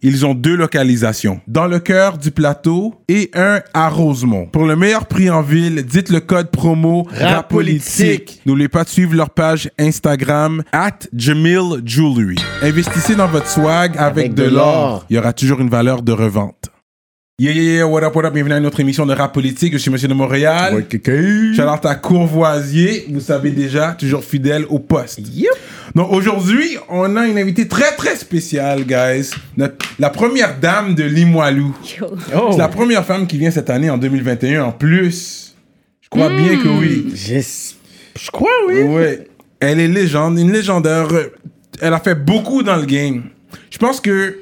ils ont deux localisations, dans le cœur du plateau et un à Rosemont. Pour le meilleur prix en ville, dites le code promo RAPOLITIQUE. N'oubliez pas de suivre leur page Instagram at Jamil Jewelry. Investissez dans votre swag avec, Avec de de l'or. l'or. Il y aura toujours une valeur de revente. Yeah, yeah, yeah, what up, what up, bienvenue à une autre émission de Rap Politique. Je suis Monsieur de Montréal. Charlotte à Courvoisier, vous savez déjà, toujours fidèle au poste. Donc aujourd'hui, on a une invitée très très spéciale, guys. Notre- la première dame de Limoilou. C'est la première femme qui vient cette année en 2021 en plus. Je crois bien que oui. Yes. Je crois, oui. Ouais. Elle est légende, une légendaire. Elle a fait beaucoup dans le game. Je pense que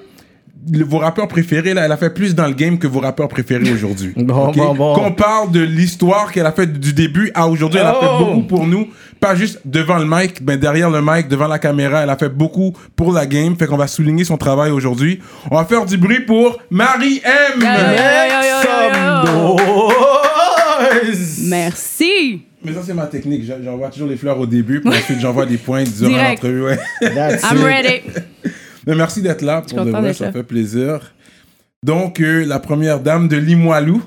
le- vos rappeurs préférés, là, elle a fait plus dans le game que vos rappeurs préférés aujourd'hui. Bon, Ok? bon, bon. Qu'on parle de l'histoire qu'elle a fait du début à aujourd'hui, elle a fait Oh! beaucoup pour nous. Pas juste devant le mic, mais derrière le mic, devant la caméra, elle a fait beaucoup pour la game. Fait qu'on va souligner son travail aujourd'hui. On va faire du bruit pour Marie M. Some noise. Merci. Mais ça, c'est ma technique. J'en- J'envoie toujours les fleurs au début, puis ensuite j'envoie des points durant Direct. l'entrevue. ouais. That's I'm it. ready. Mais merci d'être là. Pour de contente vrai, d'être ça là. fait plaisir. Donc, euh, la première dame de Limoilou.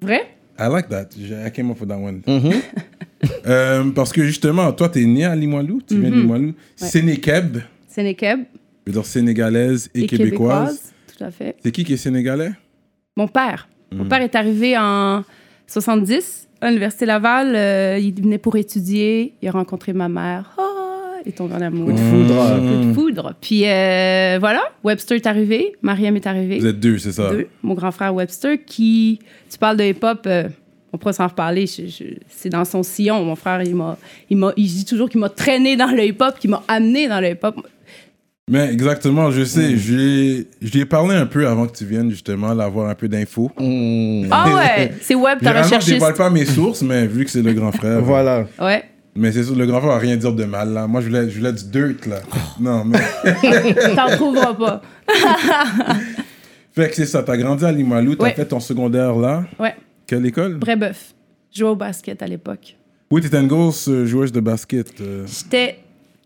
Vrai? I like that. I came up with that one. Euh, parce que justement, toi, t'es né à Limoilou. Tu Mm-hmm. viens de Limoilou. Sénékeb, Sénékeb je veux dire sénégalaise et, et québécoise. québécoise. Tout à fait. C'est qui qui est sénégalais? Mon père. Mon père est arrivé en 70 à l'Université Laval. euh, il venait pour étudier. Il a rencontré ma mère. Ah, il est tombé en amour. Coup de foudre. Un peu de foudre. Puis euh, voilà, Webster est arrivé. Mariam est arrivée. Vous êtes deux, c'est ça? Deux, mon grand frère Webster, qui, tu parles de hip-hop, euh, on pourra s'en reparler, je- je- c'est dans son sillon. Mon frère, il m'a, il m'a, il dit toujours qu'il m'a traîné dans le hip-hop, qu'il m'a amené dans le hip-hop. Mais exactement, je sais. Je l'ai- je lui ai parlé un peu avant que tu viennes, justement, d'avoir un peu d'infos. Mm. Ah ouais, c'est web, t'as Généralement, je recherché. dévoile pas mes sources, mais vu que c'est le grand frère. ben, Voilà. Ouais. Mais c'est sûr, le grand frère va rien dire de mal, là. Moi, je voulais, je voulais du dirt, là. Oh. Non, mais. T'en trouveras pas. Fait que c'est ça, t'as grandi à Limoilou, t'as Ouais. fait ton secondaire, là. Ouais. Quelle école Brébeuf. Je jouais au basket à l'époque. Oui, t'étais une grosse euh, joueuse de basket. euh. J'étais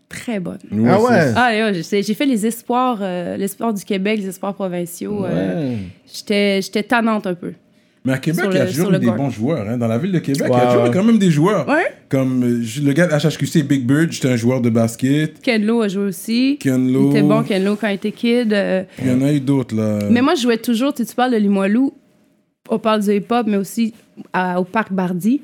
très bonne. Ah c'est- ouais. Ah, et ouais, je sais, j'ai fait les espoirs, euh, l'espoir du Québec, les espoirs provinciaux. euh, Ouais. j'étais, j'étais tannante un peu. Mais à Québec, Sur il y a le- toujours sur le eu des guard. bons joueurs. hein. Dans la ville de Québec, il y a Ouais, toujours eu ouais. quand même des joueurs. Ouais. Comme euh, je- le gars de HHQC, Big Bird, j'étais un joueur de basket. Ken Lo a joué aussi. Ken Il Lo. était bon, Ken Lo, quand il était kid. euh, Il y en a eu d'autres, là. Mais moi, je jouais toujours, tu, sais, tu parles de Limoilou, on parle du hip-hop, mais aussi à- au Parc Bardi.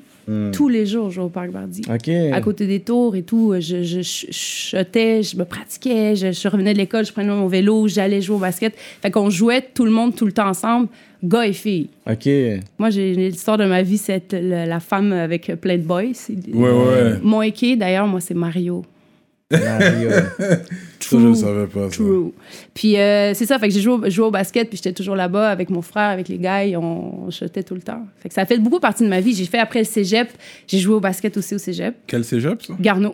Tous les jours, je jouais au Parc Bardi. Ok. À côté des tours et tout, euh, je, je, ch- chuchotais, je me pratiquais, je, je revenais de l'école, je prenais mon vélo, j'allais jouer au basket. Fait qu'on jouait tout le monde, tout le temps ensemble, gars et filles. Ok. Moi, j'ai l'histoire de ma vie, c'est être le- la femme avec plein de boys. C'est- Ouais, ouais. Mon équipe, d'ailleurs, moi, c'est Mario. Mario. Ça, je le savais pas. ça. True. Puis euh, c'est ça, fait que j'ai joué, au- joué au basket, puis j'étais toujours là-bas avec mon frère, avec les gars, et on jetait tout le temps. Fait que ça a fait beaucoup partie de ma vie. J'ai fait après le cégep, j'ai joué au basket aussi au cégep. Quel cégep, ça Garneau.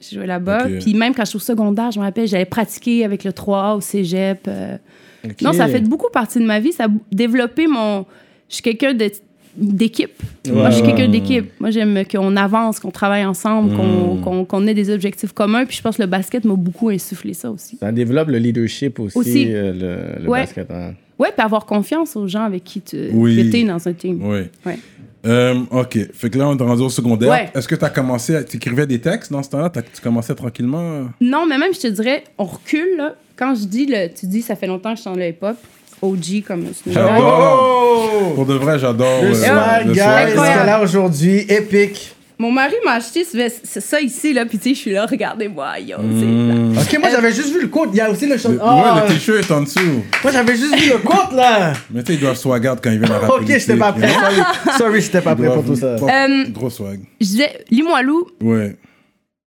J'ai joué là-bas. Ok. Puis même quand je suis au secondaire, je me rappelle, j'allais pratiquer avec le 3A au cégep. euh. Ok. Non, ça a fait beaucoup partie de ma vie. Ça a développé mon. Je suis quelqu'un de- d'équipe. Moi, je suis ouais. quelqu'un d'équipe. Moi, j'aime qu'on avance, qu'on travaille ensemble, qu'on- Hmm. qu'on qu'on ait des objectifs communs. Puis je pense que le basket m'a beaucoup insufflé ça aussi. Ça développe le leadership aussi, Aussi. euh, le, le Ouais. basket. hein. Ouais, puis avoir confiance aux gens avec qui tu Oui. que t'es dans un team. Oui. Ouais. Euh, ok. Fait que là, on est rendu au secondaire. Ouais. Est-ce que tu as commencé à. Tu écrivais des textes dans ce temps-là T'as- Tu commençais tranquillement Non, mais même, je te dirais, on recule, là. Quand je dis, le, tu dis, ça fait longtemps que je suis dans le hip-hop, OG comme Snoop Dogg. Oh, J'adore. Pour de vrai, j'adore. Le euh, swag, le guys, swag. ce Incroyable. qu'elle a aujourd'hui, épique. Mon mari m'a acheté ce vest- c'est ça ici, là, puis tu sais, je suis là, regardez-moi, yo, Mm. c'est- Ok, moi j'avais juste vu le compte. Il y a aussi le Le- chandail. Ouais, le t-shirt en dessous. moi j'avais juste vu le compte là. Mais tu sais, ils doivent swag out quand ils viennent à la Ok, politique, j'étais pas hein. prêt. Sorry, Sorry, j'étais pas Ils prêt pour doivent- tout ça. Gros- Euh, Gros swag. Je disais, Limoilou, Ouais.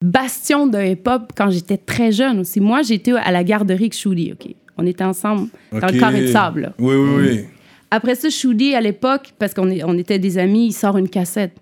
bastion de hip-hop quand j'étais très jeune aussi. Moi, j'étais à la garderie Kshuli, OK? On était ensemble dans Ok. le carré de sable, là. Oui, oui, oui. Après ça, Shudi, à l'époque, parce qu'on est- on était des amis, il sort une cassette.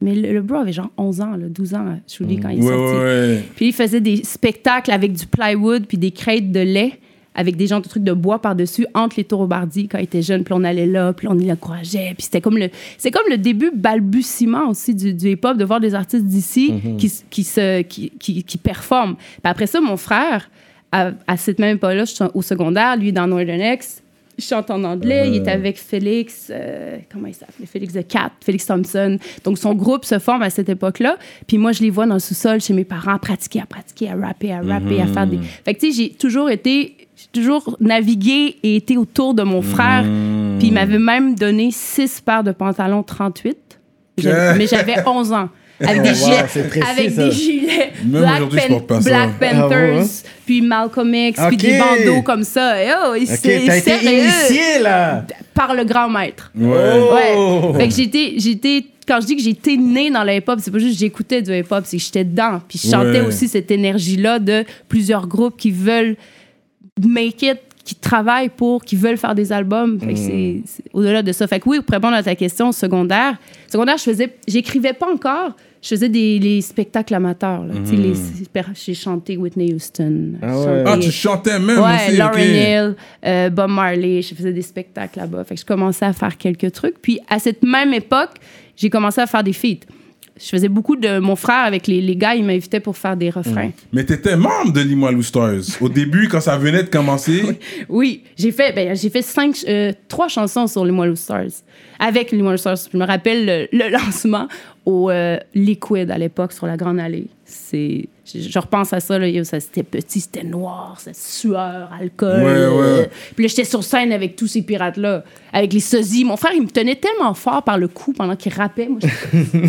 Mais le, le bro avait genre 11 ans, là, 12 ans, Shudi, quand il est Ouais, sorti. ouais, ouais. Puis il faisait des spectacles avec du plywood puis des crêtes de lait avec des gens de trucs de bois par-dessus entre les tourobardies quand il était jeune. Puis on allait là, puis on l'encourageait. Puis c'était comme le, c'est comme le début balbutiement aussi du, du hip-hop, de voir des artistes d'ici Mm-hmm. qui, s- qui, se, qui, qui, qui performent. Puis après ça, mon frère, à, à cette même époque-là, je suis au secondaire, lui dans Northern X, il chante en anglais, il Euh. est avec Félix, euh, comment il s'appelait, Félix de Cat, Félix Thompson. Donc son groupe se forme à cette époque-là. Puis moi, je les vois dans le sous-sol chez mes parents à pratiquer, à pratiquer, à rapper, à rapper, à faire des. Mm-hmm. Fait que tu sais, j'ai toujours été, j'ai toujours navigué et été autour de mon frère. Mm-hmm. Puis il m'avait même donné six paires de pantalons 38. J'avais- Que- Mais j'avais 11 ans. Avec des Oh, wow, gilets, c'est précis, avec ça. des gilets Même Black, aujourd'hui, je Pan- porte pas ça. Black Ah, ouais, Panthers, ouais. puis Malcolm X, puis Ok. des bandeaux comme ça. Et oh, Ok, c'est t'as été sérieux initié, là. par le grand maître. Ouais. Ouais. Oh. Fait que j'étais, j'étais, quand je dis que j'étais née dans le hip-hop, c'est pas juste que j'écoutais du hip-hop, c'est que j'étais dedans. Puis je chantais Ouais. aussi cette énergie-là de plusieurs groupes qui veulent make it, qui travaillent pour, qui veulent faire des albums. Hmm. Fait que c'est, c'est au-delà de ça. Fait que oui, pour répondre à ta question, secondaire, secondaire, je faisais, j'écrivais pas encore. Je faisais des les spectacles amateurs. là. Tu sais, les- j'ai chanté Whitney Houston. Hmm. Ah ouais. chanté- Ah, tu chantais même Ouais, aussi. Lauren ok. Hill, euh, Bob Marley, je faisais des spectacles là-bas. Fait que je commençais à faire quelques trucs. Puis à cette même époque, j'ai commencé à faire des feats. Je faisais beaucoup de. Mon frère, avec les, les gars, il m'invitait pour faire des refrains. Mais t'étais membre de Limoilou Stars. Au début, quand ça venait de commencer, Oui, j'ai fait, ben, j'ai fait cinq, ch- euh, trois chansons sur les Moilou Stars. Avec les Moilou Stars. Je me rappelle le, le lancement au euh, Liquid à l'époque sur la Grande Allée. C'est, je, je repense à ça, là, yo, ça c'était petit, c'était noir, cette sueur, alcool. Ouais, euh, ouais. Puis là, j'étais sur scène avec tous ces pirates-là, avec les sosies. Mon frère, il me tenait tellement fort par le cou pendant qu'il rappait. Moi, j'étais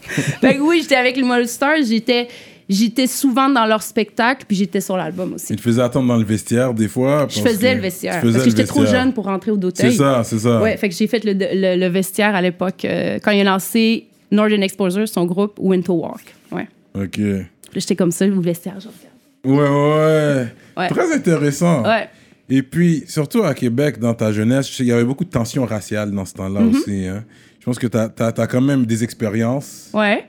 fait que oui, j'étais avec les Moilou Stars, j'étais, j'étais souvent dans leur spectacle, puis j'étais sur l'album aussi. il te faisait attendre dans le vestiaire des fois. Je parce faisais que le vestiaire. tu faisais Parce que le j'étais trop vestiaire. jeune pour rentrer au Doteuil. C'est ça, c'est ça. Ouais, fait que j'ai fait le, le- le vestiaire à l'époque, euh, quand il a lancé Northern Exposure, son groupe Winter Walk. Ouais. Ok. Ouais, Puis J'étais comme ça, au vestiaire, je regarde. ouais, ouais. Ouais. Très intéressant. Ouais. Et puis, surtout à Québec, dans ta jeunesse, je sais qu'il y avait beaucoup de tensions raciales dans ce temps-là Mhm. aussi. hein. Je pense que tu as, quand même des expériences Ouais.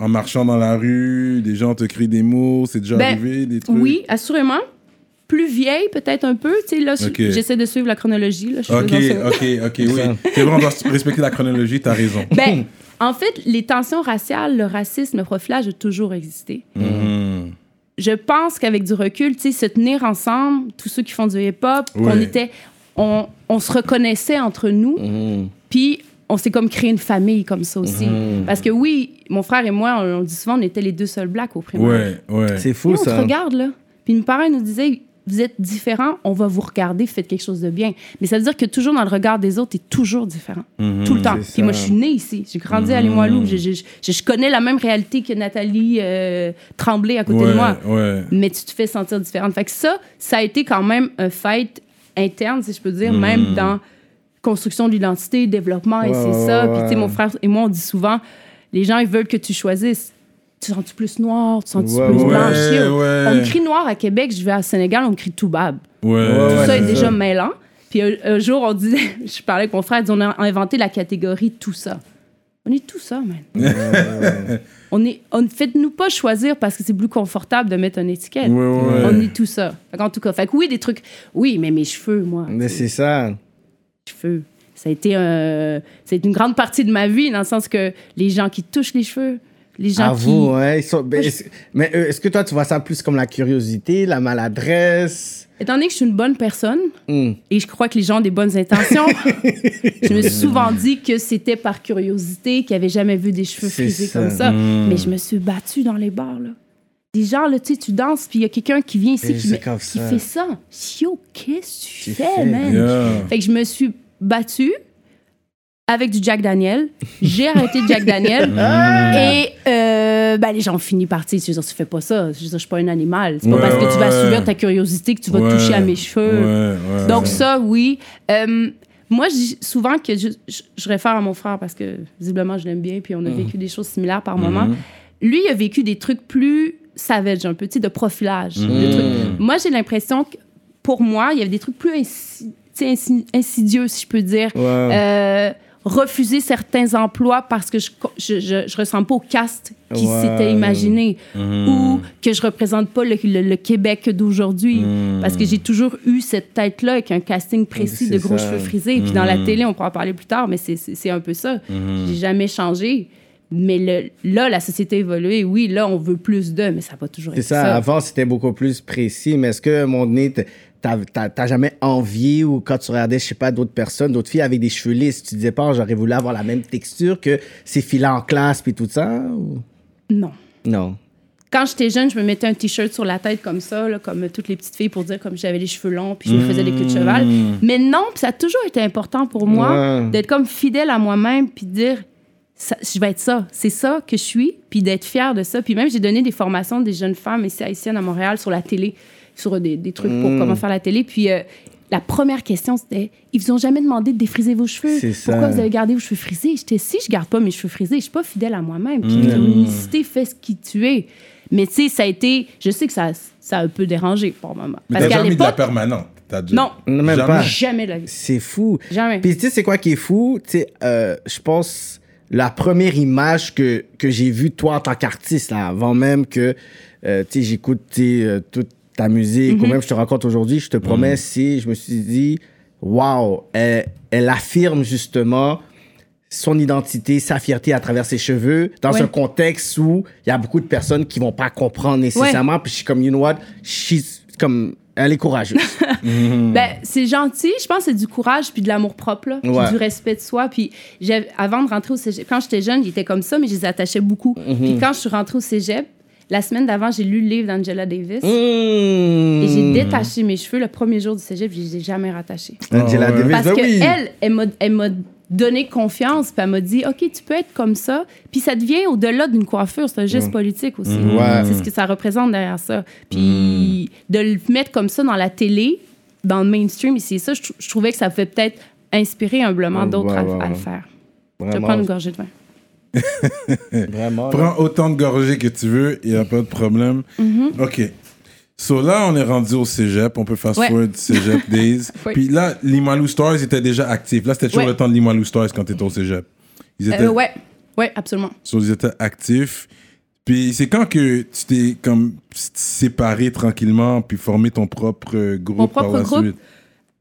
en marchant dans la rue, des gens te crient des mots, c'est déjà Ben, arrivé, des trucs. Oui, assurément. Plus vieille, peut-être un peu. Tu sais, là, su- Ok. j'essaie de suivre la chronologie. Là, je suis Ok, dans ce- ok, ok, oui. C'est vrai, on doit respecter la chronologie, t'as raison. Ben, en fait, les tensions raciales, le racisme, le profilage a toujours existé. Mhm. je pense qu'avec du recul, tu sais, se tenir ensemble, tous ceux qui font du hip-hop, Ouais. on était, on, on se reconnaissait entre nous, Mm. puis on s'est comme créé une famille comme ça aussi. Parce que oui, mon frère et moi, on, on dit souvent, on était les deux seuls blacks au primaire. Ouais, ouais. C'est Puis fou, on te ça. regarde là. Puis mes parents ils nous disaient, vous êtes différents, on va vous regarder, faites quelque chose de bien. Mais ça veut dire que toujours dans le regard des autres, t'es toujours différent, tout le temps. C'est Puis moi, ça. je suis née ici, j'ai grandi à Limoilou, je, je- je- je connais la même réalité que Nathalie euh, Tremblay à côté ouais, de moi ouais. mais tu te fais sentir différente. Fait que ça, ça a été quand même un fight interne, si je peux dire, même dans construction de l'identité, développement, et Hmm. Ouais, c'est ouais, ça. ouais, Puis, tu sais, ouais. mon frère et moi, on dit souvent, les gens, ils veulent que tu choisisses. Tu sens-tu plus noir? Tu sens-tu Ouais, plus ouais, blanc? Chill. ouais. On me crie noir à Québec, je vais à Sénégal, on me crie Toubab. Ouais, Tout Tout Ouais, ça est c'est déjà ça. mêlant. Puis un, un jour, on disait, je parlais avec mon frère, il dit, on a inventé la catégorie tout ça. On est tout ça, man. on est, on faites-nous pas choisir parce que c'est plus confortable de mettre une étiquette. Ouais, ouais. On est tout ça. en tout cas, fait que oui, des trucs. Oui, mais mes cheveux, moi, Mais c'est ça. mes cheveux. Ça a été euh, c'est une grande partie de ma vie dans le sens que les gens qui touchent les cheveux, les gens À qui vous, hein. ouais. ils sont- ben, je- est-ce- Mais euh, est-ce que toi, tu vois ça plus comme la curiosité, la maladresse? Étant donné que je suis une bonne personne Hmm. et je crois que les gens ont des bonnes intentions, je me suis souvent dit que c'était par curiosité, qu'ils n'avaient jamais vu des cheveux C'est frisés ça. Hmm. comme ça. Mais je me suis battue dans les bars. Là. Des gens, là, tu sais, tu danses, puis il y a quelqu'un qui vient ici Et qui, c'est me- comme qui ça. fait ça. Yo, qu'est-ce que tu Tu fais, fais, man? Yeah. Fait que je me suis battue avec du Jack Daniel. J'ai arrêté le Jack Daniel. Hmm. et euh, ben, les gens ont fini par, tu sais, je veux dire, tu fais pas ça. Je veux dire, je suis pas un animal. C'est pas Ouais, parce que tu vas ouais, ouais. subir ta curiosité que tu vas Ouais. toucher à mes cheveux. Ouais, ouais. Donc ça, oui. Euh, moi, je dis souvent que je, je, je réfère à mon frère parce que visiblement, je l'aime bien, puis on a vécu des choses similaires par moment. Lui, il a vécu des trucs plus savage, Hmm. un Euh, Mm. petit de profilage. de trucs. Moi, j'ai l'impression que pour moi, il y avait des trucs plus insi- tu sais, aussi insi- insidieux, si je peux dire. Ouais. Euh, refuser certains emplois parce que je je, je, je ressemble pas au caste qui Ouais. s'était imaginé ou que je représente pas le, le- le Québec d'aujourd'hui parce que j'ai toujours eu cette tête-là avec un casting précis C'est de gros ça. cheveux frisés. Puis dans la télé, on pourra en parler plus tard, mais c'est- c'est c'est un peu ça. J'ai jamais changé. Mais le- là, la société a évolué. Oui, là, on veut plus d'eux, mais ça va toujours C'est être ça, ça. avant c'était beaucoup plus précis, mais est-ce que mon nez, t- t'as- t'as t'as jamais envié ou quand tu regardais, je sais pas, d'autres personnes, d'autres filles avec des cheveux lisses, tu disais pas, oh, j'aurais voulu avoir la même texture que ces filles-là en classe puis tout ça ou- Non. Non. Quand j'étais jeune, je me mettais un t-shirt sur la tête comme ça, là, comme toutes les petites filles pour dire comme j'avais les cheveux longs, puis je me faisais des queues de cheval. Mais non, puis ça a toujours été important pour moi Mmh. Ouais. d'être comme fidèle à moi-même, puis de dire ça- je vais être ça, c'est ça que je suis, puis d'être fière de ça. Puis même j'ai donné des formations des jeunes femmes ici haïtiennes à Montréal sur la télé, sur des, des trucs Mmh. pour comment faire la télé. Puis euh, la première question c'était ils vous ont jamais demandé de défriser vos cheveux C'est ça. Pourquoi vous avez gardé vos cheveux frisés J'étais si je garde pas mes cheveux frisés, je suis pas fidèle à moi-même. Puis Mm. ton unicité fait ce qui tu es. Mais tu sais, ça a été. Je sais que ça, ça a un peu dérangé pour maman. Mais Parce t'as qu'à jamais mis de la l'époque, permanente. T'as dû- Non. Non, même Jamais. pas. jamais de la vie. C'est fou. Jamais. Puis tu sais, c'est quoi qui est fou? Tu sais, euh, je pense, la première image que, que j'ai vue, toi, en tant qu'artiste, là, avant même que, euh, tu sais, j'écoute tu sais, euh, toute ta musique, Mhm. ou même je te rencontre aujourd'hui, je te promets, si je me suis dit, waouh, elle, elle affirme justement son identité, sa fierté à travers ses cheveux, dans Ouais. un contexte où il y a beaucoup de personnes qui vont pas comprendre nécessairement. Puis je suis comme, you know what, she's comme, elle est courageuse. Mm. Ben, c'est gentil. Je pense que c'est du courage puis de l'amour propre, là, puis Ouais. du respect de soi. Puis j'ai- avant de rentrer au cégep, quand j'étais jeune, il était comme ça, mais je les attachais beaucoup. Mm-hmm. Puis quand je suis rentrée au cégep, la semaine d'avant, j'ai lu le livre d'Angela Mmh. Davis. Mm. Et j'ai détaché mes cheveux le premier jour du cégep, je les ai jamais rattachés. Angela Ah ouais. Davis, Parce ben que oui. elle, elle m'a- elle m'a donné confiance, puis elle m'a dit, OK, tu peux être comme ça. Puis ça devient au-delà d'une coiffure, c'est un geste politique aussi. Mm. Mm-hmm. Ouais. Mm. C'est ce que ça représente derrière ça. Puis de le mettre comme ça dans la télé, dans le mainstream, et c'est ça, je, trou- je trouvais que ça pouvait peut-être inspirer humblement Ouais, d'autres à- ouais, à, le ouais. faire. Je vais Vraiment, prendre une gorgée de vin. vraiment. là. Prends autant de gorgées que tu veux, il n'y a pas de problème. Mm-hmm. OK. So là, on est rendu au cégep, on peut fast Ouais. forward cégep days. Oui. Puis là, Limalou Stars était déjà actif. Là, c'était toujours Ouais. le temps de Limalou Stars quand tu étais au cégep. Ils étaient, Euh, ouais, ouais, absolument. so, ils étaient actifs. Puis c'est quand que tu t'es comme séparé tranquillement, puis formé ton propre euh, groupe Mon propre par la groupe. suite?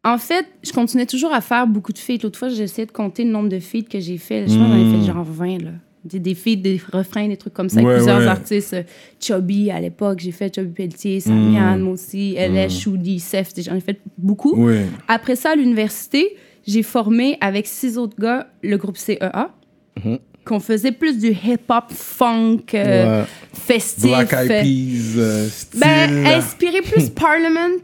En fait, je continuais toujours à faire beaucoup de feats. L'autre fois, j'essayais de compter le nombre de feats que j'ai fait. Je pense que j'en ai fait genre 20, là. Des, des feats, des refrains, des trucs comme ça, Hmm. Ouais, avec plusieurs ouais. artistes. euh, Chubby, à l'époque, j'ai fait Chubby Pelletier, Hmm. Samiane, moi aussi, LS, Shoudi, Sef, j'en ai fait beaucoup. Oui. Après ça, à l'université, j'ai formé avec six autres gars le groupe CEA, Hmm. qu'on faisait plus du hip-hop, funk, euh, Ouais. festif. Black Eyed euh, Peas, euh, style. ben, inspiré plus Parliament.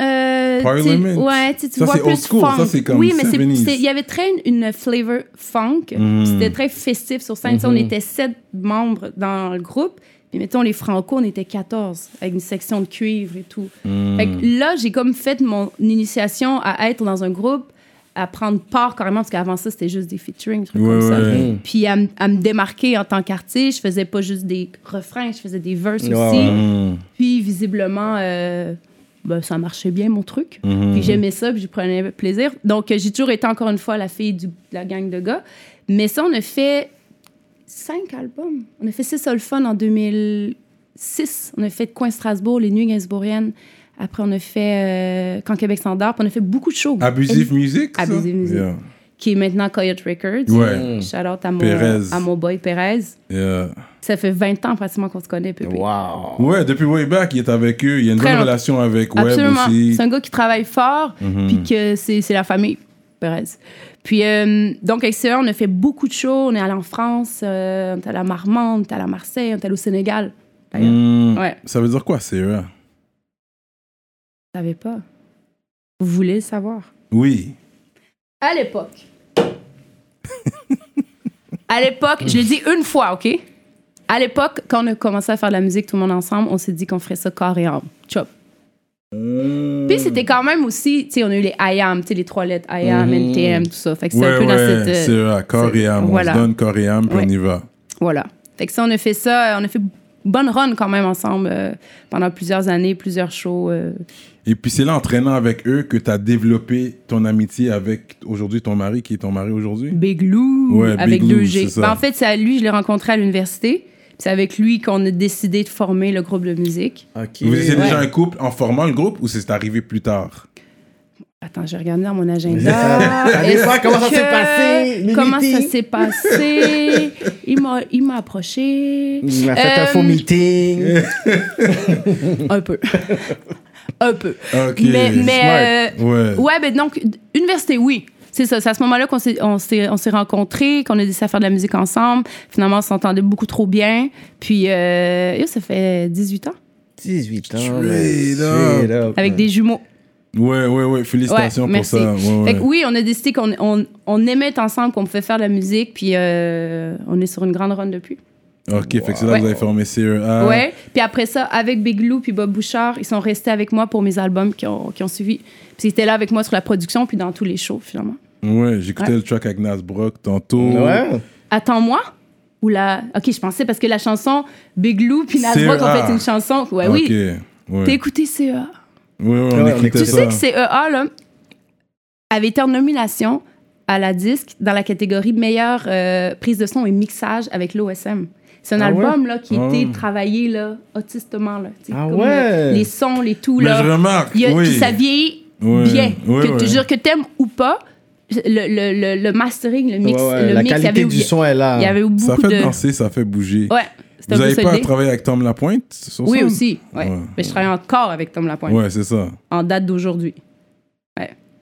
Euh, Parliament? tu- ouais, tu, tu Ça, vois c'est plus old school, funk. ça, c'est comme oui, mais c'est- 70s. c'est- il y avait très une, une flavor funk. Mm. C'était très festif sur scène. Tu sais, On Mm-hmm. était sept membres dans le groupe. Puis mettons, les Franco, on était 14, avec une section de cuivre et tout. Mm. Fait que là, j'ai comme fait mon initiation à être dans un groupe, à prendre part carrément, parce qu'avant ça, c'était juste des featuring, des trucs Ouais, comme ça. ouais. Puis à, m- à me démarquer en tant qu'artiste, je faisais pas juste des refrains, je faisais des verses Ouais, aussi. ouais. Hmm. Puis visiblement, euh, ben, ça marchait bien mon truc. Puis j'aimais ça, puis je prenais plaisir. Donc euh, j'ai toujours été encore une fois la fille du- de la gang de gars. Mais ça, on a fait cinq albums. On a fait Six All Fun en 2006. On a fait Coin Strasbourg, Les Nuits Gainsbourgiennes. Après, on a fait euh, Quand Québec s'endort. Puis on a fait beaucoup de shows. Abusive Music, ça? Abusive Music. Yeah. Qui est maintenant Coyote Records. Ouais. Shout out à mon, Perez. à mon boy Perez. Yeah. Ça fait 20 ans pratiquement qu'on se connaît, Pépé. Wow. Ouais, depuis way back, il est avec eux. Il y a une Très bonne long- relation avec Web Absolument. aussi. C'est un gars qui travaille fort, puis que c'est c'est la famille Perez. Puis, euh, donc, avec CE, on a fait beaucoup de shows. On est allé en France, euh, on est allé à Marmande, on est allé à Marseille, on est allé au Sénégal. D'ailleurs, Hmm, ouais, Ça veut dire quoi, CEA? vous savez pas. Vous voulez le savoir. Oui. À l'époque. à l'époque, je l'ai dit une fois, OK? À l'époque, quand on a commencé à faire de la musique tout le monde ensemble, on s'est dit qu'on ferait ça corps et âme. Chop. Puis c'était quand même aussi, tu sais, on a eu les IAM, tu sais, les trois lettres IAM, NTM, tout ça. Fait que c'était Ouais, un peu dans ouais, cette. euh, CEA, corps et âme. voilà. On se donne corps et âme, puis Ouais. on y va. Voilà. Fait que ça, on a fait ça, on a fait bonne run quand même ensemble euh, pendant plusieurs années, plusieurs shows. euh, Et puis c'est là, en traînant avec eux, que tu as développé ton amitié avec aujourd'hui ton mari, qui est ton mari aujourd'hui. Big Lou, Ouais, Big avec Lou, deux G. c'est ça. Ben, en fait, c'est à lui, je l'ai rencontré à l'université. Puis C'est avec lui qu'on a décidé de former le groupe de musique. Ok. Vous étiez Ouais. déjà un couple en formant le groupe ou c'est arrivé plus tard Attends, j'ai regardé dans mon Ça- ça agenda. dépend Ah, Est-ce comment ça que- s'est passé, Lilith. Comment ça s'est passé? Il m'a, il m'a approché. Il m'a fait Euh, un faux meeting. Un peu. un peu. Ok. Mais, mais Smart. euh, Ouais. ouais, ben donc, université, oui. C'est ça. C'est à ce moment-là qu'on s'est, on s'est, on s'est rencontrés, qu'on a décidé à faire de la musique ensemble. Finalement, on s'entendait beaucoup trop bien. Puis, euh, yo, ça fait 18 ans. 18 ans. Straight man. up. Straight up, Avec man. des jumeaux. Ouais, ouais, ouais. Félicitations Ouais, pour merci. ça. Ouais, Fait ouais. que oui, on a décidé qu'on on, on aimait être ensemble, qu'on pouvait faire de la musique, puis euh, on est sur une grande run depuis. Ok, fait que c'est là que vous Ouais. avez formé CEA. Ouais. Puis après ça, avec Big Lou puis Bob Bouchard, ils sont restés avec moi pour mes albums qui ont, qui ont suivi. Puis ils étaient là avec moi sur la production, puis dans tous les shows, finalement. Ouais, j'écoutais Ouais. le track avec Nas Brock tantôt. Ouais. Attends-moi ou la... Ok, je pensais parce que la chanson Big Lou puis Nas CEA. Rock ont fait une chanson. Ouais, E Ok. Bah oui. Ouais. T'as écouté E CEA. Ouais, ouais, on Ouais, on écoutait écoutait Tu sais ça. que CEA, là, avait été en nomination à la disque dans la catégorie meilleure euh, prise de son et mixage avec l'OSM. C'est un Ah album là, qui Ah a été ouais. travaillé là, autistement. Là, tu sais, Ah comme, ouais. euh, les sons, les tout. Mais là. je remarque. hein. Il y a- oui. puis ça vieillit Ouais, bien. ouais, que, ouais. Jure que t'aimes ou pas, le, le- le- le mastering, le mix, Ouais, ouais, le mix, la il y qualité avait- du son est là. il y avait beaucoup Ça fait de... danser, ça fait bouger. Ouais, Vous c'était un peu n'avez ça pas l'idée. travaillé avec Tom Lapointe sur Oui, ça? aussi. ouais. Ouais. Mais je travaille encore avec Tom Lapointe, Ouais, c'est ça. en date d'aujourd'hui.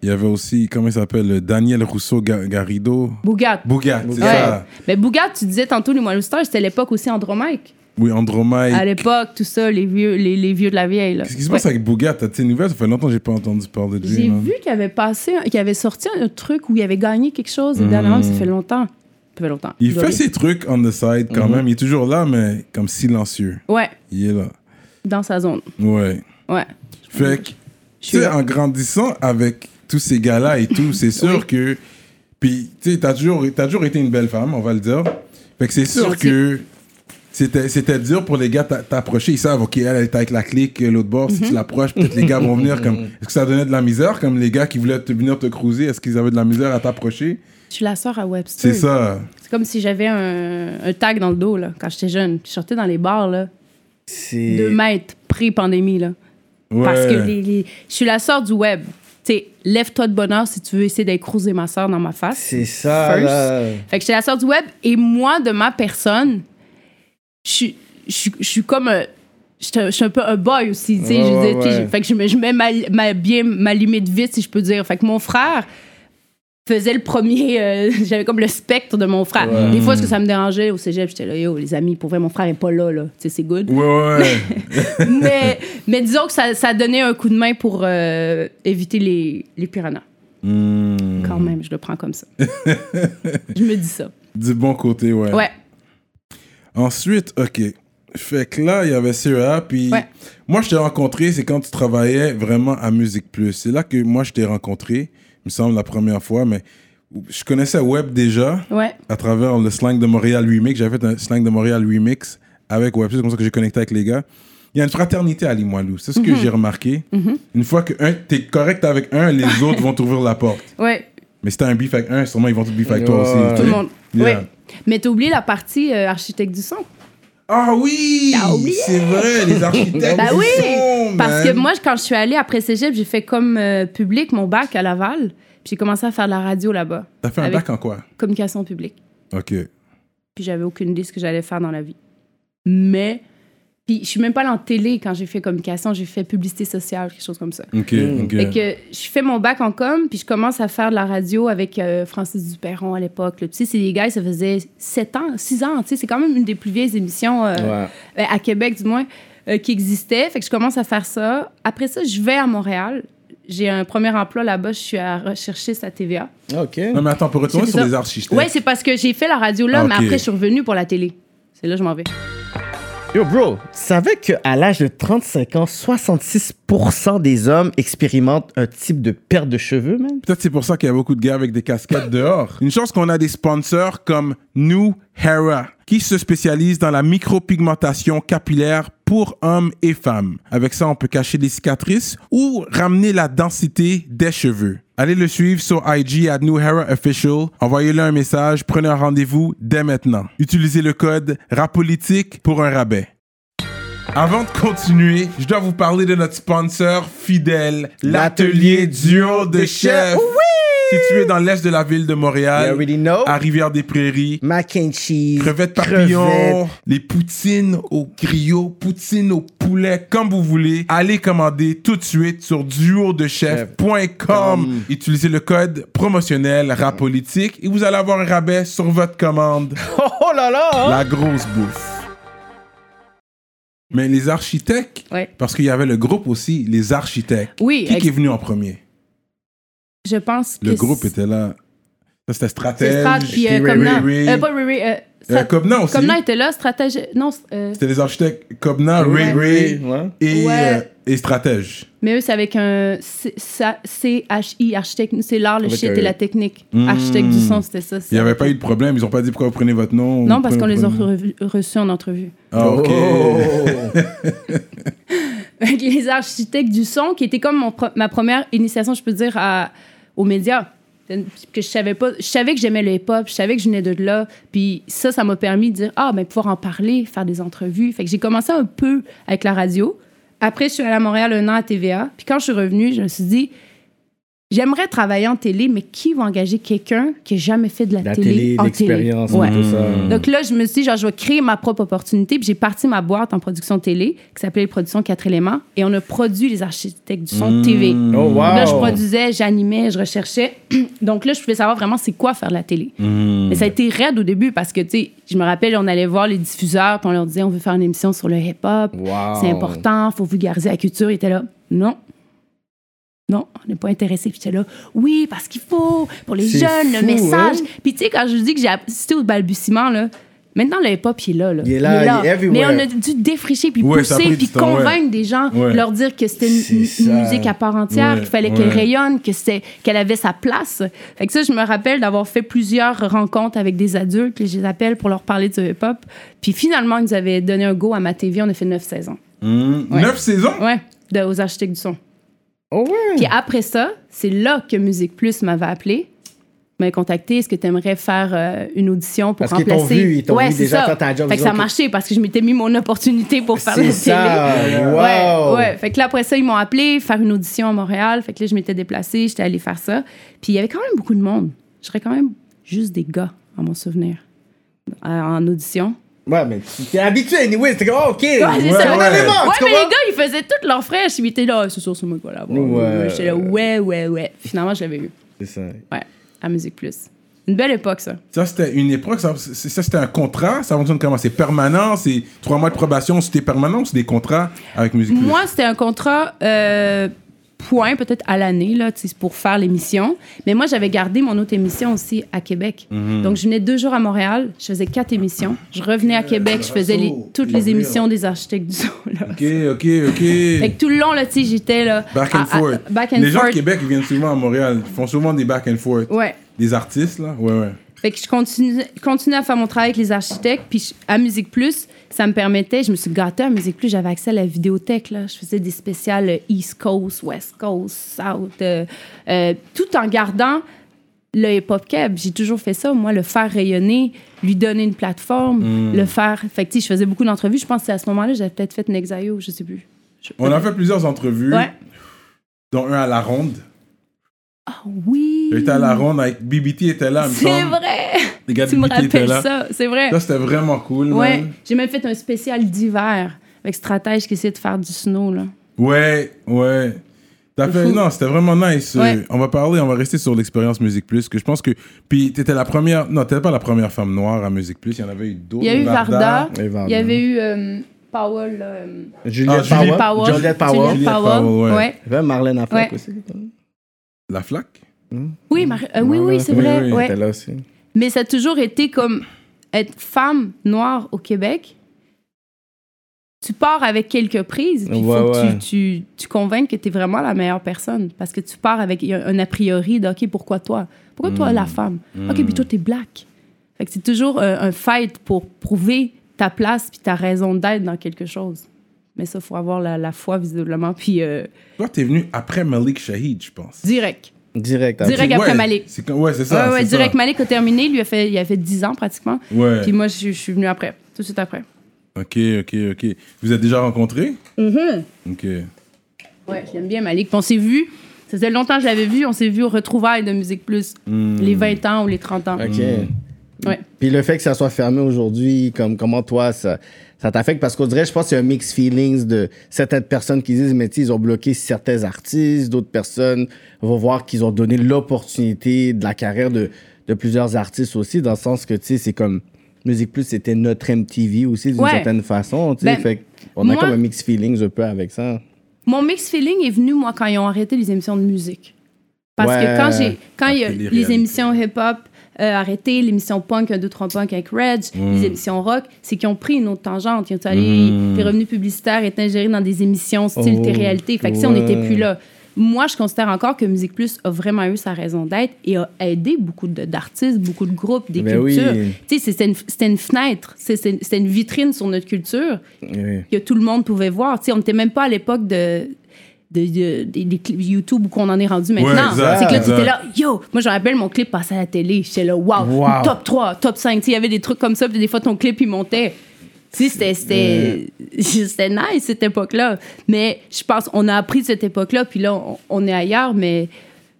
Il y avait aussi, comment il s'appelle, euh, Daniel Rousseau Ga- Garrido. Bougat. Bougat, c'est Ouais. ça. Mais Bougat, tu disais tantôt, les Moines Stars, c'était l'époque aussi Andromaque. Oui, Andromaille. À l'époque, tout ça, les vieux, les, les vieux de la vieille. là. Qu'est-ce qui se passe avec Bougat? T'as des nouvelles? Ça fait longtemps que j'ai pas entendu parler de lui. J'ai man. vu qu'il avait passé, un- qu'il avait sorti un truc où il avait gagné quelque chose. Et dernièrement, ça fait longtemps. Ça fait longtemps. Hmm. Il doit- fait ses trucs on the side quand Mhm. même. Il est toujours là, mais comme silencieux. Ouais, Il est là. dans sa zone. Ouais. Ouais. Fait que, Je tu suis sais, là. en grandissant avec tous ces gars-là et tout, c'est sûr Oui. que. Puis, tu sais, t'as toujours, t'as toujours été une belle femme, on va le dire. Fait que c'est sûr Gentil. que c'était, c'était dur pour les gars t'a- t'approcher. Ils savent, OK, elle est avec la clique, l'autre bord, si Mhm. tu l'approches, peut-être les gars vont venir comme. Est-ce que ça donnait de la misère, comme les gars qui voulaient te, venir te cruiser, est-ce qu'ils avaient de la misère à t'approcher? Je suis la sœur à Webster. C'est ça. C'est comme si j'avais un, un tag dans le dos, là, quand j'étais jeune. Je sortais dans les bars, là, C'est- deux mètres, pré-pandémie, là. Ouais. Parce que les, les- je suis la sœur du web. Tu sais, lève-toi de bonheur si tu veux essayer d'aller cruiser ma sœur dans ma face. C'est ça, First. là. Fait que j'étais la sœur du web et moi, de ma personne, je suis- je suis je suis comme un. Je suis un- je suis un peu un boy aussi, tu sais. Ouais, je veux ouais, dire, tu sais, ouais. je- Fait que je mets, je mets ma, ma- bien ma limite vite, si je peux dire. Fait que mon frère faisait le premier... euh, J'avais comme le spectre de mon frère. Des fois, ce que ça me dérangeait au cégep, j'étais là, yo, les amis, pour vrai, mon frère est pas là, là. Tu sais, c'est good. Ouais, ouais, ouais. mais, mais disons que ça, ça donnait un coup de main pour euh, éviter les, les piranhas. Hmm. Quand même, je le prends comme ça. je me dis ça. Du bon côté, ouais. Ouais. Ensuite, OK. Fait que là, il y avait CEA, puis Ouais. moi, je t'ai rencontré, c'est quand tu travaillais vraiment à Musique Plus. C'est là que moi, je t'ai rencontré, il me semble, la première fois, mais je connaissais Web déjà Ouais. à travers le slang de Montréal remix. J'avais fait un slang de Montréal remix avec Web. C'est comme ça que j'ai connecté avec les gars. Il y a une fraternité à Limoilou. C'est ce Mhm. que j'ai remarqué. Une fois que un, t'es correct avec un, les autres vont t'ouvrir la porte. Ouais. Mais si t'as un beef avec un, sûrement ils vont te beef avec toi Ouais. aussi. Tout Tout tu le sais. monde. Yeah. Ouais. Mais t'as oublié la partie euh, architecte du son. Ah oui! T'as oublié. C'est vrai, les architectes. Bah ils oui! sont, Parce Eh, man. que moi, quand je suis allée après Cégep, j'ai fait comme euh, public mon bac à Laval. Puis j'ai commencé à faire de la radio là-bas. T'as fait un avec- bac en quoi? Communication publique. Ok. Puis j'avais aucune idée de ce que j'allais faire dans la vie. Mais... Puis je suis même pas allée en télé quand j'ai fait communication. J'ai fait publicité sociale, quelque chose comme ça. Ok, ok. Fait que je fais mon bac en com, puis je commence à faire de la radio avec euh, Francis Duperron à l'époque. là. Tu sais, c'est des gars, ça faisait 7 ans, 6 ans. Tu sais, c'est quand même une des plus vieilles émissions euh, Ouais. euh, à Québec, du moins, euh, qui existait. Fait que je commence à faire ça. Après ça, je vais à Montréal. J'ai un premier emploi là-bas. Je suis à rechercher sa TVA. OK. Non, mais attends, pour retourner C'est sur ça. les architectes. Ouais, c'est parce que j'ai fait la radio là, Ah, mais Euh. ok. après, je suis revenue pour la télé. C'est là que je m'en vais. Yo, bro, tu savais qu'à l'âge de 35 ans, 66% des hommes expérimentent un type de perte de cheveux, même? Peut-être c'est pour ça qu'il y a beaucoup de gars avec des casquettes dehors. Une chance qu'on a des sponsors comme New Hera, qui se spécialise dans la micropigmentation capillaire pour hommes et femmes. Avec ça, on peut cacher les cicatrices ou ramener la densité des cheveux. Allez le suivre sur IG à New Hera Official. Envoyez-le un message, prenez un rendez-vous dès maintenant. Utilisez le code RAPOLITIQUE pour un rabais. Avant de continuer, je dois vous parler de notre sponsor fidèle, l'atelier duo de chef. Oui! Situé dans l'est de la ville de You Montréal, already know. à Rivière-des-Prairies, Mac and cheese. Crevettes papillons, Mmh. crevettes. les poutines au griot, poutines au poulet, comme vous voulez. Allez commander tout de suite sur duodechef.com. Utilisez le code promotionnel rapolitique et vous allez avoir un rabais sur votre commande. Oh, oh là là! hein? La grosse bouffe. Mais les architectes, Ouais. parce qu'il y avait le groupe aussi, les architectes. Oui, Qui, qui est ex- venu en premier je pense que Le groupe c'est- était là. Ça, c'était c'est Stratège. Strat puis euh, Ray Comna. Ray. Euh, pas Ray Ray, euh, Euh, Strat- Comna aussi. Comna était là, stratège. Non, euh, C'était les architectes Cobna, Ray Ouais. Ray Ouais. et, Ouais. euh, et Stratège. mais eux, c'est avec un C- ça- CHI, architecte. Nous, C'est l'art, le Avec shit un- et la technique. Architecte du son, c'était ça. Hmm. Il n'y avait pas eu de problème. Ils n'ont pas dit pourquoi vous prenez votre nom. Non, parce qu'on Pourquoi les a vous prenez- revu- reçus Oh. en entrevue. Ah, ok. Fait que les architectes du son, qui était comme mon pro- ma première initiation, je peux dire, à- aux médias. Que je savais pas. Je savais que j'aimais le hip-hop, je savais que je venais de là. Puis ça, ça m'a permis de dire, ah, ben pouvoir en parler, faire des entrevues. Fait que j'ai commencé un peu avec la radio. Après, je suis allée à Montréal un an à TVA. Puis quand je suis revenue, je me suis dit, j'aimerais travailler en télé, mais qui va engager quelqu'un qui n'a jamais fait de la, La télé, télé, en télé? l'expérience, Ouais. tout ça. Donc là, je me suis dit, genre, je vais créer ma propre opportunité. Puis j'ai parti ma boîte en production télé qui s'appelait Production 4 éléments. Et on a produit les architectes du son TV. Oh, wow! Là, je produisais, j'animais, je recherchais. Donc là, je pouvais savoir vraiment c'est quoi faire de la télé. Hmm. Mais ça a été raide au début parce que, tu sais, je me rappelle, on allait voir les diffuseurs puis on leur disait, on veut faire une émission sur le hip-hop. Wow. C'est important, faut vulgariser la culture. Ils étaient là, non. Non, on n'est pas intéressé. Puis j'étais là, oui, parce qu'il faut, pour les C'est jeunes, le fou, message. hein? Puis tu sais, quand je dis que j'ai assisté au balbutiement, là, maintenant le hip-hop, il est là. là. Il est là, il est Mais everywhere. on a dû défricher, puis Ouais, ça a pris pousser, du puis temps, ouais. convaincre des gens, Ouais. leur dire que c'était une, C'est une ça. musique à part entière, Ouais, qu'il fallait ouais. qu'elle rayonne, que c'est- qu'elle avait sa place. Fait que ça, je me rappelle d'avoir fait plusieurs rencontres avec des adultes, puis je les appelle pour leur parler du hip-hop. Puis finalement, ils nous avaient donné un go à ma TV, on a fait neuf saisons. Mmh. Neuf saisons Ouais, de- aux architectes du son. Oh, ouais. Puis après ça, c'est là que Musique Plus m'avait appelé, m'avait contacté. Est-ce que tu aimerais faire euh, une audition pour Parce qu'ils t'ont remplacer vu, ils t'ont Ouais, vu c'est déjà ça. faire ta job, Fait que ils ça ont- a marché parce que je m'étais mis mon opportunité pour faire la C'est ça. télé. Wow. Ouais, ouais. Fait que là, après ça, ils m'ont appelé faire une audition à Montréal. Fait que là, je m'étais déplacée, j'étais allée faire ça. Puis il y avait quand même beaucoup de monde. Je serais quand même juste des gars, à mon souvenir, euh, en audition. Ouais, mais tu t'es habitué, anyway. C'était comme, oh, ok. Ouais, c'est ça. on Ouais, a les morts, tu mais les comprends? gars, ils faisaient toutes leurs frais. Ils étaient là, Ah, c'est sûr, c'est moi qui vais l'avoir. Ouais. J'étais là, ouais, ouais, ouais. Finalement, je l'avais eu. C'est ça. Ouais, à Musique Plus. Une belle époque, ça. Ça, c'était une époque. Ça, c'est- ça, c'était un contrat. Ça fonctionne comment C'est permanent C'est trois mois de probation C'était permanent ou c'est des contrats avec Musique Plus? Moi, c'était un contrat euh, point, peut-être à l'année, là, tu sais, pour faire l'émission. Mais moi, j'avais gardé mon autre émission aussi à Québec. Mhm. Donc, je venais deux jours à Montréal, je faisais quatre émissions. Je revenais à Québec, je faisais les- toutes les émissions des architectes du son. Là. Ok, ok, ok. Fait que tout le long, là, tu sais, j'étais là. Back à- and à- forth. ah, back and Les gens forth. de Québec, ils viennent souvent à Montréal. Ils font souvent des back and forth. Ouais. Des artistes, là. Ouais, ouais. Fait que je continue, continue à faire mon travail avec les architectes. Puis je- à Musique Plus, ça me permettait, je me suis gâtée à Musique Plus, j'avais accès à la vidéothèque. Là. Je faisais des spéciales euh, East Coast, West Coast, South, euh, euh, tout en gardant le hip-hop cab. J'ai toujours fait ça, moi, le faire rayonner, lui donner une plateforme, Hmm. le faire. Fait que tu sais, je faisais beaucoup d'entrevues. Je pense que c'est à ce moment-là, j'avais peut-être fait Nexayo, je sais plus. Je- On a fait plusieurs entrevues, Ouais. dont un à la ronde. Ah oui! J'étais à la ronde avec BBT était là, il me C'est semble. vrai! Les gars de Tu me BBT étaient rappelles là. ça, c'est vrai. Ça, c'était vraiment cool, Ouais, man. j'ai même fait un spécial d'hiver avec Stratège qui essayait de faire du snow, là. Ouais, ouais. T'as fait, non, c'était vraiment nice. Euh, Ouais. On va parler, on va rester sur l'expérience Musique Plus, que je pense que. Puis t'étais la première. Non, t'étais pas la première femme noire à Musique Plus, il y en avait eu d'autres. Il y a eu Varda, Et Varda. il y avait eu euh, Powell, là, euh, Juliette Ah, Juliette Powell. Powell. Juliette Powell. Juliette Juliette Powell, Powell, ouais. ouais. Il y avait Marlène Affleck Ouais. aussi. La Flac Oui, Mar- euh, oui, oui, c'est Oui, vrai. oui, ouais. Elle était là aussi. Mais ça a toujours été comme être femme noire au Québec. Tu pars avec quelques prises, puis il Ouais, faut que tu, ouais. tu, tu convainques que tu es vraiment la meilleure personne. Parce que tu pars avec un un a priori de OK, pourquoi toi Pourquoi toi, Mm. la femme OK, puis toi, t'es black. Fait que c'est toujours euh, un fight pour prouver ta place puis ta raison d'être dans quelque chose. Mais ça, faut avoir la, la foi, visiblement. Puis, euh, Toi, t'es venu après Malik Shahid, je pense. direct. Direct. Direct. Ouais, après Malik. c'est quand- Ouais, c'est ça. ouais, ouais, c'est ça. direct. Malik a terminé. Lui, a fait, il a fait 10 ans, pratiquement. Ouais. Puis moi, je, je suis venue après. Tout de suite après. Ok, ok, ok. Vous êtes déjà rencontrés? Mm-hmm. Ok. Ouais, j'aime bien Malik. Puis on s'est vu. Ça faisait longtemps que je l'avais vu. On s'est vu au retrouvailles de Musique Plus. Les 20 ans ou les 30 ans. OK. Ouais. Puis le fait que ça soit fermé aujourd'hui, comme comment toi, ça, ça t'affecte? Parce qu'on dirait, je pense, qu'il y a un mix feelings de certaines personnes qui disent, mais tu sais, ils ont bloqué certains artistes, d'autres personnes vont voir qu'ils ont donné l'opportunité de la carrière de, de plusieurs artistes aussi, dans le sens que, tu sais, c'est comme Musique Plus, c'était notre MTV aussi, d'une Ouais. certaine façon, tu sais. Ben, fait qu'on a moi- comme un mix feelings un peu avec ça. Mon mix feeling est venu, moi, quand ils ont arrêté les émissions de musique. Parce Ouais. que quand, j'ai, quand il y a Après les les réalités. émissions hip-hop euh, arrêtées, l'émission punk, 1, 2, 3 punk avec Reg, Mm. les émissions rock, c'est qu'ils ont pris une autre tangente. Ils ont allé, les revenus publicitaires étaient ingérés dans des émissions style Oh, télé-réalité. Fait que si on ouais. n'était plus là. Moi, je considère encore que Musique Plus a vraiment eu sa raison d'être et a aidé beaucoup de- d'artistes, beaucoup de groupes, des Ben oui. cultures. Tu sais, c'était une, c'était une fenêtre, c'est- c'est- c'était une vitrine sur notre culture Oui. que tout le monde pouvait voir. Tu sais, on n'était même pas à l'époque de, de, de- des, des clips YouTube où qu'on en est rendu maintenant. exact, c'est que là, tu exact. étais là, yo, moi je me rappelle mon clip passait à la télé. J'étais là, wow, Wow. top 3, top 5. Tu sais, il y avait des trucs comme ça, puis des fois ton clip il montait. Tu sais, c'était- c'était Euh. c'était nice cette époque-là. Mais je pense on a appris de cette époque-là, puis là, on, on est ailleurs, mais.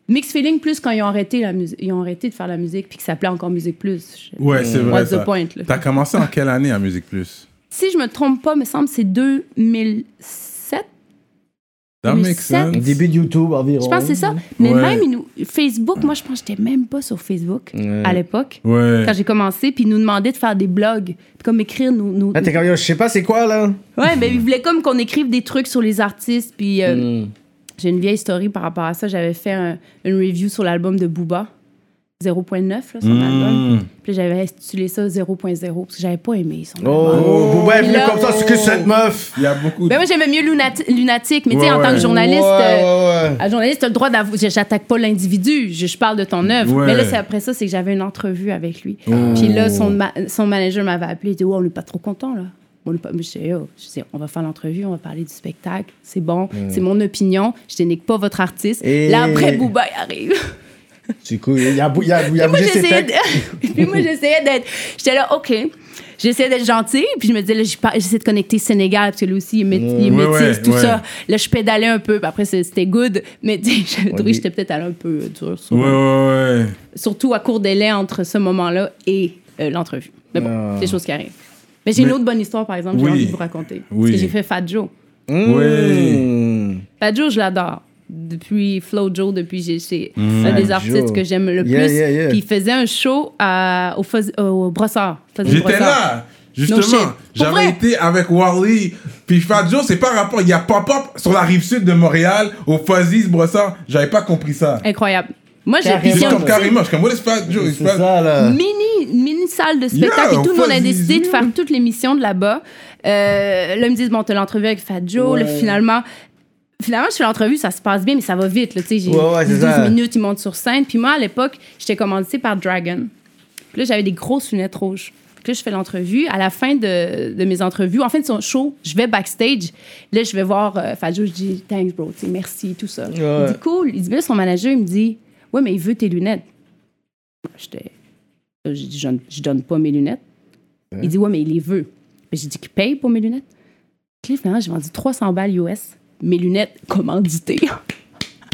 Mix Feeling plus quand ils ont arrêté la musique, ils ont arrêté de faire la musique puis que ça plaît encore musique plus. Je- Ouais, Mm. c'est vrai. What's the ça. point, là? T'as commencé en quelle année à Musique Plus? Si je me trompe pas, me semble c'est 2007 That makes 2007. sense. Début de YouTube environ. Je pense que c'est ça. Mais Ouais. même, ils nous- Facebook, moi, je pense que j'étais même pas sur Facebook à l'époque. Ouais. Quand j'ai commencé, puis ils nous demandaient de faire des blogs, puis comme écrire nos. nos- Là, Ah, t'es comme, Yo, je sais pas c'est quoi, là. Ouais, mais ils voulaient comme qu'on écrive des trucs sur les artistes, puis euh, Mm. j'ai une vieille story par rapport à ça. J'avais fait un- une review sur l'album de Booba, 0.9, là, Mm. son album. Puis j'avais intitulé ça 0.0, parce que j'avais pas aimé son Oh, album. Booba est venu Là- comme ça, c'est que cette meuf. Il y a beaucoup de... Ben moi, j'aimais mieux Lunati- Lunatique, mais tu sais, Ouais, en tant ouais. que journaliste. euh, Ouais, ouais, ouais. Un journaliste, t'as le droit d'avouer. J'attaque pas l'individu, je, je parle de ton œuvre. Ouais. Mais là, c'est après ça, c'est que j'avais une entrevue avec lui. Oh. Puis là, son, ma- son manager m'avait appelé. Il dit Ouais, on n'est pas trop content, là. On est pas... Mais je dis, Oh. Je dis, on va faire l'entrevue, on va parler du spectacle. C'est bon, c'est mon opinion. Je dénique pas votre artiste. Mm. Et- Là, après, Booba il arrive. Du coup, il a, bou- il a, il a Moi, bougé ses j'essayais textes. de- puis moi, j'essayais d'être. J'étais là, OK. J'essayais d'être gentille, puis je me disais, là, j'y par- j'essaie de connecter Sénégal, parce que lui aussi, il est, mét- il est Ouais, métis, ouais, tout ouais. ça. Là, je pédalais un peu, puis après, c'est- c'était good. Mais tu sais, j'avais trouvé dit- que j'étais peut-être allée un peu euh, dure, sur- Ouais, ouais, ouais. surtout à court délai entre ce moment-là et euh, l'entrevue. Mais bon, Ah. c'est des choses qui arrivent. Mais j'ai une autre bonne histoire, par exemple, que Oui. j'ai envie de vous raconter. Oui. Parce que j'ai fait Fat Joe. Ouais. Mmh. Fat Joe, je l'adore. Depuis Flow Joe, depuis j'ai- c'est un Fat des Mm. Joe. artistes que j'aime le Yeah, plus. yeah, yeah. Puis il faisait un show à- au, fais- au brossard. Faisait le J'étais brossard. là, No shit. justement. Pour J'avais vrai. été avec Wally, puis Fat Joe, c'est pas rapport. Il y a pop-up sur la rive sud de Montréal, au Fuzzy's Brossard. J'avais pas compris ça. Incroyable. Moi, j'ai Carrément. puis C'est c'est comme un carrément. Je suis comme, what is Fat Joe? It's C'est Fat- ça, là. Mini, mini salle de spectacle Yeah, et tout. Nous, on a fuzzy décidé de zoo. faire toute l'émission de là-bas. Euh, là, ils me disent, bon, t'as l'entrevue avec Fat Joe. Là, Ouais. finalement, finalement, je fais l'entrevue, ça se passe bien, mais ça va vite. Là, tu sais, j'ai Ouais, ouais, c'est 12 ça. minutes, ils montent sur scène. Puis moi, à l'époque, j'étais commanditée par Dragon. Puis là, j'avais des grosses lunettes rouges. Puis là, je fais l'entrevue. À la fin de, de mes entrevues, en fin de son show, je vais backstage. Là, je vais voir euh, Fat Joe. Je dis, thanks, bro, tu sais, merci, tout ça. Ouais. Il dit, cool. Il dit, mais là, son manager, il me dit, ouais, mais il veut tes lunettes. J'étais. J'ai dit, je, je donne pas mes lunettes. Il dit, ouais, mais il les veut. Mais j'ai dit qu'il paye pour mes lunettes. Puis là, finalement, j'ai vendu 300 balles US, mes lunettes commanditées.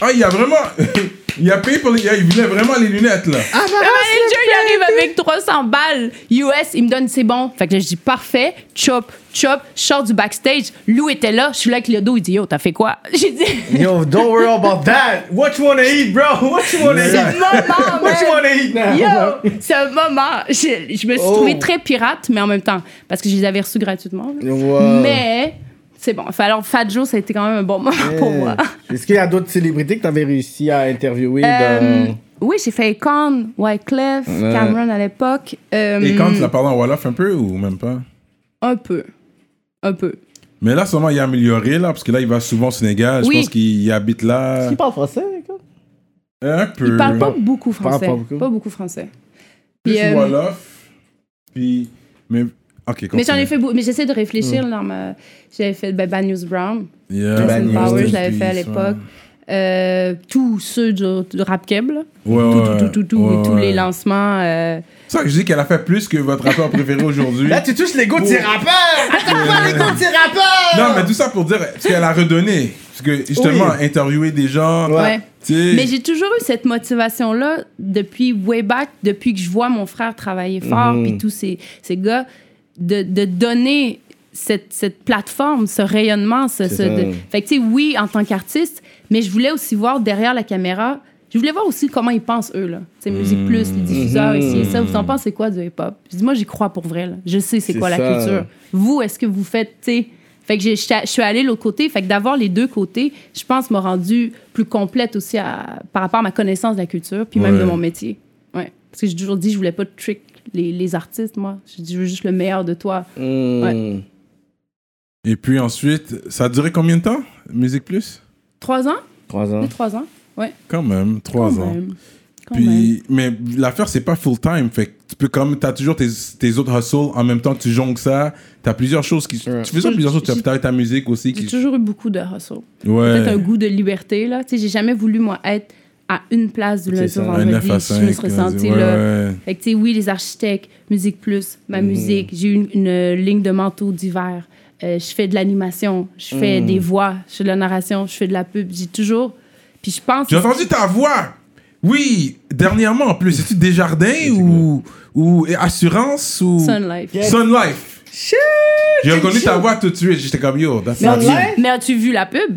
Ah, il y a vraiment. Il a payé pour les. Il voulait vraiment les lunettes, là. Le manager, Ah, il arrive avec 300 balles US, il me donne, c'est bon. Fait que là, je dis, parfait, chop, chop, je sors du backstage. Lou était là, je suis là avec le dos, il dit, yo, t'as fait quoi? J'ai dit, Yo, don't worry about that. What you wanna eat, bro? What you wanna c'est le eat? moment, What you man. wanna eat now? Yo, c'est un moment. Je, je me suis Oh. trouvée très pirate, mais en même temps, parce que je les avais reçus gratuitement. là. Wow. Mais c'est bon. Fait Alors, Fat Joe, ça a été quand même un bon moment pour moi. Euh, Est-ce qu'il y a d'autres célébrités que t'avais réussi à interviewer Euh, dans... oui, j'ai fait Akon, Wyclef, Cameron à l'époque. Euh, Et Mm. quand tu l'as parlé en Wolof un peu ou même pas? Un peu. Un peu. Mais là, sûrement, il a amélioré, là, parce que là, il va souvent au Sénégal. Je Oui. pense qu'il habite là. Euh, Qui parle français, quoi? Un peu. Il parle pas Pas- beaucoup français. euh, pas beaucoup. Pas beaucoup français. Plus Puis, euh, Wolof. Puis. Mais Ok, Mais j'en ai continue. fait beaucoup. Mais j'essaie de réfléchir dans ma. J'avais fait ben, Bad News Brown. Yeah, Jason Bad News, Power, je Rest in l'avais fait à peace, l'époque. ouais. Euh, tous ceux du, du rap keb, là. Ouais, tout, ouais, tout, tout, tout, tout, ouais, tous ouais. les lancements. euh, C'est ça que je dis qu'elle a fait plus que votre rappeur préféré aujourd'hui. Là, tu touches l'ego de tes rappeurs! Attaque pas l'ego de tes rappeurs! Non, mais tout ça pour dire, parce qu'elle a redonné. Parce que justement, interviewer des gens. Ouais. ouais. tu sais. Mais j'ai toujours eu cette motivation-là depuis way back, depuis que je vois mon frère travailler fort, Mhm. puis tous ces, ces gars, de, de donner cette, cette plateforme, ce rayonnement. Ce, C'est ce- ça. de- Fait que, tu sais, oui, en tant qu'artiste, mais je voulais aussi voir derrière la caméra, je voulais voir aussi comment ils pensent, eux, là. Tu sais, Musique Mhm. Plus, les diffuseurs, ici et ça. Vous en pensez quoi du hip-hop? Je dis, moi, j'y crois pour vrai, là. Je sais c'est C'est quoi ça. la culture. Vous, est-ce que vous faites, tu sais, fait que j'ai- je suis- je suis allée de l'autre côté. Fait que d'avoir les deux côtés, je pense, m'a rendue plus complète aussi à- par rapport à ma connaissance de la culture, puis même Ouais. de mon métier. Ouais. Parce que j'ai toujours dit, je voulais pas trick les, les artistes, moi. J'ai dit, je veux juste le meilleur de toi. Hmm. Et puis ensuite, ça a duré combien de temps Musique Plus Trois ans? Trois ans. Deux, trois ans? Ouais. Quand même, trois Quand ans. même. Quand même. Puis, mais l'affaire, c'est pas full-time. Fait que tu peux comme, t'as toujours tes, tes autres hustles en même temps que tu jongles ça. T'as plusieurs choses qui. Ouais. Tu fais ça plusieurs choses. Tu as J'ai- peut-être ta musique aussi. J'ai Qui, toujours eu beaucoup de hustle. ouais. Peut-être un goût de liberté, là. Tu sais, j'ai jamais voulu, moi, être à une place du lundi ça. au Un Un vendredi. 9 à Je me 5. suis ressentie, ouais, là. ouais. Fait que, tu sais, oui, les architectes, Musique Plus, ma musique, j'ai eu une, une, euh, ligne de manteau d'hiver. Euh, je fais de l'animation, je fais des voix, je fais de la narration, je fais de la pub. J'ai toujours. Puis je pense. J'ai entendu ta voix. Oui, dernièrement en plus. C'est-tu Desjardins ou, ou et Assurance ou. Sun Life. Sun Life. J'ai reconnu ta voix tout de suite. J'étais comme yo. that's Mais not on me. l'a- Life? Mais as-tu vu la pub?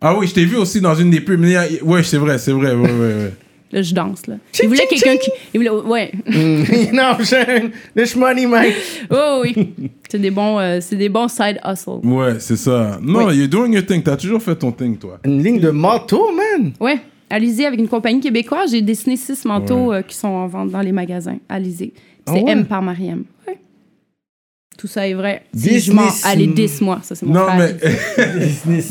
Ah oui, je t'ai vu aussi dans une des pubs. Mais, euh, Ouais, c'est vrai, c'est vrai. Ouais, ouais, ouais. Là, je danse, là. Il voulait quelqu'un qui. Il voulait... Ouais. non, je... Le shmoney, Mike. Oh oui. C'est des, bons, euh, c'est des bons side hustle. Ouais, c'est ça. Non, you're doing your thing. T'as toujours fait ton thing, toi. Une ligne de manteau, man. Ouais. Alizé, avec une compagnie québécoise, j'ai dessiné six manteaux euh, qui sont en vente dans les magasins. Alizé. Ah C'est ouais? M par Mariam. Ouais. Tout ça est vrai. Disney Si je mens, Sim- allez, 10 moi. Ça, c'est mon Non, frère. mais, Business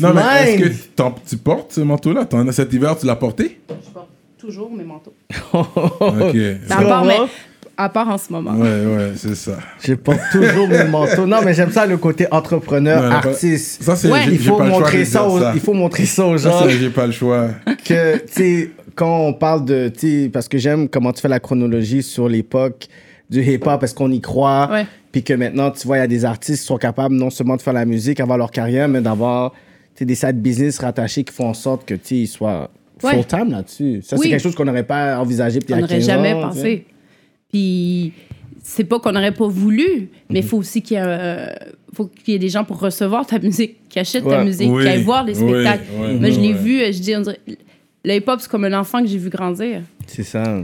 non, mais est-ce mind. que t'en- tu portes ce manteau-là T'en as cet hiver, tu l'as porté Je porte toujours mes manteaux. Oh, Ok. Ouais, À part, mais, va? à part en ce moment. ouais, c'est ça. Je porte toujours mes manteaux. Non, mais j'aime ça, le côté entrepreneur, Non, elle a pas- artiste. Ça, c'est. Ouais. j'ai- il, j'ai faut pas le choix de montrer dire ça aux, ça. il faut montrer ça aux Ça, gens. c'est- j'ai pas le choix. que, tu sais, quand on parle de. Tu sais, parce que j'aime comment tu fais la chronologie sur l'époque du hip-hop, parce qu'on y croit. Ouais. Puis que maintenant, tu vois, il y a des artistes qui sont capables non seulement de faire la musique avant leur carrière, mais d'avoir tu sais, des side business rattachés qui font en sorte que, tu sais, ils soient Ouais. full-time là-dessus. Ça, c'est Oui. quelque chose qu'on n'aurait pas envisagé. On n'aurait n'aurait jamais pensé. Puis, c'est pas qu'on n'aurait pas voulu, mais Mhm. il faut aussi qu'il y, ait, euh, faut qu'il y ait des gens pour recevoir ta musique, qui achètent ta Ouais. musique, Oui. qui aillent voir les Oui. spectacles. Ouais. Moi, je Ouais, l'ai ouais. vu, euh, je dis, on dirait, le hip-hop, c'est comme un enfant que j'ai vu grandir C'est ça.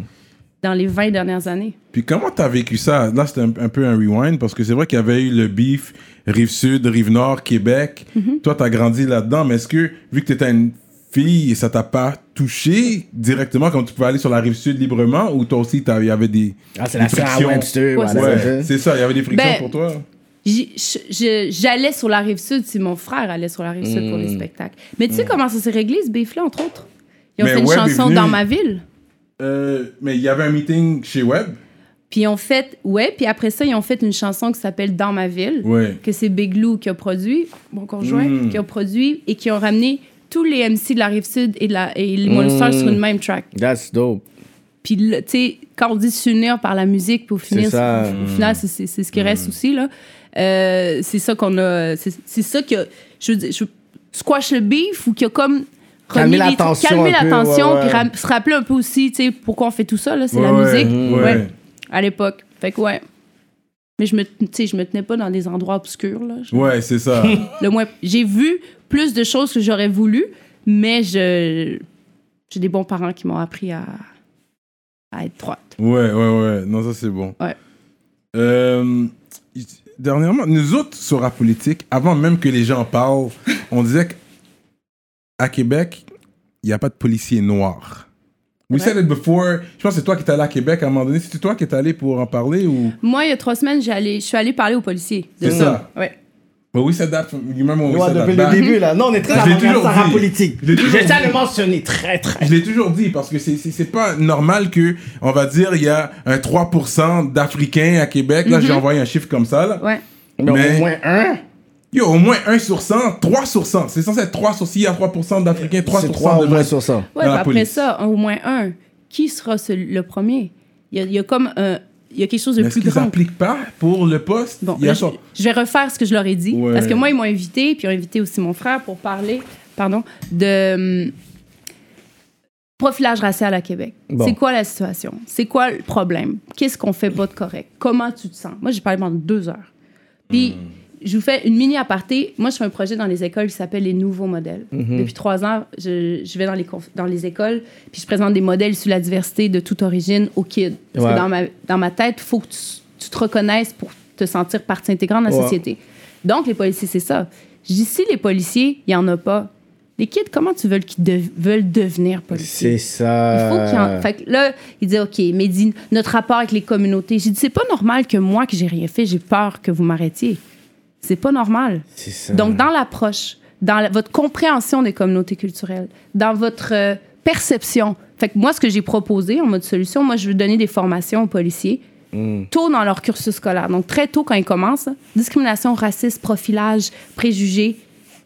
dans les 20 dernières années. Puis comment t'as vécu ça Là, c'était un, un peu un rewind parce que c'est vrai qu'il y avait eu le beef Rive-Sud, Rive-Nord, Québec. Toi, t'as grandi là-dedans, mais est-ce que, vu que t'étais une fille, ça t'a pas touché directement quand tu pouvais aller sur la Rive-Sud librement ou toi aussi, t'as- il y avait des. Ah, c'est des la Sarah frictions? Webster. Ouais, voilà. Ouais, c'est ça, il y avait des frictions Ben, pour toi. J'y- je- je- J'allais sur la rive sud si mon frère allait sur la rive sud pour les Hmm. spectacles. Mais tu sais comment ça s'est réglé, ce beef-là, entre autres? Ils ont Mais fait une Web est chanson venu- dans ma ville. Euh, mais il y avait un meeting chez Web. Puis ils ont fait, ouais, puis après ça, ils ont fait une chanson qui s'appelle Dans ma ville, Ouais. que c'est Big Lou qui a produit, mon conjoint, Mm. qui a produit et qui ont ramené tous les MC de la rive sud et, de la, et les Hmm. Monsters sur une même track. That's dope. Puis, là, tu sais, quand on dit s'unir par la musique, pour finir, C'est ça. Mm. au, au final, c'est- c'est c'est ce qui reste aussi, là. Euh, c'est ça qu'on a. C'est c'est ça qui a. Je veux dire, je, squash le beef ou qui a comme. Calmer remis la les trucs- tension Calmer un la peu, tension, ouais, puis ouais. ram- se rappeler un peu aussi, tu sais, pourquoi on fait tout ça, là. C'est Ouais, la ouais, musique. mm-hmm, ouais. Ouais. À l'époque. Fait que, ouais. Mais je me, tu sais, je me tenais pas dans des endroits obscurs, là. Je- Ouais, c'est ça. le moins. J'ai vu plus de choses que j'aurais voulu, mais je. J'ai des bons parents qui m'ont appris à, à être droite. Ouais, ouais, ouais. Non, ça, c'est bon. Ouais. Euh, dernièrement, nous autres, sur la politique, avant même que les gens parlent, on disait qu'à Québec, il n'y a pas de policiers noirs. We Ouais. said it before. Je pense que c'est toi qui t'es allé à Québec à un moment donné. C'est toi qui es allé pour en parler ou. Moi, il y a trois semaines, j'ai allé- je suis allée parler aux policiers. C'est ça. Ouais. But we said that. from- You remember when we Ouais, said that depuis le back? début, là. Non, on est très Je dans l'ai la toujours Sarah dit. politique. Je l'ai toujours J'ai ça le mentionner très, très. Je l'ai toujours dit parce que c'est- c'est c'est pas normal que, on va dire, il y a un 3% d'Africains à Québec. Là, j'ai envoyé un chiffre comme ça. là. Ouais. Non, Mais- au moins un. Yo, au moins 1 sur 100, 3 sur 100. C'est censé être 3 sur 100. S'il y a 3% d'Africains, 3 C'est sur 3 100 au moins devraient sur 100. Ouais, Dans mais la après police. ça, un- au moins un. Qui sera ce- le premier? Il y a, il y a comme un- Il y a quelque chose de Mais est-ce plus qu'ils grand. n'appliquent pas pour le poste Bon, Il y a là, je, ça. je vais refaire ce que je leur ai dit. Ouais. Parce que moi, ils m'ont invité, puis ils ont invité aussi mon frère pour parler, pardon, de hum, profilage racial à Québec. Bon. C'est quoi la situation? C'est quoi le problème? Qu'est-ce qu'on fait pas de correct? Comment tu te sens? Moi, j'ai parlé pendant deux heures. Puis, Hmm. je vous fais une mini aparté. Moi, je fais un projet dans les écoles qui s'appelle les nouveaux modèles. Mhm. Depuis trois ans, je, je vais dans les, conf- dans les écoles, puis je présente des modèles sur la diversité de toute origine aux kids. Parce Ouais. que dans ma, dans ma tête, il faut que tu, tu te reconnaisses pour te sentir partie intégrante de la Ouais. société. Donc, les policiers, c'est ça. Je dis, si les policiers, il n'y en a pas, les kids, comment tu veux qu'ils de- veulent devenir policiers? C'est ça. Il faut qu'il y Euh. en- Fait que là, il dit, OK, mais dit notre rapport avec les communautés. J'ai dit, c'est pas normal que moi, que j'ai rien fait, j'ai peur que vous m'arrêtiez. C'est pas normal. C'est ça. Donc, dans l'approche, dans la- votre compréhension des communautés culturelles, dans votre euh, perception. Fait que moi, ce que j'ai proposé en mode solution, moi, je veux donner des formations aux policiers Mm. tôt dans leur cursus scolaire. Donc, très tôt quand ils commencent. hein, Discrimination, racisme, profilage, préjugés,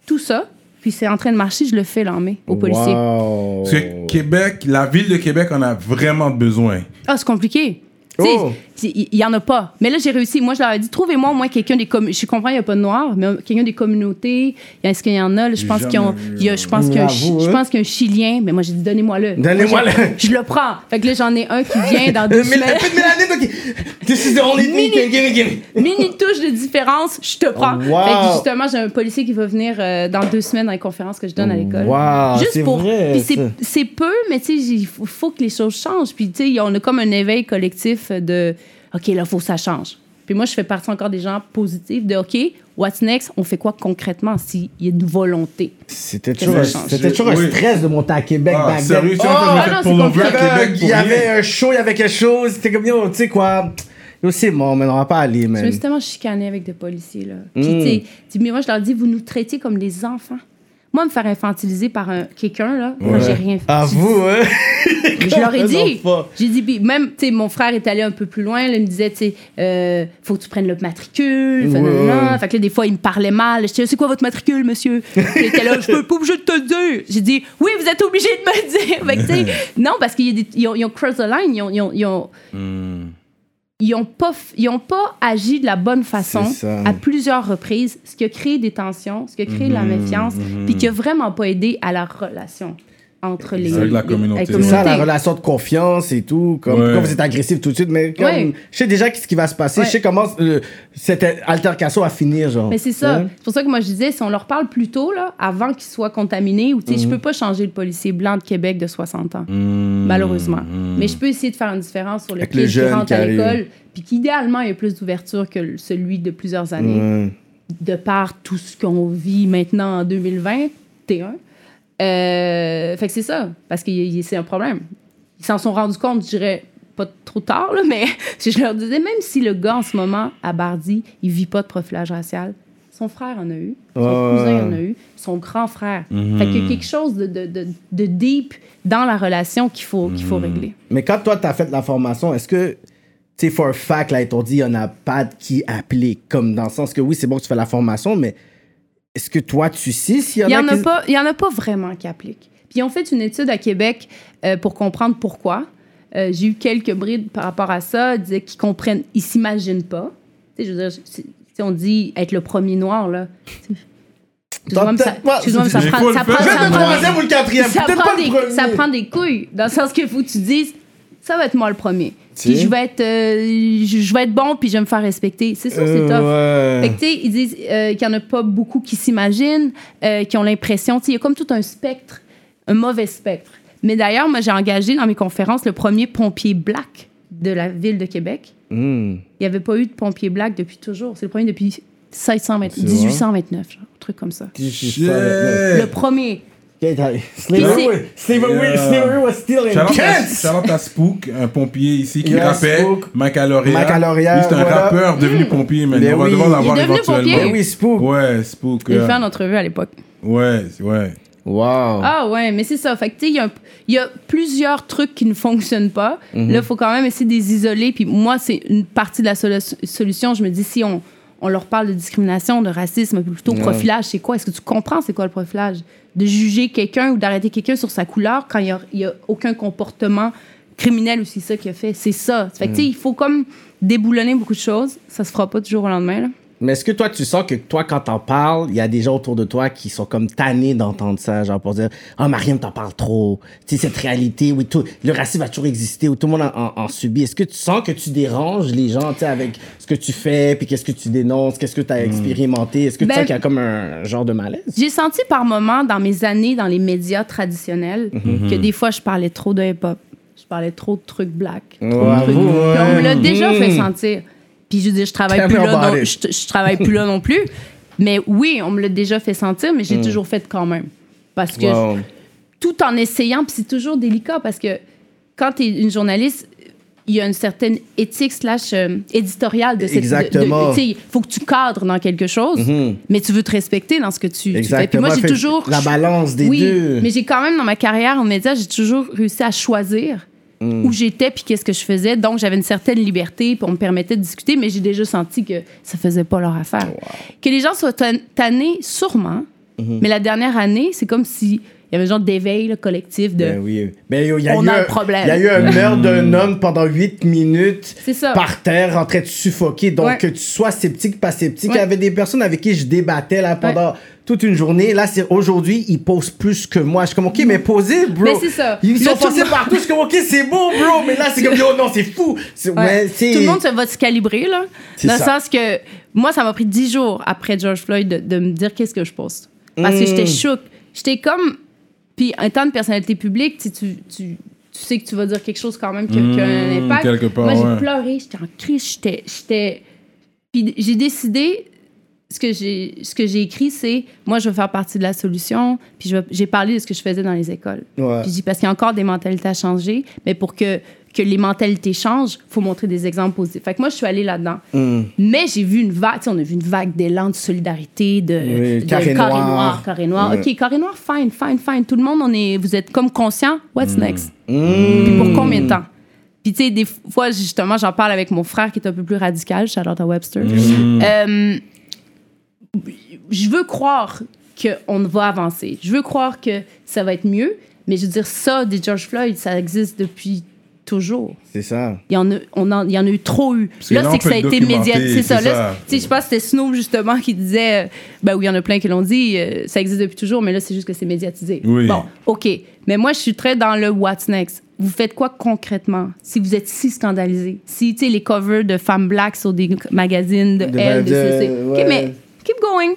tout ça. Puis c'est en train de marcher, je le fais l'en mai aux policiers. Wow. Parce que Québec, la ville de Québec en a vraiment besoin. Ah, c'est compliqué. Tu sais, Oh. Il n'y en a pas. Mais là, j'ai réussi. Moi, je leur ai dit, trouvez-moi au moins quelqu'un des communautés. Je comprends, il n'y a pas de noirs, mais quelqu'un des communautés. Il y a- Est-ce qu'il y en a? là, je pense Jamais qu'il y a- il y a- je pense qu'il y a un Chi- Bravo, je hein. pense qu'il y a un Chilien. Mais moi, j'ai dit, donnez-moi-le. Donnez-moi Moi, le. Je je le prends. Fait que là, j'en ai un qui vient dans deux Euh, mais semaines. un peu de mélanine, ok. This is the only thing. Mini- Give me, give me. Mini touche de différence, je te prends. Wow. Fait que justement, j'ai un policier qui va venir euh, dans deux semaines dans les conférences que je donne à l'école. Wow, Juste c'est pour. vrai, Puis c'est- ça. c'est peu, mais tu sais, il faut, faut que les choses changent. Puis tu sais, on a comme un éveil collectif de OK, là, faut que ça change. Puis moi, je fais partie encore des gens positifs de OK, what's next? On fait quoi concrètement s'il y a une volonté? C'était toujours, un- Ça change. c'était toujours Oui. un stress de monter à Québec Ah, back then. sérieux, Oh, tu vois, ah j'ai non, fait c'est pour l'ouvrir à compliqué. Québec il pour y rien. avait un show, il y avait quelque chose. C'était comme, yo, tu sais quoi. Yo, c'est bon, mais on va pas aller, Je me man. suis tellement chicanée avec des policiers. Là. Puis, Hmm. tu sais, tu- mais moi, je leur dis, vous nous traitez comme des enfants. Moi, me faire infantiliser par un- quelqu'un, là, moi, j'ai rien fait. À vous, hein. Mais je leur ai Comme un dit. enfant. J'ai dit, puis même, tu sais, mon frère est allé un peu plus loin. Là, il me disait, tu sais, euh, faut que tu prennes le matricule. Fait, Ouais, nan, nan, ouais. nan. Fait que là, des fois, il me parlait mal. J'étais, c'est quoi votre matricule, monsieur? Puis il était là, je peux pas obligé de te le dire. J'ai dit, oui, vous êtes obligé de me le dire. Fait que, tu sais, non, parce qu'ils ont, ils ont cross the line. Ils ont. Ils ont, ils ont Hmm. ils ont pas, f- ils ont pas agi de la bonne façon C'est ça. à plusieurs reprises, ce qui a créé des tensions, ce qui a créé de la Hmm. méfiance, puis qui a vraiment pas aidé à la relation entre les, Avec la les- communauté. avec C'est la C'est ça, la communauté. relation de confiance et tout. Comme Ouais. quand vous êtes agressif tout de suite, mais comme, Ouais. je sais déjà ce qui va se passer. Ouais. Je sais comment euh, cette altercation va finir, genre. Mais c'est ça. Hein? C'est pour ça que moi, je disais, si on leur parle plus tôt, là, avant qu'ils soient contaminés, ou tu Mhm. sais, je peux pas changer le policier blanc de Québec de 60 ans, malheureusement. Mais je peux essayer de faire une différence sur le Avec kid le qui jeune rentre qui à arrive. l'école, puis qu'idéalement, il y a plus d'ouverture que le- celui de plusieurs années, Ouais. de par tout ce qu'on vit maintenant en 2021. Euh, fait que c'est ça, parce que y- y- c'est un problème. Ils s'en sont rendus compte, je dirais, pas trop tard, là, mais je leur disais, même si le gars en ce moment, à Bardi, il vit pas de profilage racial, son frère en a eu, son Ouais. Mhm. cousin en a eu, son grand frère. Fait qu'il y a quelque chose de, de, de, de deep dans la relation qu'il faut, qu'il Mhm. faut régler. Mais quand toi, t'as fait la formation, est-ce que, tu sais, for a fact, là, ils t'ont dit, il y en a pas de qui applique, comme dans le sens que oui, c'est bon que tu fais la formation, mais est-ce que toi, tu sais s'il y en Il y a en a qui- pas, il y en a pas vraiment qui appliquent. Puis on fait une étude à Québec euh, pour comprendre pourquoi. Euh, J'ai eu quelques brides par rapport à ça, ils disaient qu'ils comprennent, ils s'imaginent pas. Tu sais, je veux dire, si- si on dit être le premier noir là. Excuse-moi, mais ça- peut-être pas- excuse-moi, mais ça Mais prend- faut le ça faire. prend- Peut-être ça le prend des- troisième ou le quatrième, ça peut-être prend, pas le des, premier. ça prend des couilles, dans le sens que faut que tu dises, ça va être moi le premier. Si. Puis je vais être, euh, je je vais être bon, puis je vais me faire respecter. C'est sûr, c'est tough. Euh, Fait ouais. que, tu sais, ils disent euh, qu'il n'y en a pas beaucoup qui s'imaginent, euh, qui ont l'impression. Tu sais, il y a comme tout un spectre, un mauvais spectre. Mais d'ailleurs, moi, j'ai engagé dans mes conférences le premier pompier black de la ville de Québec. Hmm. Il n'y avait pas eu de pompier black depuis toujours. C'est le premier depuis 729, C'est vrai? 1829, genre, un truc comme ça. Shit. Le premier. Okay, Slavery, slavery, Yeah. slavery was still in Shout-out à- Kent. Shout-out à Spook, un pompier ici qui Yes, rappait, Spook. Mike Aloria. Mike Aloria, Lui, c'est un voilà. rappeur devenu pompier maintenant. Ben On va oui. devoir l'avoir Il est devenu éventuellement. pompier? Ben oui, Spook. Ouais, Spook. Il euh, fait une entrevue à l'époque. Ouais, ouais. Wow. Ah ouais, mais c'est ça. Fait que, tu sais, il y a un- il y, a plusieurs trucs qui ne fonctionnent pas. Là, il faut quand même essayer de les isoler. Puis moi, c'est une partie de la solu- solution. Je me dis, si on, on leur parle de discrimination, de racisme, plutôt profilage. C'est quoi? Est-ce que tu comprends c'est quoi le profilage? De juger quelqu'un ou d'arrêter quelqu'un sur sa couleur quand il n'y a, il y a aucun comportement criminel ou c'est ça qu'il a fait. C'est ça. Fait que, tu sais, il faut comme déboulonner beaucoup de choses. Ça se fera pas du jour au lendemain, là. Mais est-ce que toi, tu sens que toi, quand t'en parles, il y a des gens autour de toi qui sont comme tannés d'entendre ça, genre pour dire Ah, Mariam, t'en parles trop. Tu sais, cette réalité, oui, tout, le racisme a toujours existé, où tout le monde en, en- en subit. Est-ce que tu sens que tu déranges les gens, tu sais, avec ce que tu fais, puis qu'est-ce que tu dénonces, qu'est-ce que t'as expérimenté Est-ce que Hmm. Ben- tu sens qu'il y a comme un genre de malaise J'ai senti par moments, dans mes années dans les médias traditionnels, Mhm. que des fois, je parlais trop de hip-hop. Je parlais trop de trucs black. Trop de Ouais, trucs- vous, Puis on me l'a ouais. déjà fait Mm. sentir. Puis je dis, je travaille Tell plus me là, about non, it. je, je travaille plus là non plus. Mais oui, on me l'a déjà fait sentir, mais j'ai toujours fait quand même. Parce que Mhm. Wow. tout en essayant, puis c'est toujours délicat parce que quand tu es une journaliste, il y a une certaine éthique slash euh, éditoriale de cette... de- de- Exactement. Mm-hmm. tu sais, Il faut que tu cadres dans quelque chose, mais tu veux te respecter dans ce que tu, tu fais. Puis Exactement. moi, j'ai Fait toujours... la balance des oui, deux. mais j'ai quand même, dans ma carrière en médias, j'ai toujours réussi à choisir Hmm. où j'étais puis qu'est-ce que je faisais. Donc, j'avais une certaine liberté, puis on me permettait de discuter, mais j'ai déjà senti que ça faisait pas leur affaire. Oh, Que les gens soient tan- tannés, sûrement, Hmm. mais la dernière année, c'est comme si il y avait un genre d'éveil là, collectif de... Ben oui. Ben, yo, y a Euh, On eu a un un problème. Il y a eu un meurtre d'un homme pendant 8 minutes C'est ça. par terre en train de suffoquer. Donc, Ouais. que tu sois sceptique, pas sceptique. Ouais. Il y avait des personnes avec qui je débattais là, pendant toute une journée. Là, c'est aujourd'hui, ils posent plus que moi. Je suis comme, OK, mais posez, bro. Mm. Mais c'est ça. Ils Là, sont tout le passés monde- partout. Je suis comme, OK, c'est beau, bro. Mais là, c'est comme, yo, non, c'est fou. C'est- Ouais. ouais, c'est- Tout le monde se va se calibrer, là. C'est Dans le ça. sens que moi, ça m'a pris dix jours après George Floyd de, de me dire qu'est-ce que je poste. Parce que j'étais choquée. J'étais comme. Puis, en tant de personnalité publique, tu, tu, tu, tu sais que tu vas dire quelque chose quand même qui, a- qui a un Mmh, impact. quelque part, moi, j'ai ouais. pleuré, j'étais en crise, j'étais- j'étais. Puis, j'ai décidé. Ce que j'ai ce que j'ai écrit, c'est moi, je veux faire partie de la solution. Puis, je vais- j'ai parlé de ce que je faisais dans les écoles. Ouais. Puis je dis parce qu'il y a encore des mentalités à changer, mais pour que, que les mentalités changent, faut montrer des exemples positifs. Fait que moi, je suis allée là-dedans. Mais j'ai vu une vague, tu sais, on a vu une vague d'élan, de solidarité, de, Oui, de carré noir. noir, carré noir. Ouais. OK, carré noir, fine, fine, fine. Tout le monde, on est, vous êtes comme conscient, Mm. what's next? Puis pour combien de temps? Puis tu sais, des fois, justement, j'en parle avec mon frère qui est un peu plus radical, Charlotte à Webster. Mm. Euh, je veux croire qu'on va avancer. Je veux croire que ça va être mieux. Mais je veux dire, ça, des George Floyd, ça existe depuis toujours. C'est ça. Il y en a, on en- il y en a eu trop eu. que Là, là, c'est on que peut ça a le été documenter, médiatique. C'est ça. c'est Là, ça. tu sais, je pense que c'était Snow, justement, qui disait, euh, ben oui, il y en a plein qui l'ont dit, euh, ça existe depuis toujours, mais là, c'est juste que c'est médiatisé. Oui. Bon, OK. Mais moi, je suis très dans le what's next. Vous faites quoi concrètement si vous êtes si scandalisé? Si, tu sais, les covers de femmes blacks sur des magazines de De L, de magazines, CC. ouais. Oh. OK, mais keep going.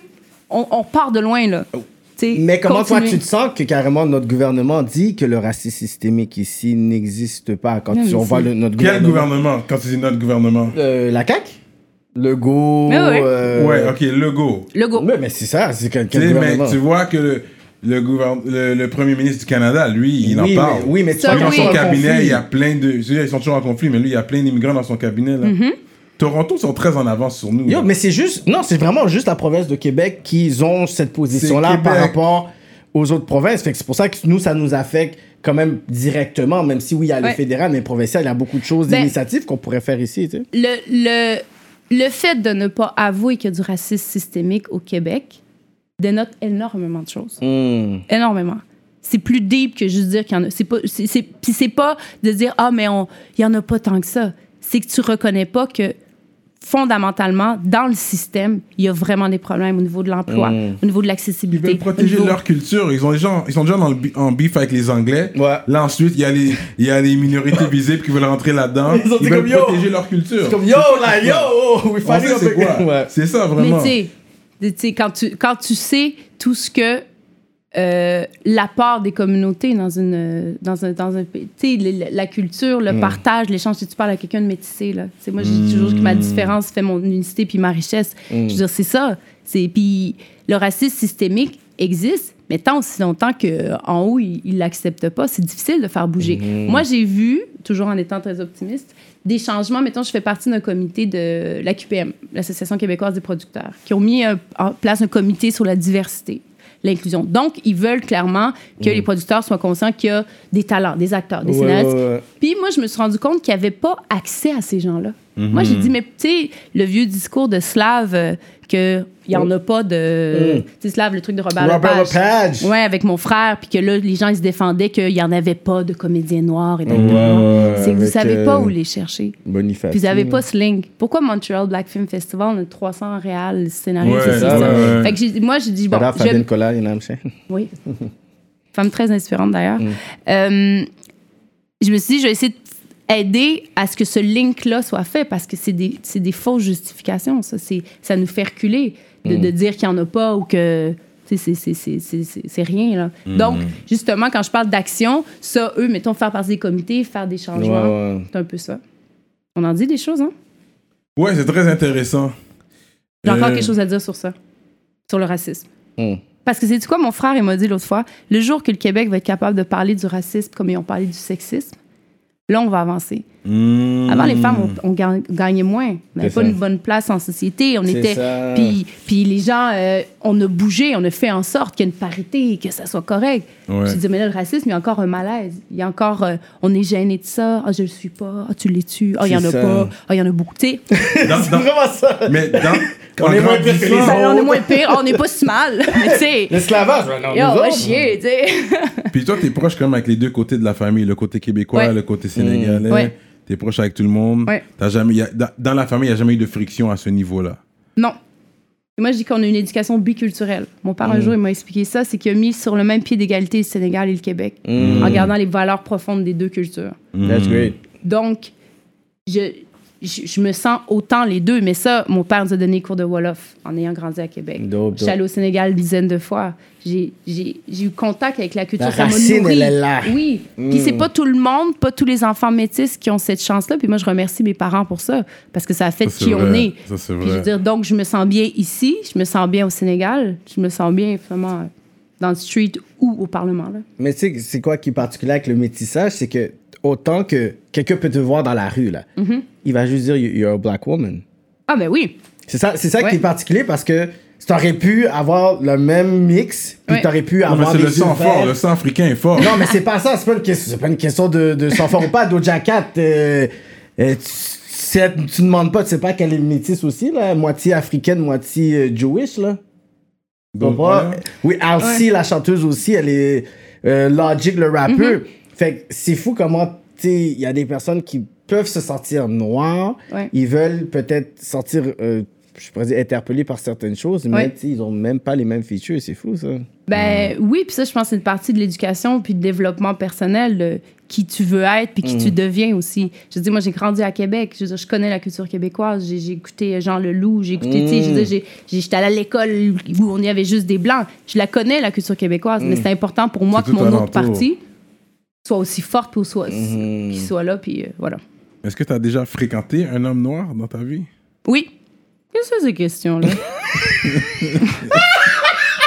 On, on part de loin, là. Tu sais, Mais comment toi, continuez. tu te sens que carrément notre gouvernement dit que le racisme systémique ici n'existe pas quand Non, mais tu, on c'est- voit le- notre Quel gouvernement gouvernement Quand tu dis notre gouvernement. Euh, la CAQ Legault. Mais Ah ouais. euh, Ouais, ok, le go. Le go. Mais, mais c'est ça, c'est quel, Tu quel sais, mais gouvernement tu vois que le, le gouvern- le- le premier ministre du Canada, lui, il oui, en parle. Mais, oui, mais tu Ça, vois, oui. dans ils sont son en cabinet, conflit. il y a plein de. je veux dire, ils sont toujours en conflit, mais lui, il y a plein d'immigrants dans son cabinet. Là. Mm-hmm. Toronto sont très en avance sur nous. Yo, là. mais c'est juste. Non, c'est vraiment juste la province de Québec qui ont cette C'est position-là Québec. par rapport aux autres provinces. Fait que c'est pour ça que nous, ça nous affecte quand même directement, même si oui, il y a Ouais. le fédéral, mais le provincial, il y a beaucoup de choses, Ben- d'initiatives qu'on pourrait faire ici, tu sais. le, le, le fait de ne pas avouer qu'il y a du racisme systémique au Québec dénote énormément de Mm. choses. Hmm. Énormément. C'est plus deep que juste dire qu'il y en a. C'est pas, c'est, c'est- puis c'est pas de dire Ah, mais on, il y en a pas tant que ça. C'est que tu reconnais pas que fondamentalement, dans le système, il y a vraiment des problèmes au niveau de l'emploi, au niveau de Ils l'accessibilité. veulent protéger au niveau- leur culture. Ils, ont déjà, ils sont déjà dans le bi- en bif avec les Anglais. Ouais. Là, ensuite, il y a les, il y a les minorités visibles qui veulent rentrer là-dedans. Ils ont dit Ils veulent comme, yo. protéger leur culture. Comme yo, là, yo, oh, we On finally sait c'est got the- quoi. Ouais. C'est ça, Mais vraiment. tu sais, tu sais, quand tu, quand tu sais tout ce que euh, l'apport des communautés dans, une, euh, dans un, dans un pays, tu sais, le- le- la culture, le partage, l'échange, si tu parles à quelqu'un de métissé, là. Tu sais, moi, je dis toujours que ma différence fait mon unicité puis ma richesse. Je veux dire, c'est ça. C'est- Puis le racisme systémique existe, mais tant aussi longtemps qu'en haut, il ne l'accepte pas, c'est difficile de faire bouger. Moi, j'ai vu, toujours en étant très optimiste, des changements. Mettons, je fais partie d'un comité de la QPM, l'Association québécoise des producteurs, qui ont mis un- en place un comité sur la diversité, l'inclusion. Donc, ils veulent clairement que les producteurs soient conscients qu'il y a des talents, des acteurs, des Mhm. Ouais, scénaristes. ouais, ouais. Puis moi, je me suis rendu compte qu'il n'y avait pas accès à ces gens-là. Mhm. Moi, j'ai dit, mais tu sais, le vieux discours de Slave, euh, que qu'il n'y en a pas de. Tu sais, Slave, le truc de Robert, Mhm. Robert Lepage. Ouais, avec mon frère, puis que là, les gens, ils se défendaient qu'il n'y en avait pas de comédiens noirs et Ouais, d'acteurs noirs. ouais, C'est que vous avec, savez euh, pas où les chercher. Boniface. Puis vous n'avez pas ce link. Pourquoi Montreal Black Film Festival, on a 300 réals scénaristes Ouais, ici, ça, ça? ouais, ouais. Fait que j'ai- moi, j'ai dit, bon, Voilà, euh, je- Fabienne Collard, you know what I'm saying? oui. Femme très inspirante d'ailleurs. Euh, je me suis dit, je vais essayer d'aider à ce que ce link-là soit fait parce que c'est des, c'est des fausses justifications. Ça, C'est- ça nous fait reculer de, de dire qu'il n'y en a pas ou que. tu sais, C'est, c'est, c'est, c'est, c'est- c'est rien. Là. Donc, justement, quand je parle d'action, ça, eux, mettons, faire partie des comités, faire des changements, Ouais, ouais. c'est un peu ça. On en dit des choses, hein? Ouais, c'est très intéressant. J'ai encore Euh, quelque chose à dire sur ça, sur le racisme. Mm. Hmm. Parce que c'est quoi, mon frère, il m'a dit l'autre fois, le jour que le Québec va être capable de parler du racisme comme ils ont parlé du sexisme, là, on va avancer. Avant, les femmes, on, on ga- gagnait moins. On n'avait Hmm. C'est pas ça. une bonne place en société. On C'est était... ça. Puis, puis les gens, euh, on a bougé, on a fait en sorte qu'il y ait une parité, que ça soit correct. Ouais. Je dis, mais là, le racisme, il y a encore un malaise. Il y a encore... euh, on est gêné de ça. Ah, je le suis pas. Ah, tu l'es tu. Ah, il y en C'est a ça. pas. Ah, il y en a beaucoup. Tu sais, Dans- C'est dans- vraiment ça. mais dans, On en est moins pire que les grandissant- ça, là, on est moins pire. Ah, on n'est pas si mal. Mais tu sais... L'esclavage, ouais, non, Yo, nous va autres. chier, tu sais. Puis toi, t'es proche quand même avec les deux côtés de la famille, le côté québécois, Ouais. le côté sénégalais. Ouais. T'es proche avec tout le monde. Ouais. T'as jamais, y a- dans- dans la famille, il n'y a jamais eu de friction à ce niveau-là. Non. Et moi, je dis qu'on a une éducation biculturelle. Mon père, un jour, il m'a expliqué ça, c'est qu'il a mis sur le même pied d'égalité le Sénégal et le Québec, en gardant les valeurs profondes des deux cultures. That's great. Donc, je, je, je me sens autant les deux, mais ça, mon père nous a donné cours de Wolof en ayant grandi à Québec. Dope, dope. Je suis allée au Sénégal une dizaine de fois. J'ai j'ai- j'ai eu contact avec la culture. La ça m'a racine, nourrie. elle est là. Hmm. Oui. Puis c'est pas tout le monde, pas tous les enfants métis qui ont cette chance-là. Puis moi, je remercie mes parents pour ça, parce que ça a fait Ça, c'est qui on vrai. est. Ça, c'est Puis vrai. je veux dire, donc, je me sens bien ici, je me sens bien au Sénégal, je me sens bien, vraiment, euh, dans le street ou au Parlement. Là. Mais tu sais, c'est quoi qui est particulier avec le métissage, c'est que autant que quelqu'un peut te voir dans la rue, là, Mm-hmm. il va juste dire You- You're a black woman. Ah, ben oui. C'est ça, c'est ça Ouais. qui est particulier parce que t'aurais pu avoir le même mix, puis Ouais. t'aurais pu Non, mais avoir c'est des le sang yeux verts. fort, le sang africain est fort. Non, mais c'est pas ça, c'est pas une question, c'est pas une question de, de s'en faire ou pas. Doja Cat, euh, euh, tu, c'est- tu demandes pas, tu sais pas qu'elle est métisse aussi, là, moitié africaine, moitié euh, Jewish, là. Tu Donc, comprends? voilà. Oui, Alcy, la chanteuse aussi, elle est euh, Logic, le rappeur. Mm-hmm. Fait que c'est fou comment, tu sais, il y a des personnes qui peuvent se sentir noires, Ouais. ils veulent peut-être sentir, euh, je pourrais dire, interpellés par certaines choses, mais Ouais. tu sais, ils ont même pas les mêmes features, c'est fou, ça. Ben Hmm. oui, puis ça, je pense que c'est une partie de l'éducation puis de développement personnel, de qui tu veux être puis qui Hmm. tu deviens aussi. Je dis, moi, j'ai grandi à Québec, je, veux dire, je connais la culture québécoise, j'ai, j'ai écouté euh, Jean Leloup, j'ai écouté, tu sais, Hmm. je veux dire, j'ai- j'ai- j'étais allée à l'école où on y avait juste des Blancs. Je la connais, la culture québécoise, mais c'est important pour moi Hmm. C'est que tout mon autre alentour. partie soit aussi forte ou soit, Hmm. qu'il soit là, puis euh, voilà. Est-ce que tu as déjà fréquenté un homme noir dans ta vie? Oui. Qu'est-ce que c'est ces questions-là?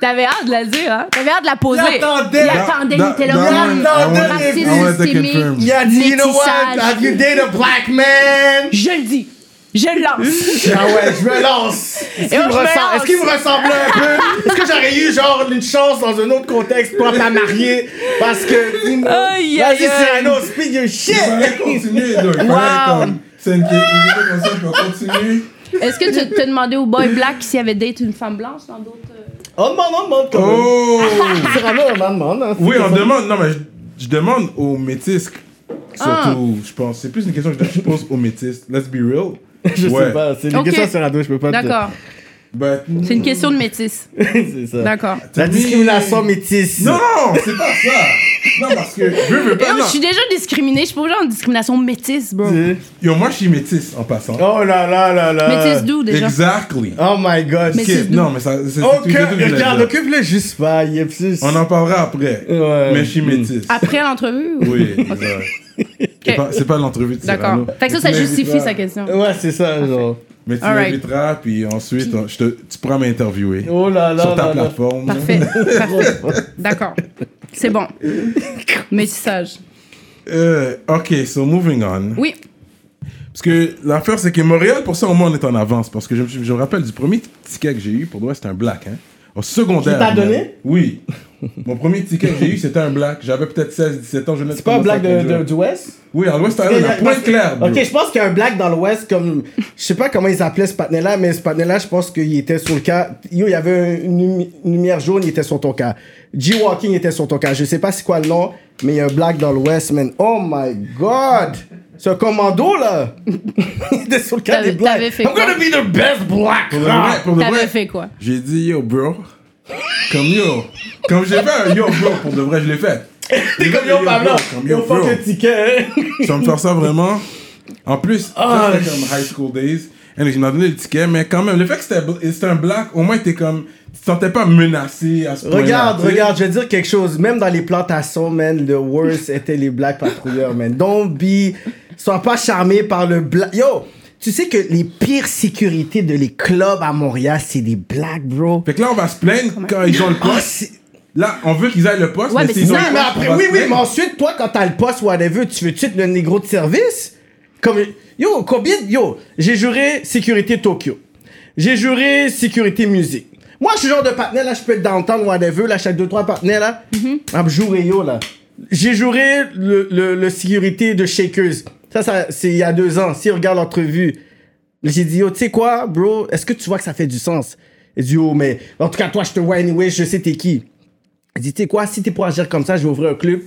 T'avais hâte de la dire, hein? T'avais hâte de la poser. Il attendait. Il attendait, il Dans- était dans- là. dans- Ah, dans- le dans- racisme I wanted to systémique, confirm. Il a dit, you know what? métissage. Have you dated a black man? Je le dis. Je le lance. Ah ouais, je me lance! Est-ce qu'il Et me, on se ressemble- lance. est-ce qu'il me ressemblait un peu? Est-ce que j'aurais eu genre une chance dans un autre contexte pour la marier? Parce que. you know, Aïe, Vas-y, aïe, aïe. Cyrano, speak your Il shit! fallait continuer, donc, il Wow. fallait comme- C'est une question comme ça, puis on continue. Est-ce que tu t'as demandé au boy black s'il avait date une femme blanche dans d'autres. euh, On demande, on demande quand même. Oh! Cyrano, on en demande. hein. Oui, on demande. Non, mais je, je demande aux métis. Surtout, Ah. je pense. C'est plus une question que je pose aux métis. Let's be real. Je Ouais. sais pas, c'est des Ok. questions à Cyrano, je peux pas te- D'accord. But- C'est une question de métisse. c'est ça. D'accord. Ah, La discrimination métisse. Non, non, c'est pas ça. Non, parce que je veux Et pas. oh, non. euh, je suis déjà discriminée. Je suis pas genre en discrimination métisse, bro. Yo, moi, je suis métis en passant. Oh là là là là. Métisse d'où déjà? Ah, Exactly. Oh my god. Mais Ok, c'est- Non, mais ça. c'est- c'est tout- Ok, c'est tout que je voulais regarde, dire. occupe-le juste pas. Il est plus. On en parlera après. Ouais. Mais je Mm. suis métis. Après l'entrevue? ou- Oui, exact. C'est pas- C'est pas l'entrevue de Cyrano. D'accord. Fait que ça, ça Mais Euh, tu justifie m'inviteras. sa question. Ouais, c'est ça, genre. Mais tu Alright. m'inviteras, puis ensuite, on- je te- tu pourras m'interviewer. Oh là là Sur ta là là. plateforme. Parfait. Parfait. D'accord. C'est bon. Métissage. Euh, ok, so moving on. Oui. Parce que l'affaire, c'est que Montréal, pour ça, au moins, on est en avance. Parce que je, me suis- je me rappelle du premier ticket que j'ai eu, pour moi, c'était un black. Hein. Au secondaire. Qui man. t'a donné? Oui. Mon premier ticket que j'ai eu, c'était un black. J'avais peut-être 16-17 ans. je venais C'est pas un commencer à black de, conduire. de- du West? Ah Oui, en West Island, à Parce Pointe que- Claire. bro. Ok, je pense qu'il y a un black dans l'Ouest, comme. Je sais pas comment ils appelaient ce patinet-là, mais ce patinet-là, je pense qu'il était sur le cas. Yo, il y avait une lumi- une lumière jaune, il était sur ton cas. G-Walking était sur ton cas. Je sais pas c'est quoi le nom, mais il y a un black dans l'Ouest, man. Oh my god! Ce commando, là! il était sur le cas T'avais- des blacks. t'avais fait I'm quoi? gonna be the best black! Pour de vrai, pour de vrai, T'avais fait quoi? J'ai dit yo, bro. Comme yo. Comme j'ai fait un yo, bro. Pour de vrai, je l'ai fait. T'es Comme yo, Pablo! Comme Yo, yo, bro. fuck le ticket, hein. Ça me faire ça vraiment. En plus, Ah, ça, c'était comme high school days. Et je m'en donnais le ticket, mais quand même, le fait que c'était bl- c'était un black, au moins, t'es comme. Tu te sentais pas menacé à ce point-là. Regarde, tu sais. regarde, je vais dire quelque chose. Même dans les plantations, man, le worst était les black patrouilleurs, man. Don't be. Sois pas charmé par le black. Yo! Tu sais que les pires sécurités de les clubs à Montréal, c'est des blacks, bro. Fait que là, on va se plaindre quand ils ont le Ah, poste. c'est- Là, on veut qu'ils aient le poste, Ouais, mais mais s'ils c'est ont ça, le mais poste, après, on va oui, se oui, mais plaindre. ensuite, toi, quand t'as le poste, whatever, tu veux-tu être le négro de service? Comme, yo, combien, de- yo, j'ai juré sécurité Tokyo. J'ai juré sécurité musique. Moi, je suis le genre de partenaire, là, je peux être downtown, whatever, là, chaque deux, trois partenaires, là, Mm-hmm. à me jouer, yo, là. J'ai juré le, le, le sécurité de Shakers. Ça, ça, c'est il y a deux ans. Si on regarde l'entrevue, j'ai dit, yo, tu sais quoi, bro, est-ce que tu vois que ça fait du sens? Il dit, yo, mais en tout cas, toi, je te vois anyway, je sais t'es qui. Il dit, tu sais quoi, si t'es pour agir comme ça, je vais ouvrir un club,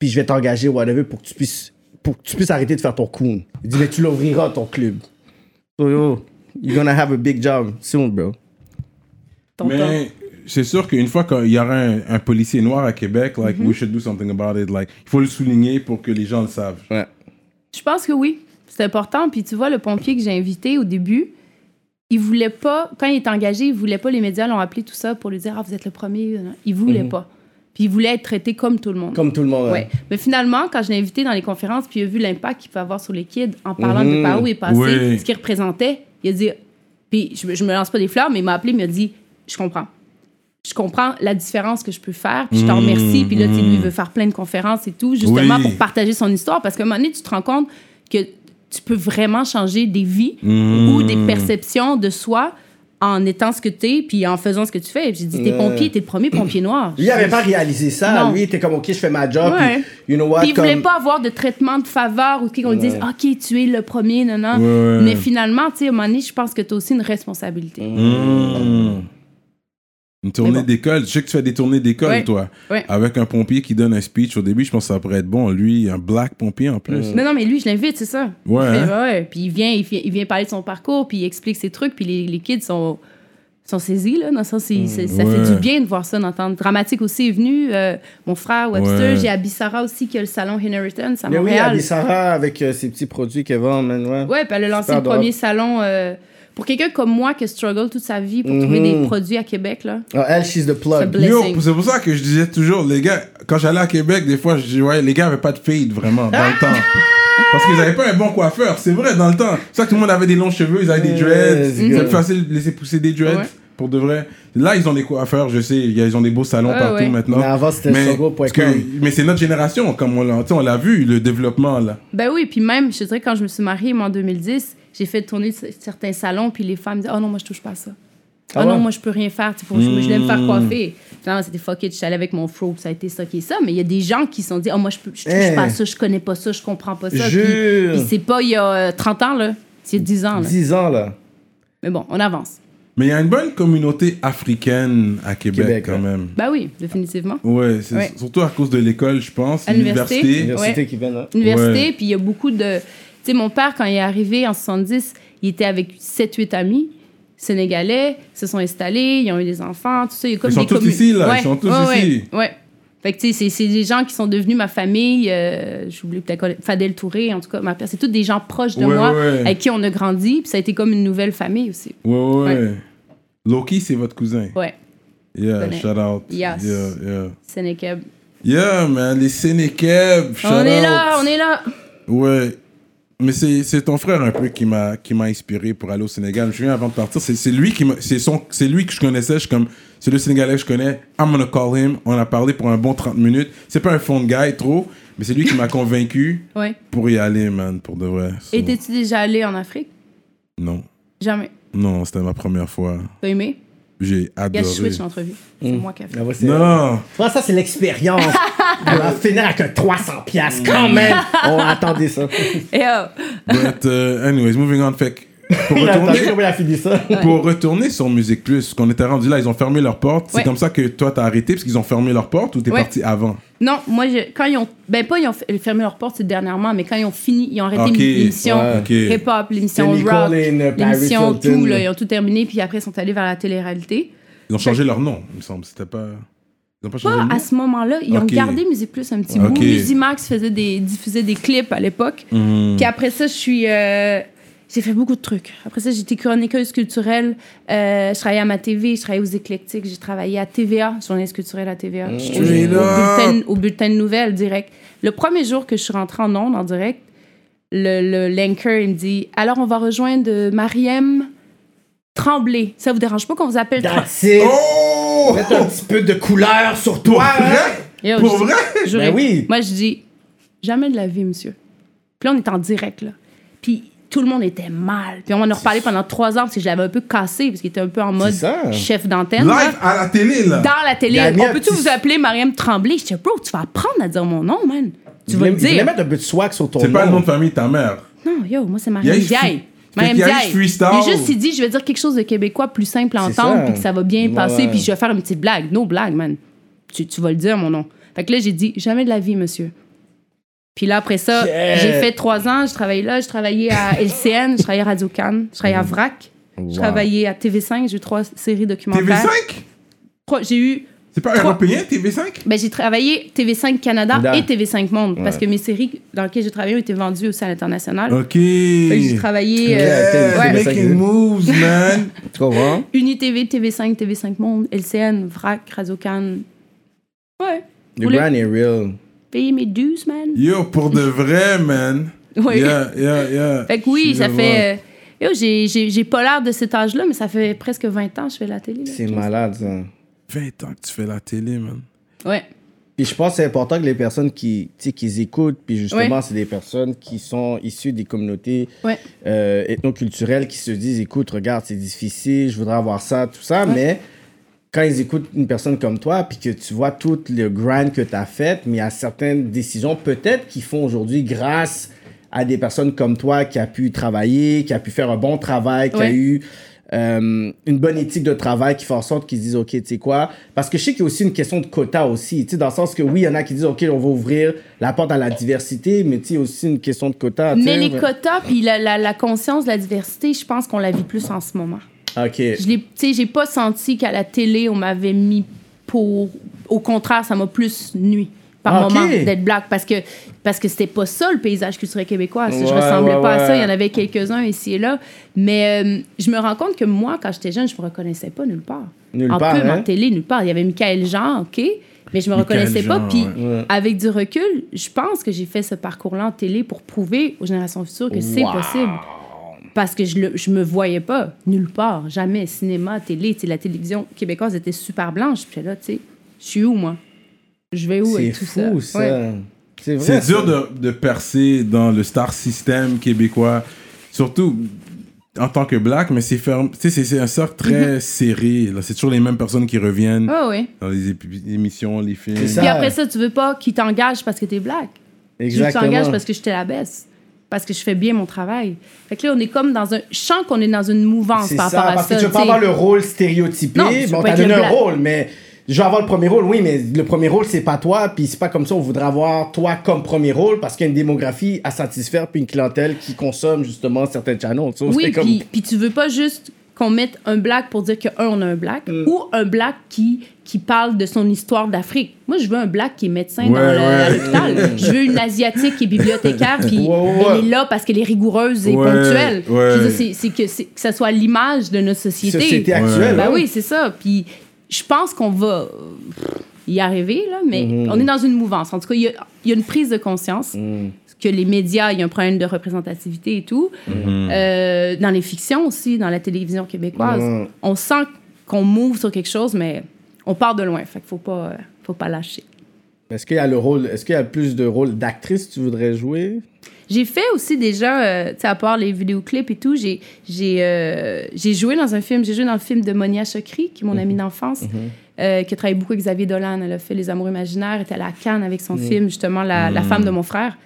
puis je vais t'engager, whatever, pour que tu puisses, pour que tu puisses arrêter de faire ton coon. Il dit, mais tu l'ouvriras, ton club. So, yo, you're gonna have a big job soon, bro. Tonton. Mais c'est sûr qu'une fois qu'il y aura un, un policier noir à Québec, like, we should do something about it. Like, il faut le souligner pour que les gens le savent. Ouais. Je pense que oui. C'est important. Puis tu vois, le pompier que j'ai invité au début, il voulait pas, quand il est engagé, il voulait pas, les médias l'ont appelé tout ça pour lui dire Ah, vous êtes le premier. Il voulait pas. Puis il voulait être traité comme tout le monde. Comme tout le monde. hein. Ouais. Mais finalement, quand je l'ai invité dans les conférences, puis il a vu l'impact qu'il peut avoir sur les kids en parlant de par où il est passé, Oui. ce qu'il représentait, il a dit. Puis je, me- je me lance pas des fleurs, mais il m'a appelé, il m'a dit Je comprends. Je comprends la différence que je peux faire, puis je t'en remercie. Puis là, tu sais, lui, il veut faire plein de conférences et tout, justement Oui. pour partager son histoire, parce qu'à un moment donné, tu te rends compte que tu peux vraiment changer des vies ou des perceptions de soi en étant ce que tu es, puis en faisant ce que tu fais. J'ai dit T'es Ouais. pompier, t'es le premier pompier noir. Lui, il avait pas réalisé ça. Non. Lui, il était comme, OK, je fais ma job. Ouais. puis, you know what? Puis ils comme- voulaient pas avoir de traitement de faveur ou qu'ils- qu'on dise OK, tu es le premier, non, Ouais, non. ouais. Ah. Mais finalement, tu sais, à un moment donné, je pense que tu as aussi une responsabilité. Mmh. Une tournée Mais bon. d'école. Je sais que tu fais des tournées d'école, Ouais. toi. Ouais. Avec un pompier qui donne un speech au début, je pense que ça pourrait être bon. Lui, un black pompier en plus. Non, non, mais lui, je l'invite, c'est ça. Ouais, Je fais, hein. ouais. Puis il vient, il, fi- il vient parler de son parcours, puis il explique ses trucs, puis les, les kids sont, sont saisis, là. Dans le sens, ils- ça, ça Ouais. fait du bien de voir ça, d'entendre. Dramatique aussi est venu. euh, mon frère Webster, Ouais. j'ai Abissara aussi qui a le salon Henryton à Mais oui, Montréal. Abby Sarah avec euh, ses petits produits qu'elle vend, man. Ouais. Ouais, puis elle a lancé Super le premier drôle. salon. euh, pour quelqu'un comme moi qui struggle toute sa vie pour trouver Mhm. des produits à Québec, là. Ah, elle, she's Ça the plug. blesse. Yo, Blessing. c'est pour ça que je disais toujours, les gars, quand j'allais à Québec, des fois, je voyais, les gars avaient pas de fade vraiment dans le temps. Parce qu'ils avaient pas un bon coiffeur, c'est vrai, dans le temps. C'est ça que tout le monde avait des longs cheveux, ils avaient des Ouais, dreads. c'est C'est good. plus facile de laisser pousser des dreads, Ouais. pour de vrai. Là, ils ont des coiffeurs, je sais, ils ont des beaux salons Ouais, partout ouais. maintenant. Mais avant, c'était Mais, sur parce que- go.com. mais c'est notre génération, comme on l'a tu sais, on l'a vu, le développement, là. Ben oui, puis même, je te dirais, quand je me suis mariée, moi, en 2010, j'ai fait tourner c- certains salons, puis les femmes disaient « Oh non, moi, je touche pas à ça. Ah oh non, ouais? Hmm. moi, je peux rien faire. Tu sais, Faut, Je voulais me faire coiffer. » Finalement, c'était « Fuck it, je suis allée avec mon fro, puis ça a été ça qui est ça. » Mais il y a des gens qui se sont dit « Oh, moi, je, peux, je touche Hey. pas à ça, je connais pas ça, je comprends pas ça. » Eh. Jure. Puis puis c'est pas il y a euh, 30 ans, là. C'est 10 ans, là. 10 ans, là. Mais bon, on avance. Mais il y a une bonne communauté africaine à Québec, Québec, quand ouais. même. Ben oui, définitivement. Ouais, c'est Ouais. surtout à cause de l'école, je pense. À l'université. L'université. Université Ouais. qui vient, là. Université, Ouais. puis il y a beaucoup de... Tu sais, mon père, quand il est arrivé en 70, il était avec 7-8 amis sénégalais, se sont installés, ils ont eu des enfants, tout ça. Il y a comme Ils sont des tous communes. ici, là, ils sont tous ouais, ici. Ouais. Fait que, tu sais, c'est- c'est des gens qui sont devenus ma famille. euh, J'oublie peut-être quoi- Fadel Touré, en tout cas, ma père. C'est tous des gens proches de Ouais, moi, ouais. avec qui on a grandi, puis ça a été comme une nouvelle famille aussi. Ouais, ouais, ouais. Ouais. Loki, c'est votre cousin. Ouais, Yeah, Connais. shout out. Yes. Yeah, yeah. Sénégal. Yeah, man, les Sénékeb, shout On out. est là, on est là. Ouais. Mais c'est c'est ton frère un peu qui m'a qui m'a inspiré pour aller au Sénégal. Je me souviens avant de partir, c'est c'est lui qui m'a- c'est son c'est lui que je connaissais, je suis comme c'est le Sénégalais que je connais. I'm gonna call him. On a parlé pour un bon 30 minutes. C'est pas un fond de guy trop, mais c'est lui qui m'a convaincu Ouais. pour y aller, man, pour de vrai. So, Et t'es-tu déjà allé en Afrique? Non. Jamais. Non, c'était ma première fois. T'as aimé? J'ai Gars, adoré. Mmh. je switch l'entrevue. C'est moi qui ai fait. Là, voici- Non, Tu vois, Ah, ça, c'est l'expérience. On va finir avec un 300 piastres quand même. On attendait ça. Et oh, but uh, anyways, moving on. Fait que pour On attendait retourner, comment il a fini ça. Euh, pour retourner sur Musique Plus, qu'on était rendu là, ils ont fermé leurs portes. Ouais. C'est comme ça que toi, t'as arrêté parce qu'ils ont fermé leurs portes ou t'es Ouais. parti avant Non, moi, je- quand ils ont. Ben, pas ils ont f- fermé leurs portes c'est dernièrement, mais quand ils ont fini, ils ont arrêté Ok, l'émission ouais. Ok. hip-hop, l'émission C'est Nicole rock, and, euh, Paris l'émission Hilton, tout, là, là. ils ont tout terminé, puis après, ils sont allés vers la télé-réalité. Ils ont changé leur nom, il me semble. C'était pas. Ils ont pas changé Pas le nom à ce moment-là, ils ont Ok. gardé Musique Plus un petit Ok. bout. Musimax faisait des, diffusait des clips à l'époque. Hmm. Puis après ça, je suis. euh, j'ai fait beaucoup de trucs. Après ça, j'étais chroniqueuse culturelle. Euh, je travaillais à ma TV, je travaillais aux Éclectiques, j'ai travaillé à TVA, journaliste culturelle à TVA. Au- Au, Straight up. bulletin, au bulletin de nouvelles, direct. Le premier jour que je suis rentrée en ondes, en direct, le, le, l'anchor, il me dit Alors, on va rejoindre Mariem Tremblay. Ça vous dérange pas qu'on vous appelle Tremblay? That's it. Oh Mettre un petit peu de couleur sur toi. hein. Yo, Pour je dis- vrai? j'aurais- Ben oui. Moi, je dis, jamais de la vie, monsieur. Puis là, on est en direct, là. Puis tout le monde était mal. Puis on en a reparlé pendant trois ans parce que je l'avais un peu cassé, parce qu'il était un peu en mode C'est ça. chef d'antenne. Live là. à la télé, là. Dans la Il télé. a mis un On peut-tu petit- vous appeler Mariam Tremblay? Je dis, bro, tu vas apprendre à dire mon nom, man. Tu Il vas voulait le il voulait dire. mettre un peu de swag sur ton C'est pas le nom de nom. famille de ta mère. Non, Ah, yo, moi, c'est Il y Mariam a eu Diaye. free- Mariam il y a eu Diaye. freestyle. Il a juste il dit, je vais dire quelque chose de québécois plus simple à C'est ça. entendre, puis que ça va bien Ouais, passer, ouais. puis je vais faire une petite blague. No blague, man. Tu, tu vas le dire, mon nom. Fait que là, j'ai dit, jamais de la vie, monsieur. Puis là, après ça, Yeah. j'ai fait trois ans, je travaillais là, je travaillais à LCN, je travaillais à Radio Cannes, je travaillais à VRAC, je travaillais à TV5, j'ai eu trois séries documentaires. TV5 Trois- J'ai eu C'est pas Trois. européen, TV5 ben, j'ai travaillé TV5 Canada Da. et TV5 Monde parce Ouais. que mes séries dans lesquelles j'ai travaillé ont été vendues aussi à l'international. Ok. Fait que J'ai travaillé euh, Yeah, t'es- ouais. t'es making moves, man. Tu comprends? UniTV, TV5, TV5 Monde, LCN, VRAC, Radio-Can. Ouais. Le Voulez- grind est real. Payer mes dues, man. Yo, pour de vrai, man. Oui. Yeah, yeah, yeah. Fait que oui, Je ça vois. fait. euh, yo, j'ai- j'ai j'ai pas l'air de cet âge-là, mais ça fait presque 20 ans que je fais la télé. là. C'est malade, ça. 20 ans que tu fais la télé, man. Ouais. Puis je pense que c'est important que les personnes qui, tu sais, qui écoutent, puis justement, Ouais. c'est des personnes qui sont issues des communautés Ouais. euh, ethnoculturelles qui se disent écoute, regarde, c'est difficile, je voudrais avoir ça, tout ça, mais quand ils écoutent une personne comme toi, puis que tu vois tout le grind que tu as fait, mais il y a certaines décisions peut-être qu'ils font aujourd'hui grâce à des personnes comme toi qui a pu travailler, qui a pu faire un bon travail, qui a Ouais. eu euh, une bonne éthique de travail qui fait en sorte qu'ils se disent OK, tu sais quoi Parce que je sais qu'il y a aussi une question de quota aussi, tu sais, dans le sens que oui, il y en a qui disent OK, on va ouvrir la porte à la diversité, mais tu sais, aussi une question de quota. tu Mais sais. les quotas, puis la, la, la conscience de la diversité, je pense qu'on la vit plus en ce moment. OK. Je l'ai- tu sais, j'ai pas senti qu'à la télé, on m'avait mis pour. Au contraire, ça m'a plus nui par Ah, Ok. moment d'être black parce que parce que c'était pas ça le paysage culturel québécois. Je Ouais, ressemblais ouais, pas à ça. ouais. Il y en avait quelques-uns ici et là. Mais euh, je me rends compte que moi, quand j'étais jeune, je me reconnaissais pas nulle part. Nulle en part, pub, hein? en télé, nulle part. Il y avait Michael Jean, OK? Mais je me Michael reconnaissais Jean, pas. Puis ouais. Ouais. avec du recul, je pense que j'ai fait ce parcours-là en télé pour prouver aux générations futures que c'est Wow. possible parce que je, le- je me voyais pas nulle part, jamais cinéma, télé, tu sais, la télévision québécoise était super blanche, puis j'étais là, tu sais, je suis où moi Je vais où C'est avec tout fou, ça ça. Ouais. C'est vrai. C'est ça. dur de, de percer dans le star system québécois, surtout en tant que black, mais c'est ferme. Tu sais, c'est- c'est un cercle très Mhm. serré. là. C'est toujours les mêmes personnes qui reviennent Ouais, ouais. dans les épi- émissions, les films. C'est ça. Puis après Ah. ça, tu veux pas qu'ils t'engagent parce que t'es black. Tu veux qu'ils Exactement. t'engagent parce que j'étais la baisse. Parce que je fais bien mon travail. Fait que là, on est comme dans un. Je sens qu'on est dans une mouvance C'est par ça, rapport à parce ça. que tu veux pas tu sais. avoir le rôle stéréotypé. Non, tu veux Bon, pas t'as être donné le un black. rôle, mais je vais avoir le premier rôle, oui, mais le premier rôle, c'est pas toi, puis c'est pas comme ça, on voudrait avoir toi comme premier rôle, parce qu'il y a une démographie à satisfaire, puis une clientèle qui consomme justement certains channels. tu sais, c'est Oui, comme- puis, puis tu veux pas juste qu'on mette un black pour dire que un on a un black Mm. ou un black qui qui parle de son histoire d'Afrique. Moi je veux un black qui est médecin dans Ouais, le- ouais. à l'hôpital. je veux une asiatique qui est bibliothécaire puis Ouais, ouais, elle ouais. est là parce qu'elle est rigoureuse et Ouais, ponctuelle. Je veux ouais. dire, c'est- c'est que c'est- que ça soit l'image de notre société. société Ouais. actuelle. Ben hein. oui, c'est ça. Puis je pense qu'on va euh, y arriver, là, mais Mhm. on est dans une mouvance. En tout cas, il y a, il y a une prise de conscience que les médias, il y a un problème de représentativité et tout. Mhm. Euh, dans les fictions aussi, dans la télévision québécoise, Mhm. on sent qu'on m'ouvre sur quelque chose, mais on part de loin. Fait qu'il faut pas, euh, faut pas lâcher. Est-ce qu'il y a le rôle, est-ce qu'il y a plus de rôles d'actrice que tu voudrais jouer? J'ai fait aussi déjà, euh, tu sais, à part les vidéoclips et tout, j'ai j'ai euh, j'ai joué dans un film. J'ai joué dans le film de Monia Chokri, qui est mon amie Mhm. d'enfance, euh, qui a travaillé beaucoup avec Xavier Dolan. Elle a fait Les Amours imaginaires, elle était à la Cannes avec Mhm. son film, justement, la, la femme de mon frère.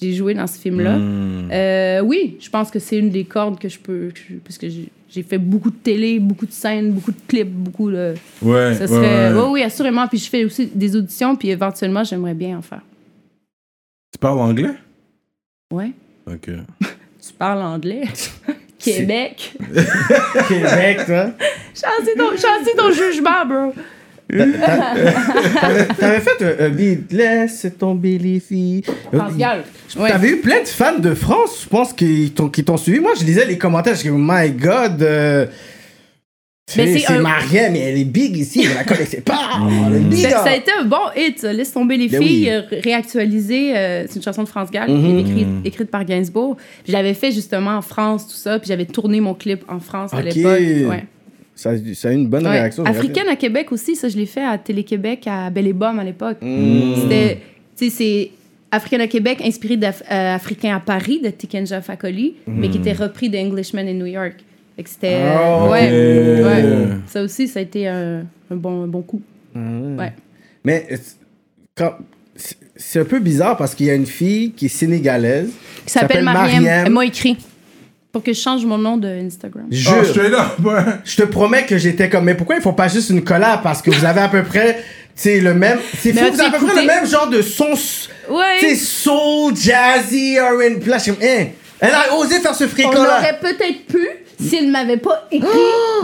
J'ai joué dans ce film-là. Mhm. Euh, oui, je pense que c'est une des cordes que je peux. que je- parce que j'ai- j'ai fait beaucoup de télé, beaucoup de scènes, beaucoup de clips, beaucoup de. Ouais, Ça ouais, serait. ouais. Oui, oui, assurément. Puis je fais aussi des auditions, puis éventuellement, j'aimerais bien en faire. Tu parles anglais? Ouais. Ok. Tu parles anglais. Québec. Québec, toi? Chancy ton, chancy ton jugement, bro. Euh, T'avais t'avais fait un, un beat, laisse tomber les filles. Pascal. Ouais. T'avais eu plein de fans de France, je pense, qui t'ont qui t'ont suivi. Moi, je lisais les commentaires, je dis, my god. euh, Mais c'est c'est c'est un- Mariam, mais elle est big ici, je la connaissais pas. Elle est big, Ça, ça a hein. été un bon hit, ça. Laisse tomber les Ben oui. Mhm. filles, euh, ré- réactualisée. euh, c'est une chanson de France Gall, qui est écrite, écrite par Gainsbourg. Puis Je l'avais fait justement en France, tout ça. Puis j'avais tourné mon clip en France à Ok. l'époque. Ouais. Ça, a- ça a eu une bonne Ouais. réaction. j'ai regardé. Africaine à Québec aussi, ça, je l'ai fait à Télé-Québec, à Belle et Bomme à l'époque. Mmh. C'était, tu sais, c'est Africaine à Québec, inspiré d'Africain à Paris, de Tikenja Fakoli, Mmh. mais qui était repris de Englishman in New York. Fait que c'était. Ah, ok. ouais, ouais. Ça aussi, ça a été un, un bon, un bon coup. Mmh. Ouais. Mais euh, c'est- quand- c'est- c'est un peu bizarre parce qu'il y a une fille qui est sénégalaise. Qui s'appelle Mariam. Elle m'a écrit pour que je change mon nom de Instagram. Jure. Oh, straight up, ouais. Je te promets que j'étais comme, mais pourquoi ils font pas juste une collab parce que vous avez à peu près, tu sais, le même, c'est fou, Mais vous avez à peu écoutez- près le même genre de son, s- Ouais. tu sais, soul, jazzy, R&B, là, je suis comme, hein, elle a osé faire ce On fricot-là. aurait peut-être pu, s'il ne m'avait pas écrit,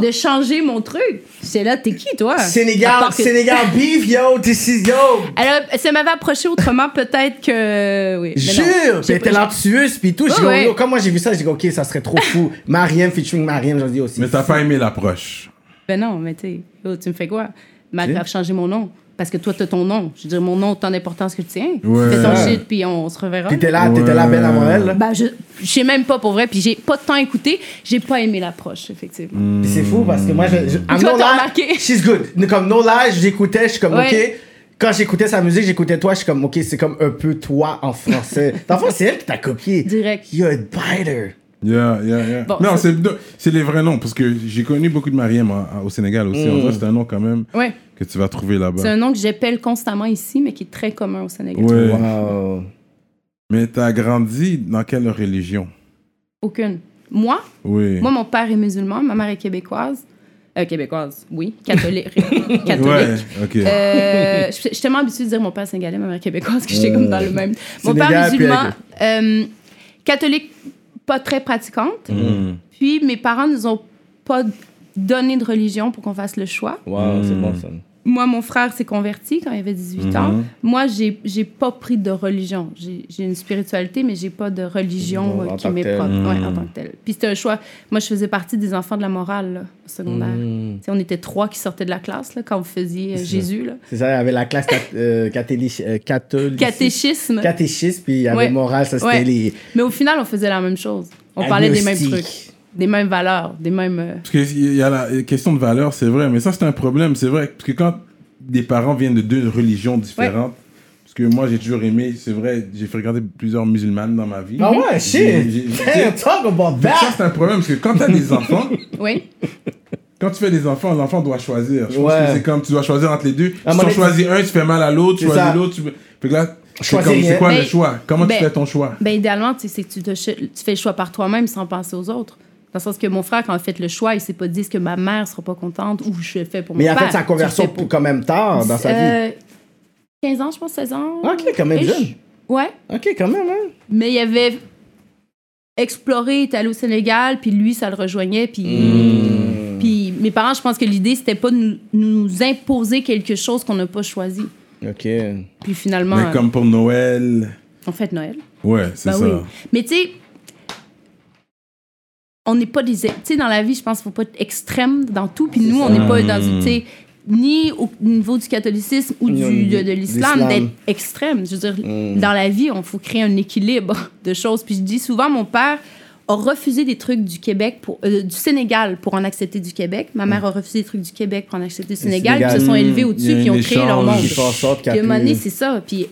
de changer mon truc. C'est là, t'es qui, toi? À Sénégal, part que- Sénégal beef, yo, this is yo. Elle a- ça m'avait approché autrement, peut-être que. Oui. mais non. Jure! Puis J'ai elle était pas- lentueuse, puis tout. J'ai Ouais, dit, oh, ouais. yo, quand moi j'ai vu ça, j'ai dit, ok, ça serait trop fou. Mariam featuring Mariam, j'en dis aussi. Mais t'as pas aimé l'approche. Ben non, mais tu sais, yo, tu me fais quoi? Malgré grave changer mon nom. Parce que toi, t'as ton nom. Je veux dire, mon nom, autant d'importance que le tien. Ouais. Fais ton Ouais. shit, puis on se reverra. T'étais là, t'étais là, belle avant elle. là. Ben, je je sais même pas pour vrai, puis j'ai pas de temps écouté. J'ai pas aimé l'approche, effectivement. Puis c'est fou parce que moi, je, je, I'm Toi, no t'as lie, remarqué. she's good. Comme no lie, j'écoutais, je suis comme, Ouais. ok. Quand j'écoutais sa musique, j'écoutais toi, je suis comme, ok, c'est comme un peu toi en français. Dans le fond, c'est elle qui t'a copié. Direct. You're a biter. Yeah, yeah, yeah. Bon, non, ça- c'est non, c'est les vrais noms, parce que j'ai connu beaucoup de Mariam à- à- au Sénégal aussi. On dirait que c'est un nom quand même Mm. Ouais. que tu vas trouver C'est là-bas. un nom que j'appelle constamment ici, mais qui est très commun au Sénégal. Ouais. Wow. Mais t'as grandi dans quelle religion Aucune. Moi, Oui. moi, mon père est musulman, ma mère est québécoise. Euh, québécoise, oui, catholique. catholique. ouais, ok. Euh, je je suis tellement habituée de dire mon père sénégalais, ma mère québécoise, que j'étais comme Euh, dans le même. Mon Sénégal, père puis musulman, euh, catholique, pas très pratiquante. Mm. Puis mes parents nous ont pas donné de religion pour qu'on fasse le choix. Wow, c'est bon ça. Moi, mon frère s'est converti quand il avait 18 Mm-hmm. ans. Moi, j'ai j'ai pas pris de religion. J'ai j'ai une spiritualité, mais j'ai pas de religion Non, euh, en qui tant que m'est telle. Mm. propre Ouais, en tant que telle. Puis c'était un choix. Moi, je faisais partie des enfants de la morale là, au secondaire. Tu sais, On était trois qui sortaient de la classe là, quand vous faisiez euh, Jésus. Là. Mm. C'est ça, il y avait la classe cat- euh, catholique. euh, catholique- Catéchisme. Catéchiste, puis il y avait Ouais. morale, ça c'était Ouais. les. Mais au final, on faisait la même chose. On parlait des mêmes Agnostique. trucs, des mêmes valeurs, des mêmes. euh, Parce qu'il y a la question de valeur, c'est vrai, mais ça, c'est un problème, c'est vrai. Parce que quand des parents viennent de deux religions différentes, parce que moi, j'ai toujours aimé, c'est vrai, j'ai fréquenté plusieurs musulmanes dans ma vie. Ah ouais, J'ai- j'ai- shit! j'ai- Damn, talk about Fait que Ça, that! c'est un problème, parce que quand t'as des enfants, Oui. quand tu fais des enfants, l'enfant doit choisir. Je pense Ouais. que c'est comme, tu dois choisir entre les deux. À un si moment tu donné, choisis un, tu fais mal à l'autre, tu C'est choisis ça. l'autre, tu... Fait que là, c'est Choisis comme, rien. c'est quoi le Ben, choix? Comment ben, tu fais ton choix? Ben, idéalement, tu sais, c'est que tu, te ch- tu fais le choix par toi-même sans penser aux autres. Dans le sens que mon frère, quand il a fait le choix, il s'est pas dit est-ce que ma mère sera pas contente ou je fais pour Mais il mon a père. fait sa conversion Tu le fais pour- quand même tard dans sa vie. Euh, 15 ans, je pense, 16 ans. Ok, quand même Euh, Ish. jeune. Ouais. Ok, quand même, hein. Mais il avait exploré, il était allé au Sénégal, puis lui, ça le rejoignait. Puis, Hmm. puis mes parents, je pense que l'idée, c'était pas de nous, nous imposer quelque chose qu'on n'a pas choisi. Ok. Puis finalement, Mais comme pour Noël... on fête Noël. Ouais, c'est Bah Ben ça. oui. Mais tu sais, on n'est pas des. Tu sais, dans la vie, je pense qu'il ne faut pas être extrême dans tout. Puis nous, on n'est pas dans Mm. une. tu sais, ni au niveau du catholicisme ou Ni au du, niveau de, de de l'islam, l'islam. Mm. d'être extrême. Je veux dire, dans la vie, on faut créer un équilibre de choses. Puis je dis souvent, mon père, a refusé des trucs du Québec pour euh, du Sénégal pour en accepter du Québec. Ma mère a refusé des trucs du Québec pour en accepter du Sénégal. Sénégal, Puis se sont hmm, il élevés y au-dessus, a puis un ont créé leur échange. monde. Qui fait en sorte qu'il y Puis a à un moment donné, plus- c'est ça. Puis,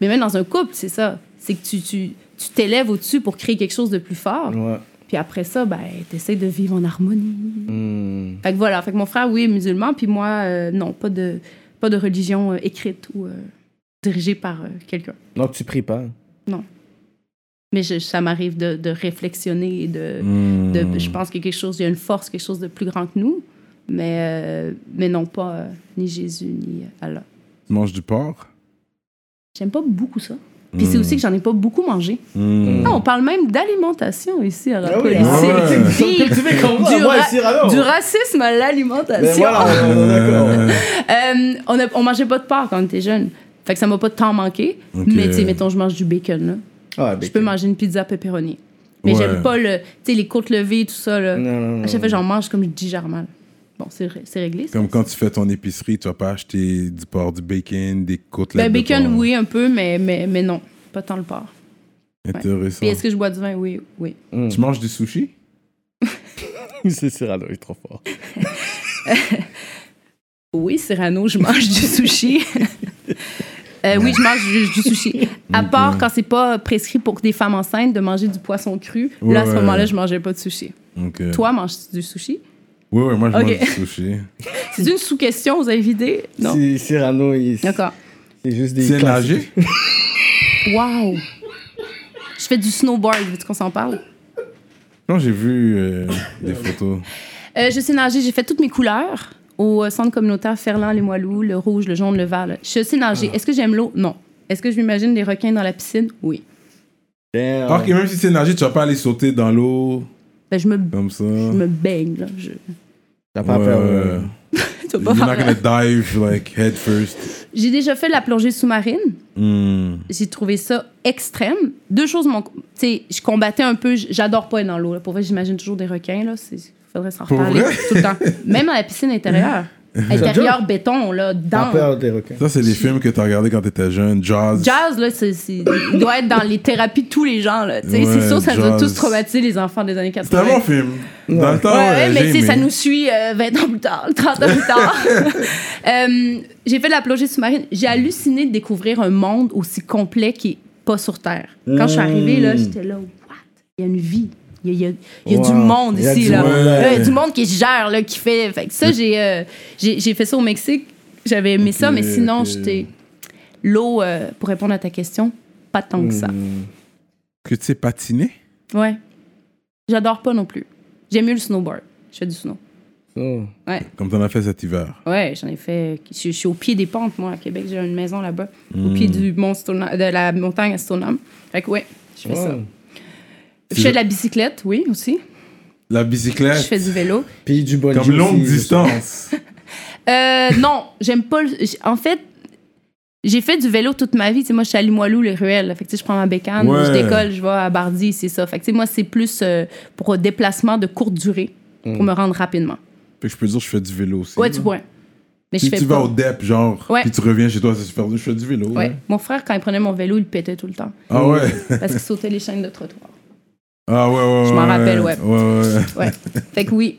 mais même dans un couple, c'est ça. C'est que tu, tu, tu t'élèves au-dessus pour créer quelque chose de plus fort. Ouais. Puis après ça, ben, t'essayes de vivre en harmonie. Hmm. Fait que voilà. Fait que mon frère, oui, est musulman. Puis moi, euh, non, pas de, pas de religion euh, écrite ou euh, dirigée par euh, quelqu'un. Donc, tu pries pas. Mais je- ça m'arrive de, de réflexionner et de, de- Hmm. Je pense que quelque chose, il y a une force, quelque chose de plus grand que nous. Mais, euh, mais non, pas euh, ni Jésus, ni euh, Allah. Tu manges du porc? J'aime pas beaucoup ça. Puis c'est aussi que j'en ai pas beaucoup mangé. Ah, Hmm. on parle même d'alimentation ici à Rappel. oui, ah ouais. C'est- c'est- Tu fais comme du, moi, moi, ra- ici, alors. du racisme à l'alimentation. Mais Ben voilà, Ah, on est d'accord. Euh, on, a- on mangeait pas de porc quand on était jeune. Fait que ça m'a pas tant manqué. Ok. Mais tu sais, mettons, je mange du bacon. Là. Ah, Je ben, peux manger une pizza pepperoni. Mais Ouais. j'aime pas le, tu sais, les côtes levées, tout ça. Là. Non, non, non. À chaque fois, j'en mange comme je digère mal. Bon, c'est ré- c'est réglé. ça. Comme quand tu fais ton épicerie, tu vas pas acheter du porc, du bacon, des côtelettes Le de Ben, bacon, porc. oui, un peu, mais, mais, mais non, pas tant le porc. Intéressant. Puis est-ce que je bois du vin? Oui, oui. Tu manges du sushi? C'est Cyrano, il est trop fort. Oui, Cyrano, je mange du sushi. Euh, oui, je mange du, du sushi. À part quand c'est pas prescrit pour des femmes enceintes de manger du poisson cru. là, à ce Ouais, ouais. moment-là, je mangeais pas de sushi. Ok. Toi, manges-tu du sushi? Oui, oui, moi je Ok. mange du sushi. C'est une sous-question, vous avez vidé? Non. C'est Cyrano, il- D'accord. c'est juste des. Tu sais nager? Wow! Je fais du snowboard, veux-tu qu'on s'en parle? Non, j'ai vu euh, des photos. Euh, je sais nager, j'ai fait toutes mes couleurs au euh, centre communautaire Ferland, les Moilous, le rouge, le jaune, le vert. là. Je sais nager. Est-ce que j'aime l'eau? Non. Est-ce que je m'imagine des requins dans la piscine? Oui. Damn. Alors que même si tu sais nager, tu vas pas aller sauter dans l'eau Ben, je me, comme ça. je me baigne, là. Je... T'as pas Ouais, peur. euh, ouais. ouais. Tu vas pas You're not faire- gonna dive like head first. J'ai déjà fait de la plongée sous-marine. Hmm. J'ai trouvé ça extrême. Deux choses m'ont. Tu sais, je combattais un peu. j- J'adore pas être dans l'eau. là. Pour vrai, j'imagine toujours des requins, là. C'est- Faudrait s'en Pour reparler vrai? tout le temps. Même à la piscine intérieure. intérieure, béton, là, T'as dans. peur des requins. Ça, c'est des films que tu as regardé quand tu étais jeune. Jaws. Jazz, là, c'est, c'est- il doit être dans les thérapies de tous les gens. Là. Tu sais, Ouais, c'est sûr, ça nous a Jazz. tous traumatisés, les enfants des années C'était un 80. bon film. Dans le temps, euh, Ouais, ouais, mais j'ai tu sais, aimé. ça nous suit euh, 20 ans plus tard, 30 ans plus tard. Euh, j'ai fait de la plongée sous-marine. J'ai halluciné de découvrir un monde aussi complet qui est pas sur Terre. Quand je suis arrivée, là, j'étais là, what? Il y a une vie. Il y a, il y a- il y a Hmm. Wow. du monde Il y a ici. du là. monde. Là, Il y a du monde qui gère, là, qui fait. Fait que ça, j'ai, euh, j'ai, j'ai fait ça au Mexique. J'avais aimé ça, Ok, mais sinon, ok. j'étais. L'eau, euh, pour répondre à ta question, pas tant que ça. Hmm. Que tu sais patiner? Ouais. J'adore pas non plus. J'aime mieux le snowboard. Je fais du snow. Oh. Ouais. Comme t'en as fait cet hiver. Ouais, j'en ai fait. Je, je suis au pied des pentes, moi, à Québec. J'ai une maison là-bas, au Hmm. pied du mont Stoneham- de la montagne à Stoneham. Fait que, ouais, je fais ça. Ouais. Je fais de la bicyclette, oui, aussi. La Je bicyclette. fais du vélo. Puis du bungee. Comme longue aussi, je sais. distance. Euh, non, j'aime pas. le- j'- En fait, j'ai fait du vélo toute ma vie. Tu sais, moi, je suis à Limoilou, les ruelles. Fait que, tu sais, je prends ma bécane, Ouais. je décolle, je vais à Bardy, c'est ça. Fait que, tu sais, moi, c'est plus euh, pour déplacement de courte durée, Hmm. pour me rendre rapidement. Fait que je peux dire que je fais du vélo aussi. Ouais, là. tu vois. Mais je Si fais tu vas pas. au DEP, genre, Ouais. puis tu reviens chez toi, c'est super dur. Je fais du vélo. hein. Ouais. Mon frère, quand il prenait mon vélo, il pétait tout le temps Ah ouais. parce qu'il sautait les chaînes de trottoir. Ah ouais, ouais, Je m'en ouais, rappelle, ouais. ouais, ouais. Ouais. fait que oui.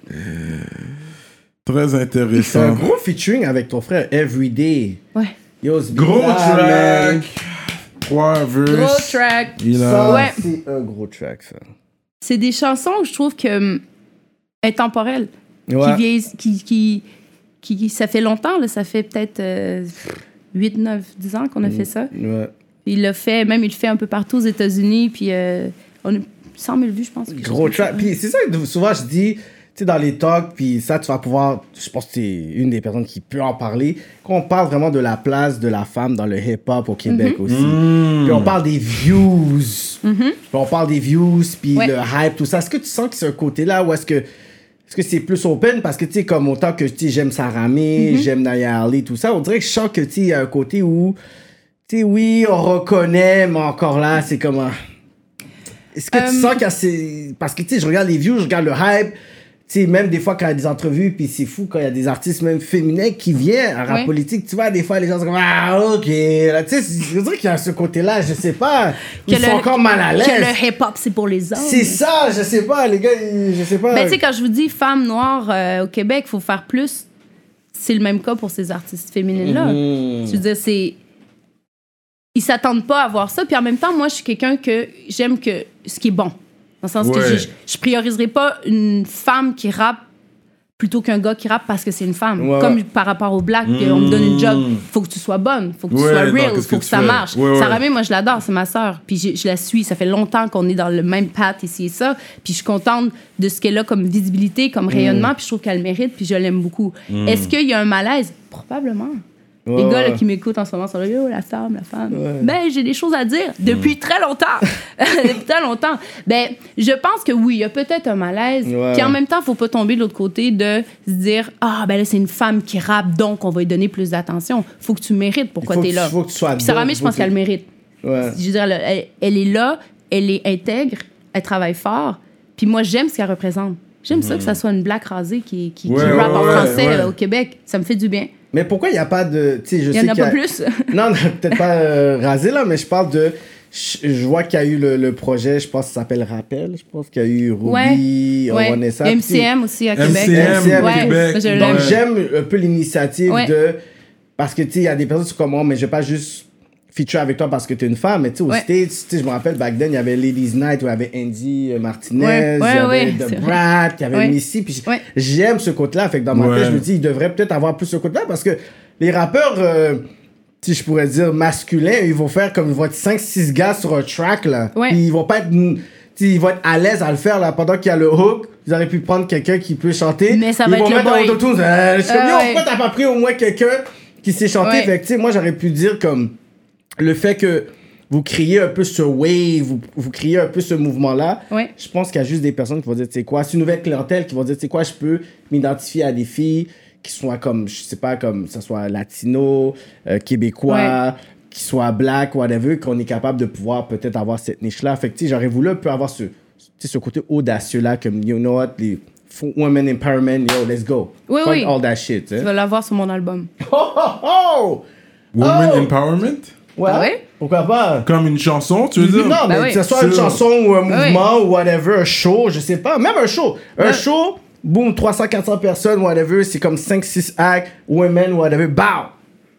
Très C'est un intéressant. gros featuring avec ton frère Everyday. Ouais. Yo, ce Gros beat-là, man. track. Trois verses. Gros track. Il a... Ça, Ouais. c'est un gros track, ça. C'est des chansons où je trouve que hum, intemporelles, qui Ouais. vieillissent, qui, qui, qui, qui- ça fait longtemps, là, ça fait peut-être euh, 8, 9, 10 ans qu'on a fait Mm. ça. Ouais. Il l'a fait, même il le fait un peu partout aux États-Unis, puis euh, on a 100 000 vues, je pense. quelque chose Gros comme ça. track. Puis c'est ça que souvent je dis, tu sais, dans les talks, puis ça, tu vas pouvoir, je pense que tu es une des personnes qui peut en parler, qu'on parle vraiment de la place de la femme dans le hip-hop au Mhm. Québec aussi. Puis on parle des views. Puis on parle des views, puis Ouais. le hype, tout ça. Est-ce que tu sens que c'est un côté-là ou est-ce que. Est-ce que c'est plus open? Parce que, tu sais, comme autant que, tu sais, j'aime Sarah May, Mhm. j'aime Naya Harley, tout ça, on dirait que je sens que, tu sais, il y a un côté où, tu sais, oui, on reconnaît, mais encore là, c'est comme un- Est-ce que tu Euh, sens qu'il y a ces... Parce que, tu sais, je regarde les views, je regarde le hype. Tu sais, même des fois, quand il y a des entrevues, puis c'est fou, quand il y a des artistes, même féminins, qui viennent à rap Ouais. politique, tu vois, des fois, les gens sont comme Ah, ok. Là, Tu sais, c'est- je dirais qu'il y a ce côté-là, je sais pas. Ils Que sont le- encore mal à l'aise. Que le hip-hop, c'est pour les hommes. C'est ça, je sais pas, les gars, je sais pas. Ben, tu sais, quand je vous dis femmes noires euh, au Québec, il faut faire plus, c'est le même cas pour ces artistes féminines-là. Mm-hmm. Hmm. Je veux dire, c'est. Ils s'attendent pas à voir ça. Puis en même temps, moi, je suis quelqu'un que j'aime que ce qui est bon. Dans le sens Ouais. que je, je prioriserai pas une femme qui rappe plutôt qu'un gars qui rappe parce que c'est une femme. Ouais, Comme ouais. par rapport au black, que on me donne une job, faut que tu sois bonne, faut que tu Mm. Ouais, sois non, real, qu'est-ce que faut que, tu ça fais? marche. Ouais, ouais. Sarah May, moi, je l'adore, c'est ma sœur. Puis je, je la suis, ça fait longtemps qu'on est dans le même path ici et ça. Puis je suis contente de ce qu'elle a comme visibilité, Mm. comme rayonnement, puis je trouve qu'elle le mérite, puis je l'aime beaucoup. Est-ce qu'il y a un malaise? Probablement. Les Ouais, gars là, ouais. qui m'écoutent en ce moment sont là, yo, la femme, la femme. Ben, j'ai des choses à dire depuis Hmm. très longtemps. depuis très longtemps. Ben, je pense que oui, il y a peut-être un malaise. Ouais. Puis en même temps, faut pas tomber de l'autre côté de se dire, ah, ben là, c'est une femme qui rappe, donc on va lui donner plus d'attention. Faut que tu mérites pourquoi faut t'es que- là. faut que tu sois Puis Sarah bon, May, je faut pense que- qu'elle le mérite. Ouais. Je veux dire, elle, elle- elle est là, elle est intègre, elle travaille fort. Puis moi, j'aime ce qu'elle représente. J'aime Hmm. ça que ça soit une black rasée qui, qui, qui Ouais, rappe en ouais, français ouais. euh, au Québec. Ça me fait du bien. Mais pourquoi il n'y a pas de. Tu sais, je Il y sais en a qu'il pas plus. Non, non, peut-être pas euh, rasé là, mais je parle de. Je je vois qu'il y a eu le, le projet, je pense que ça s'appelle Rappel, je pense qu'il y a eu Ruby, Ouais. Vanessa. Il y a puis- MCM aussi à Québec. MCM, ouais, Québec. ça, Donc, je l'aime. Donc Ouais. j'aime un peu l'initiative Ouais. de. Parce que tu sais, il y a des personnes qui sont comme moi, mais je vais pas juste feature avec toi parce que tu es une femme. Mais tu sais, aux Ouais. States, tu sais, je me rappelle back then, il y avait Ladies Night, où il y avait Andy euh, Martinez, Ouais, ouais, il y avait ouais, c'est vrai. The Brat, il y avait Ouais. Missy. Puis j- Ouais. j'aime ce côté-là. Fait que dans ma Ouais. tête, je me dis, il devrait peut-être avoir plus ce côté-là parce que les rappeurs. euh, si je pourrais dire masculins, ils vont faire comme ils vont être 5-6 gars sur un track là. Ouais. Puis ils vont pas être. mm, tu sais, Ils vont être à l'aise à le faire là. Pendant qu'il y a le hook, ils auraient pu prendre quelqu'un qui peut chanter. Mais ça Ils va vont être le mettre un boy. autotune, euh, je suis comme, Ah yo, ouais. pourquoi t'as pas pris au moins quelqu'un qui sait chanter? Ouais. Fait que, tu sais, moi, j'aurais pu dire comme le fait que vous criez un peu ce wave, vous, vous criez un peu ce mouvement-là. Ouais. Je pense qu'il y a juste des personnes qui vont dire, tu sais quoi, c'est une nouvelle clientèle qui vont dire, tu sais quoi, je peux m'identifier à des filles qui soient comme, je sais pas, comme, ça soit latino, euh, québécois. Qui soient black, whatever, qu'on est capable de pouvoir peut-être avoir cette niche-là. Fait que, tu sais, j'aurais voulu un peu avoir ce, tu sais, ce côté audacieux-là, comme, you know what, les fou- women empowerment, yo, let's go. Oui, Fuck oui. all that shit, tu sais. Tu vas l'avoir sur mon album. Oh, oh, oh! Woman Oh! Empowerment? Ouais. Ah ouais? Ben Pourquoi pas? Comme une chanson, tu veux dire? Non, mais oui. que ce soit une Sûr. chanson ou un Bah oui. mouvement ou whatever, un show, je sais pas. Même un show. Un Ouais. show, boum, 300, 400 personnes, whatever, c'est comme 5, 6 acts, women, whatever, bow!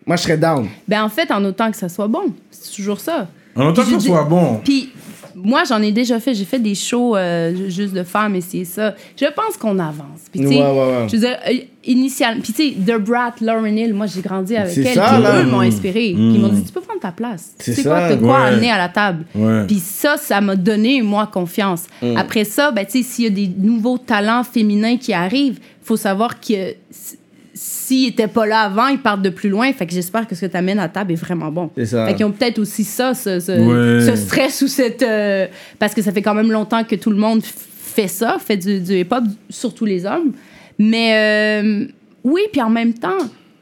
Moi, je serais down. Ben en fait, en autant que ça soit bon, c'est toujours ça. En autant Puis que je ça dis- soit bon. Puis moi, j'en ai déjà fait. J'ai fait des shows euh, juste de femmes et c'est ça. Je pense qu'on avance. Puis tu sais, Ouais, ouais, ouais. je veux dire, euh, initial. Puis tu sais, The Brat, Lauren Hill, moi j'ai grandi avec C'est elle. ça, puis là. eux m'ont inspiré. Ils Mm. m'ont dit, tu peux prendre ta place. C'est Tu sais quoi, ça, t'as quoi à ouais. amener à la table. Ouais. Mm. Puis ça, ça m'a donné, moi, confiance. Après ça, ben tu sais, s'il y a des nouveaux talents féminins qui arrivent, faut savoir que s- s'ils n'étaient pas là avant, ils partent de plus loin. Fait que j'espère que ce que tu amènes à la table est vraiment bon. C'est ça. Fait qu'ils ont peut-être aussi ça, ce, ce- Ouais. ce stress ou cette. euh, parce que ça fait quand même longtemps que tout le monde f- fait ça, fait du, du hip-hop, surtout les hommes. Mais euh, oui, puis en même temps,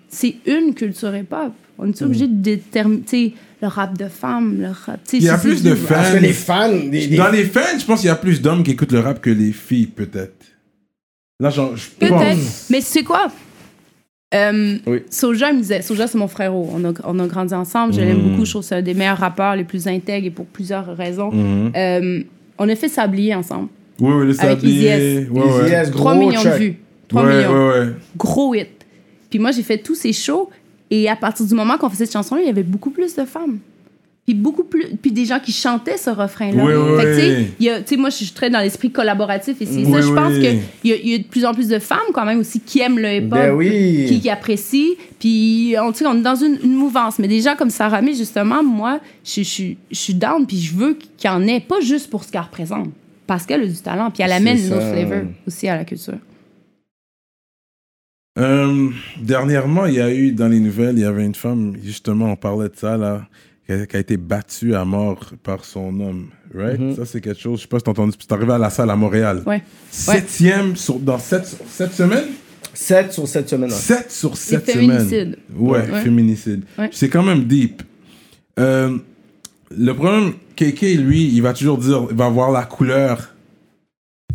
c'est une culture hip-hop. On est obligé de déterminer. tu sais, Le rap de femmes, le rap. Il y a plus de femmes. Parce fans. que les fans. les- les- Dans les fans, je pense qu'il y a plus d'hommes qui écoutent le rap que les filles, peut-être. Là, genre, je Peut-être. pense. Mais tu sais quoi? Euh, Oui. Soja il me disait, Soja c'est mon frérot, on a, on a grandi ensemble, je Mm. l'aime beaucoup, je trouve que c'est un des meilleurs rappeurs, les plus intègres et pour plusieurs raisons. Mm. Euh, on a fait Sablier ensemble, Oui, oui, le sablier. Easy Ouais, ouais. Easy S, 3 gros millions check. de vues, 3 ouais, millions, ouais, ouais. gros hit. Puis moi j'ai fait tous ces shows et à partir du moment qu'on faisait cette chanson, il y avait beaucoup plus de femmes. Puis beaucoup plus, puis des gens qui chantaient ce refrain-là. Oui, oui, Fait que, tu sais, oui. il y a- tu sais, moi je suis très dans l'esprit collaboratif et c'est Oui, ça, je pense oui. qu'il y, a- il y a de plus en plus de femmes quand même aussi qui aiment le hip-hop Ben oui. qui, qui apprécient. Puis, on, tu sais, on est dans une, une mouvance. Mais des gens comme Sarah May, justement, moi, je, je, suis- je suis down, puis je veux qu'il y en ait, pas juste pour ce qu'elle représente, parce qu'elle a du talent, puis elle amène C'est nos ça. flavors aussi à la culture. Euh, dernièrement, il y a eu dans les nouvelles, il y avait une femme, justement, on parlait de ça, là, qui a, qui a été battue à mort par son homme. Right? Ça, c'est quelque chose, je sais pas si t'as entendu, c'est arrivé à la salle à Montréal. Mhm. Ouais. Septième sur, dans sept, sept semaines? 7 sur 7 semaines. ouais. 7 sur 7 féminicides. semaines. Ouais, Ouais. féminicide. Ouais. C'est quand même deep. Euh, le problème, KK, lui, il va toujours dire, il va voir la couleur.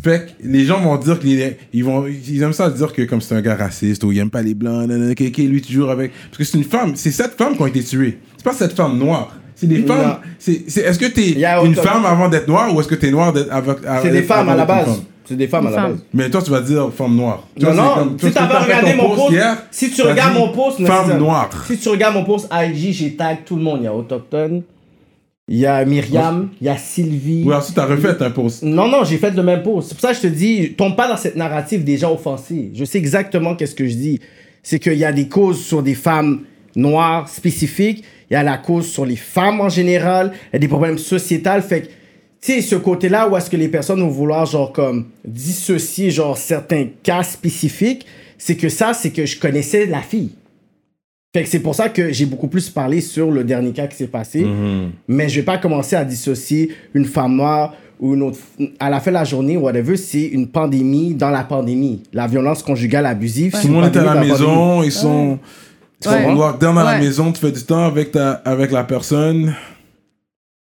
Fait que les gens vont dire qu'ils ils vont ils aiment ça dire que comme c'est un gars raciste ou il aime pas les blancs, nanana, que- que lui toujours avec parce que c'est une femme, c'est cette femme qui a été tuée. C'est pas cette femme noire. C'est des femmes. C'est c'est- est-ce que t'es Il y a une autant- femme avant d'être noire ou est-ce que t'es noire d'être avec C'est des femmes à la base. C'est des femmes à Des la femmes. base. Mais toi tu vas dire femme noire. Tu Non, vois, c'est non, comme- tu vois, si t'as quand pas t'as fait regardé ton mon post, hier, si tu t'as regardes dit mon post, non, c'est ça. femme noire. Si tu regardes mon post IG, j'ai tag tout le monde. Il y a Autochtone, il y a Myriam, il y a Sylvie. Ou ensuite t'as refait un post. Non, non, j'ai fait le même post. C'est pour ça que je te dis, tombe pas dans cette narrative des gens offensés. Je sais exactement qu'est-ce que je dis. C'est qu'il y a des causes sur des femmes noires spécifiques, il y a la cause sur les femmes en général, il y a des problèmes sociétals. Fait que, tu sais, ce côté-là où est-ce que les personnes vont vouloir, genre, comme, dissocier, genre, certains cas spécifiques, c'est que ça, c'est que je connaissais la fille. Fait que c'est pour ça que j'ai beaucoup plus parlé sur le dernier cas qui s'est passé. Mais je vais pas commencer à dissocier une femme noire ou une autre. À la fin de la journée, whatever, c'est une pandémie dans la pandémie. La violence conjugale abusive. c'est Tout le une monde est à pandémie la dans pandémie. maison, ils sont. Ils sont Ouais. en lockdown à la Ouais. maison, tu fais du temps avec, ta, avec la personne.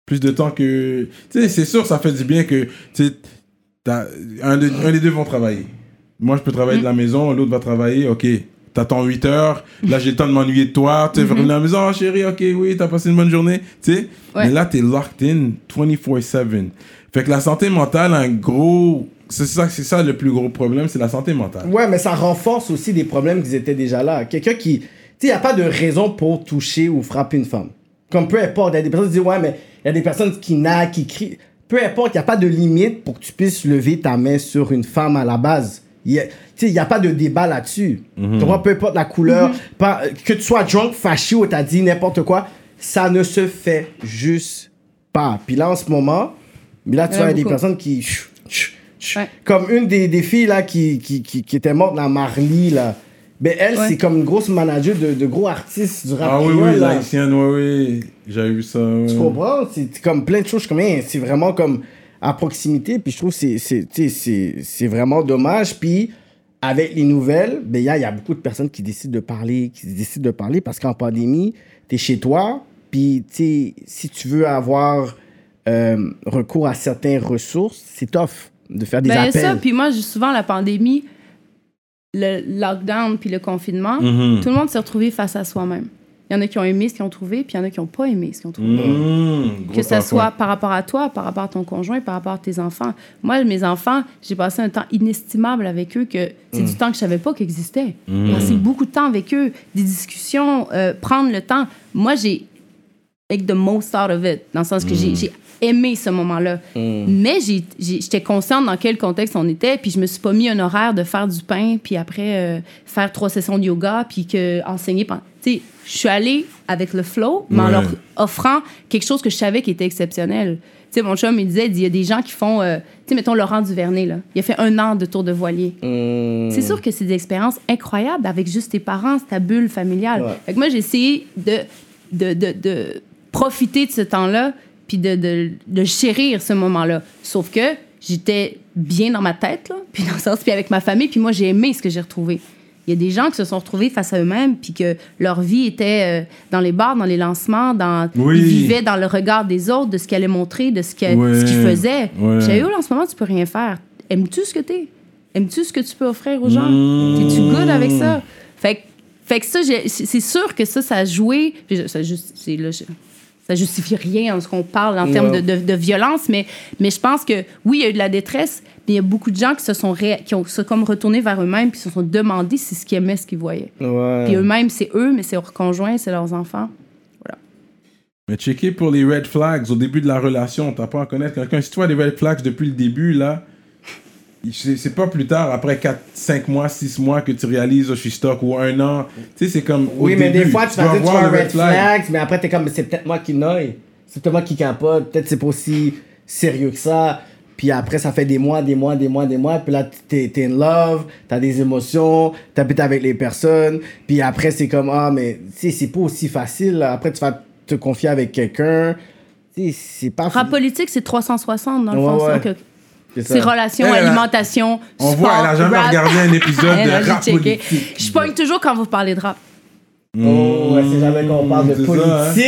Plus de temps que. Tu sais, c'est sûr, ça fait du bien que. Tu sais, t'as- un, de- un des deux vont travailler. Moi, je peux travailler Mm. de la maison, l'autre va travailler, ok. T'attends 8 heures, là j'ai le temps de m'ennuyer de toi, tu es Mm-hmm. revenu à la maison, Ah, chérie, ok, oui, t'as passé une bonne journée, tu sais. Ouais. Mais là, t'es locked in 24-7. Fait que la santé mentale a un gros. C'est ça, c'est ça le plus gros problème, c'est la santé mentale. Ouais, mais ça renforce aussi des problèmes qui étaient déjà là. Quelqu'un qui. Tu sais, il n'y a pas de raison pour toucher ou frapper une femme. Comme peu importe, il y a des personnes qui disent, ouais, mais il y a des personnes qui naquent, qui crient. Peu importe, il n'y a pas de limite pour que tu puisses lever ta main sur une femme à la base. Il y a- Tu sais, il n'y a pas de débat là-dessus. Tu vois, peu importe la couleur, Mhm. pas- que tu sois drunk, fâché ou t'as dit n'importe quoi, ça ne se fait juste pas. Puis là, en ce moment, là, tu Il y en a vois, il y a des beaucoup. personnes qui. chou, chou, chou. Ouais. Comme une des, des filles là, qui, qui, qui, qui était morte, la Marley, là. Ben, elle, Ouais. c'est comme une grosse manager de, de gros artistes du rap. Ah oui, créole, oui, la là. haïtienne, oui, oui. J'avais vu ça. ouais. Tu comprends? C'est c'est comme plein de choses. je suis comme, hein, C'est vraiment comme à proximité. Puis je trouve que c'est- c'est tu sais, c'est- c'est vraiment dommage. Puis avec les nouvelles, ben, il y a, il y a beaucoup de personnes qui décident de parler, qui décident de parler parce qu'en pandémie, tu es chez toi. Puis tu sais, si tu veux avoir euh, recours à certaines ressources, c'est tough de faire des Ben, appels. ça, puis moi, j'ai souvent, la pandémie, le lockdown puis le confinement, Mhm. tout le monde s'est retrouvé face à soi-même. Il y en a qui ont aimé ce qu'ils ont trouvé, puis il y en a qui n'ont pas aimé ce qu'ils ont trouvé. Mmh, Mhm. gros Que ça parfois. soit par rapport à toi, par rapport à ton conjoint, par rapport à tes enfants. Moi, mes enfants, j'ai passé un temps inestimable avec eux que c'est Mhm. du temps que je savais pas qu'il existait. Passer beaucoup de temps avec eux, des discussions, euh, prendre le temps. Moi, j'ai make the most out of it, dans le sens que j'ai- j'ai aimé ce moment-là. Mais j'ai- j'ai- j'étais consciente dans quel contexte on était, puis je me suis pas mis un horaire de faire du pain, puis après euh, faire trois sessions de yoga, puis que enseigner. pendant- Tu sais, je suis allée avec le flow, mais en Ouais. leur offrant quelque chose que je savais qui était exceptionnel. Tu sais, mon chum, il disait, il dit, il y a des gens qui font, euh, tu sais, mettons Laurent Duvernay, là. Il a fait un an de tour de voilier. Hmm. C'est sûr que c'est des expériences incroyables avec juste tes parents, ta bulle familiale. Ouais. Fait que moi, j'ai essayé de, de, de, de profiter de ce temps-là, puis de, de, de chérir ce moment-là. Sauf que j'étais bien dans ma tête, là, puis dans le sens, puis avec ma famille, puis moi, j'ai aimé ce que j'ai retrouvé. Il y a des gens qui se sont retrouvés face à eux-mêmes, puis que leur vie était euh, dans les bars, dans les lancements, dans... Oui. Ils vivaient dans le regard des autres, de ce qu'elle allait montrer, de ce que- Ouais. ce qu'ils faisaient. Ouais. J'ai eu, en ce moment, tu peux rien faire. Aimes-tu ce que t'es? Aimes-tu ce que tu peux offrir aux gens? Hmm. Mmh. T'es-tu good avec ça? Fait, que- fait que ça, j'ai- c'est c'est sûr que ça, ça a joué. puis je- Ça, juste- c'est là, je- ça justifie rien en ce qu'on parle en termes de, de- de violence, mais, mais je pense que oui, il y a eu de la détresse, mais il y a beaucoup de gens qui se sont, ré- qui ont, se sont comme retournés vers eux-mêmes puis se sont demandé si ce qu'ils aimaient, ce qu'ils voyaient. Ouais. Puis eux-mêmes, c'est eux, mais c'est leurs conjoints, c'est leurs enfants. Mais checker pour les red flags au début de la relation, t'apprends à connaître quelqu'un. Si tu vois des red flags depuis le début, là, c'est c'est pas plus tard, après 4, 5 mois, 6 mois, que tu réalises, oh, je suis stock, ou un an. Tu sais, c'est comme. au Oui, mais des début, fois, tu dois vas dire, tu voir vois un le red flag, mais après, t'es comme, c'est peut-être moi qui noie. C'est peut-être moi qui capote. Peut-être c'est pas aussi sérieux que ça. Puis après, ça fait des mois, des mois, des mois, des mois. Puis là, t'es t'es in love, t'as des émotions, t'habites avec les personnes. Puis après, c'est comme, ah, mais tu sais, c'est pas aussi facile. là. Après, tu vas te confier avec quelqu'un. Tu sais, c'est pas Rap politique, c'est 360 dans le Ouais, fond. ouais. c'est que- c'est ça. C'est relations, Elle, elle a- alimentation, On sport, voit, elle a jamais rap. regardé un épisode Elle a de juste rap checké. politique. Je pogne toujours quand vous parlez de rap. Oh, ouais, c'est jamais qu'on parle de c'est ça, hein. politique.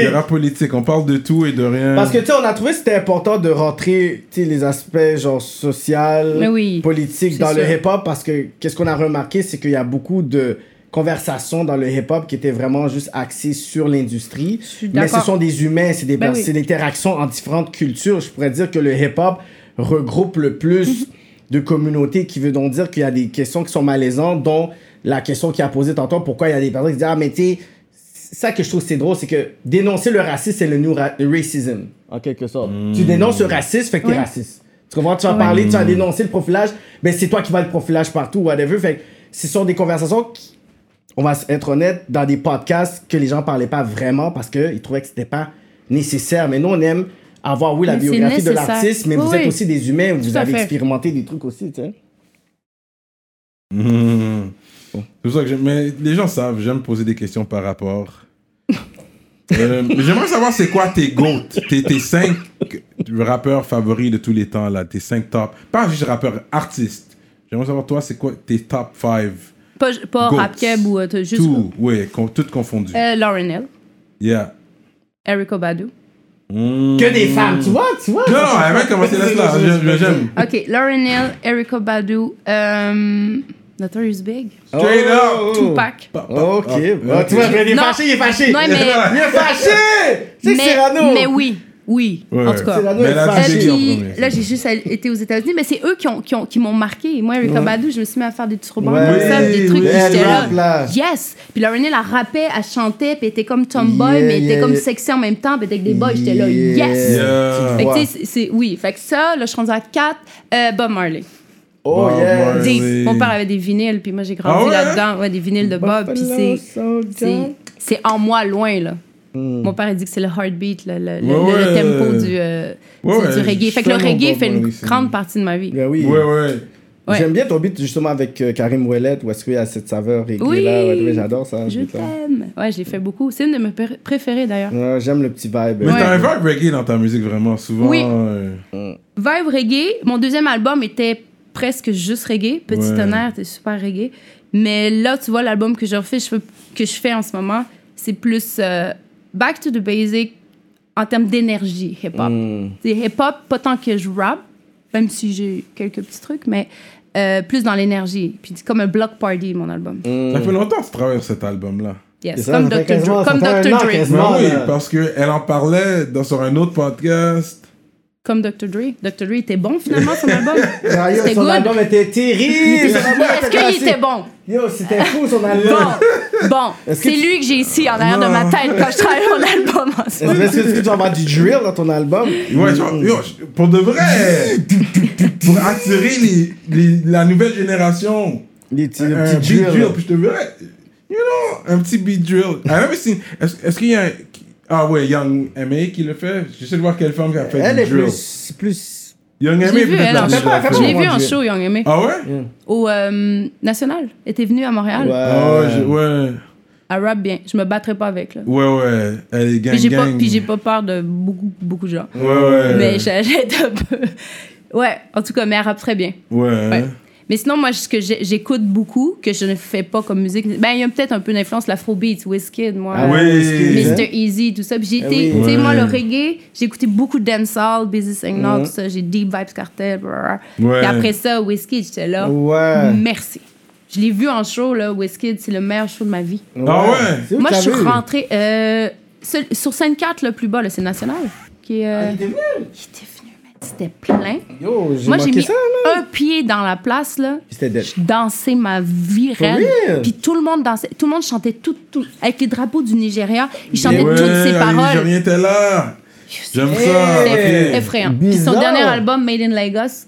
C'est rap politique, on parle de tout et de rien. Parce que, tu sais, on a trouvé que c'était important de rentrer, tu sais, les aspects, genre, social, Mais oui, politique c'est dans le sûr. hip-hop, parce que, qu'est-ce qu'on a remarqué, c'est qu'il y a beaucoup de conversations dans le hip-hop qui étaient vraiment juste axées sur l'industrie. suis Mais ce d'accord. sont des humains, c'est des Ben pers- oui. c'est l'interaction en différentes cultures. Je pourrais dire que le hip-hop regroupe le plus de communautés, qui veut donc dire qu'il y a des questions qui sont malaisantes, dont la question qui a posée tantôt, pourquoi il y a des personnes qui disent « Ah, mais tu sais, c'est ça que je trouve c'est drôle, c'est que dénoncer le racisme, c'est le new ra- le racism, en quelque sorte. Tu dénonces le racisme, fait que t'es Ouais. raciste. Tu comprends? Tu vas Ouais. parler, tu vas dénoncer le profilage, mais c'est toi qui vas le profilage partout, whatever. Fait que ce sont des conversations qui, on va être honnête, dans des podcasts que les gens parlaient pas vraiment parce qu'ils trouvaient que c'était pas nécessaire. Mais nous, on aime avoir, oui, la Mais c'est biographie de nécessaire. l'artiste, mais Oui, vous êtes oui. aussi des humains, vous à avez fait. expérimenté des trucs aussi, tu sais. Mhm. C'est pour ça que j'aime. Mais les gens savent, j'aime poser des questions par rapport. Euh, mais J'aimerais savoir c'est quoi tes GOAT, tes, tes cinq rappeurs favoris de tous les temps, là, tes cinq top. Pas juste rappeurs, artistes. J'aimerais savoir, toi, c'est quoi tes top 5 Pas, pas Goats. rap keb ou euh, juste. Tout, oui, con- toutes confondues. Euh, Lauren Hill, Yeah. Eric Obadu. Que des femmes, tu vois, tu vois. Mm. Non, non, elle va commencer là, je- je- j'aime. Ok, Lauren Hill, Eric Obadu, euh, Notorious Big, Straight Oh, up. Tupac. Pa- pa- Ok, ah, bah, tu vois, il est Non. fâché, il est fâché. Non, mais- Il est fâché! C'est mais, Cyrano! mais oui, oui, Ouais, en ouais. tout cas. Cyrano Mais est là, Euh, c'est fâché. qui en puis, premier? là, j'ai juste été aux États-Unis, mais c'est eux qui, ont, qui, ont, qui m'ont marqué. Moi, Eric Badu, je me suis mis à faire des turbans, Ouais. comme ça, des Oui, trucs, oui, puis elle j'étais là. rappe, là. Yes! Puis Lauren Hill, elle rappait, elle chantait, puis elle était comme tomboy, Yeah, mais elle était yeah, comme yeah. sexy en même temps, puis elle était avec des boys, j'étais là, yes! Yeah. Yeah. Fait que, Ouais. tu sais, c'est- c'est- oui, fait que ça, là, je suis rendue à 4. Bob Marley. Oh, Bob yeah! Marley. Deep. oui. Mon père avait des vinyles, puis moi, j'ai grandi Ah ouais? là-dedans. Ouais, des vinyles de Bob, puis c'est- c'est- c'est en moi, loin, là. Mon père, il dit que c'est le heartbeat, le, le, le- Hmm. Ouais, le- le ouais. tempo du, euh, Ouais, tu sais, ouais, du reggae. je Fait que le fais mon reggae Bob fait une Marley, c'est- grande partie de ma vie. Ben oui. Ouais, ouais. Ouais. J'aime bien ton beat justement avec euh, Karim Ouellet, où est-ce qu'il y a cette saveur et Oui. là, ouais, ouais, j'adore ça. ce Je beat-là. t'aime. Ouais, je l'ai fait beaucoup. C'est une de mes pr- préférées, d'ailleurs. Ouais, J'aime le petit vibe. Mais Ouais. t'as un vibe reggae dans ta musique, vraiment, souvent. Oui. euh, Vibe reggae. Mon deuxième album était presque juste reggae. Petit Ouais. tonnerre, t'es super reggae. Mais là, tu vois, l'album que je refais, je fais- que je fais en ce moment, c'est plus euh, back to the basic en termes d'énergie hip-hop. C'est hip-hop, pas tant que je rap, même si j'ai quelques petits trucs, mais euh, plus dans l'énergie. Puis c'est comme un block party, mon album. Ça fait longtemps que tu travailles sur cet album-là. Yes, C'est ça, comme ça fait Dr. quasiment- Dre. Comme ça Dr. fait un an Dre. quasiment. Ben Non, oui, là. parce qu'elle en parlait dans, sur un autre podcast. Comme Dr. Dre. Dr. Dre était bon, finalement, son album. Ah, yo, C'était son good. album était terrible! Son album Est-ce qu'il était bon? Yo, c'était fou son album! Bon, bon, Est-ce que c'est tu- lui que j'ai ici en arrière de ma tête quand je travaille mon album en ce Est-ce moment. que- est-ce que tu vas avoir du drill dans ton album? Mm. Ouais, genre, yo, je- pour de vrai, pour attirer les, les- la nouvelle génération, Les petits, un, le un petit beat drill. drill, puis je te verrais, you know, un petit beat drill. I never seen- Est-ce est-ce qu'il y a un- Ah ouais, Young M.A. qui le fait J'essaie de voir quelle femme qui a fait Elle du est drill. plus. plus... Young Je M.A. l'ai peut-être vu, elle, la en Fais plus pas- la fais show. pas Je l'ai mon vu en Dieu. show, Young Aimé. Ah ouais Au euh, National. Elle était venue à Montréal. Ah Ouais. ouais, je- ouais. Elle rappe bien. Je me battrai pas avec, là. Ouais, ouais. Elle est gang, Puis j'ai pas, gang. puis j'ai pas peur de beaucoup, beaucoup de gens. Ouais, ouais. Mais j'ai- j'étais un peu... Ouais, en tout cas, mais elle rappe très bien. Ouais. Ouais. Mais sinon, moi, ce que j'ai- j'écoute beaucoup, que je ne fais pas comme musique... Ben, il y a peut-être un peu d'influence, l'afrobeat, Wizkid, moi. Ah Oui. ouais, Mais excuse. Mr. Easy, tout ça. Puis j'ai Eh été, oui. tu sais, moi, Ouais. le reggae, j'ai écouté beaucoup de dancehall, Busy Signal, tout ça. J'ai Deep Vibes Cartel, blablabla. Ouais. Et après ça, Whiskey, j'étais là. Ouais. Merci. Je l'ai vu en show, là, Whiskey, c'est le meilleur show de ma vie. Ah ouais. C'est où Moi, que je t'as suis vu? rentrée euh, sur, sur scène 4, le plus bas, là, c'est National. Qui, est, euh, Il était Ah, venu. il était venu, man, c'était plein. Yo, j'ai Moi, j'ai manqué mis ça. un pied dans la place, là. C'était dead. Je dansais ma vie For raide. real? Puis tout le monde dansait. Tout le monde chantait tout, tout. Avec les drapeaux du Nigeria, ils chantaient ouais, toutes ces les paroles. Nigériens étaient là. J'aime ça. C'est ok. effrayant. Puis son Bizarre. dernier album, Made in Lagos,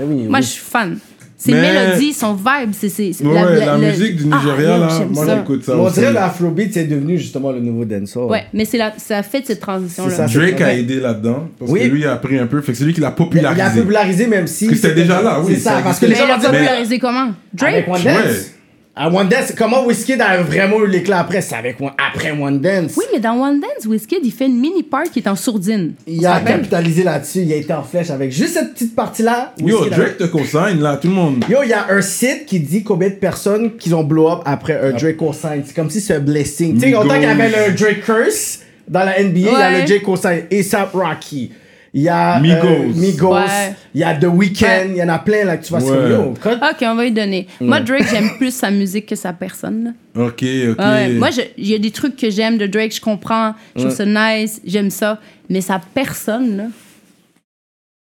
Eh oui, moi oui. je suis fan. Ses Mais- mélodies, son vibe, c'est. c'est- c'est Ouais, ouais, la, le- musique du Ah, Nigeria, yo, là, j'aime moi ça. j'écoute ça Mais On aussi. dirait l'afrobeat, c'est devenu justement le nouveau dancehall. Ouais, mais c'est la, ça a fait cette C'est transition-là. ça. Drake a aidé là-dedans, parce Oui. que lui il a appris un peu, fait que c'est lui qui l'a Il a popularisé. popularisé même si. Parce que c'était déjà là, oui, C'est ça ça, parce que Mais les elle gens a vont dire. popularisé comment Avec Drake One Ouais. Dance. À One Dance, comment Whiskey a vraiment eu l'éclat après? C'est avec One- après One Dance. Oui, mais dans One Dance, Wizkid, il fait une mini part qui est en sourdine. Il a capitalisé là-dessus, il a été en flèche avec juste cette petite partie-là. Yo, Wizkid a- Drake te consigne là, tout le monde. Yo, il y a un site qui dit combien de personnes qui ont blow up après un Drake consigne. C'est comme si c'est un blessing. Tu sais, Ah. Migos. autant qu'il y avait le Drake curse dans la NBA, il y a Ouais. le Drake consigne. ASAP Rocky. Il y a euh, Migos. Migos. Ouais. Il y a The Weeknd. Ouais. Il y en a plein là que tu vois. c'est Ouais. comme, Yo, quand- Ok, on va y donner. Moi, Drake, j'aime plus sa musique que sa personne. là. Ok, ok. Ah ouais. Moi, je- il y a des trucs que j'aime de Drake, je comprends, je trouve ça nice, j'aime ça. Mais sa personne, là,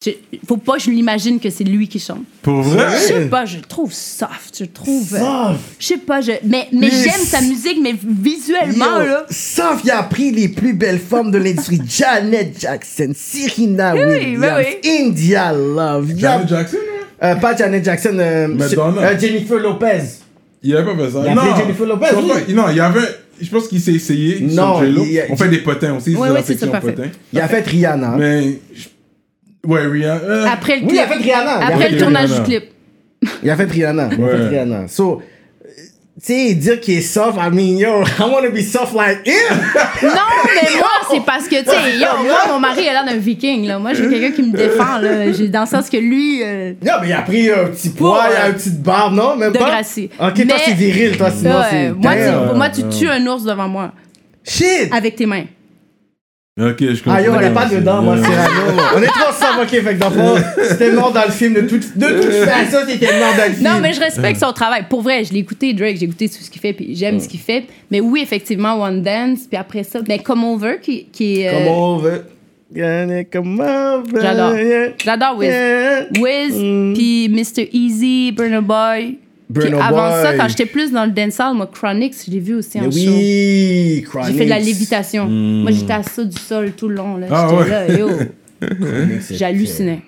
je- faut pas que je l'imagine que c'est lui qui chante. Pour vrai? Je sais pas, je le trouve soft, je le trouve. euh, Soft. Je sais pas, je, mais, mais Mais j'aime c'est- sa musique, mais visuellement, Yo, là. sauf il a pris les plus belles formes de l'industrie. Janet Jackson, Serena oui, Williams, oui, India Love. Il y a- Janet Jackson, hein? Euh, pas Janet Jackson, euh, Madonna. euh, Jennifer Lopez. Il avait pas fait ça. Il a non, fait Jennifer Lopez, je pense pas. oui. Non, il y avait. Je pense qu'il s'est essayé. sur Non, J-Lo. il y a- On fait des potins aussi. c'est Ouais, ouais, la c'est ça, section parfait. potins. Il a fait Rihanna. Mais. je- Ouais, Rihanna. euh, Après le Oui, clip. il a fait Rihanna. Il a Après fait le tournage du Rihanna. clip. Il a fait Rihanna. Il a fait Ouais. Rihanna. So, euh, tu sais, dire qu'il est soft, I mean, yo, I want to be soft like him. Non, mais moi, c'est parce que, tu sais, yo, moi, mon mari a l'air d'un viking, là. Moi, j'ai quelqu'un qui me défend, là. J'ai- Dans le sens que lui. euh, Non, mais il a pris un petit poids, Pour, il a euh, une petite barbe, non? Même de pas. Gracie. Ok, Mais- toi, c'est viril, toi, sinon, ouais, c'est. euh, moi, Damn. tu, moi, tu tues un ours devant moi. Shit! Avec tes mains. Ok, je comprends. Ah yo, on n'est pas dedans, moi, Euh, c'est On est trop soft, ok, fait que dans le fond, c'était mort dans le film de toute, de toute façon, c'était mort dans le film. Non, mais je respecte son travail. Pour vrai, je l'ai écouté, Drake, j'ai écouté tout ce qu'il fait, puis j'aime ce qu'il fait. Mais oui, effectivement, One Dance, puis après ça, mais Come Over, qui, qui est. euh, Come over. Gonna come over. J'adore. yeah. J'adore Wiz. Yeah. Mm. Wiz, puis Mr. Easy, Burner Boy. Puis Burna avant Boy. ça, quand j'étais plus dans le dancehall, moi, Chronix, je l'ai vu aussi en Mais show. oui, J'ai fait de la Chronix. Mm. lévitation. Moi, j'étais à ça du sol tout le long. Là. Ah j'étais ouais. là, yo. Chronique, c'est J'hallucinais.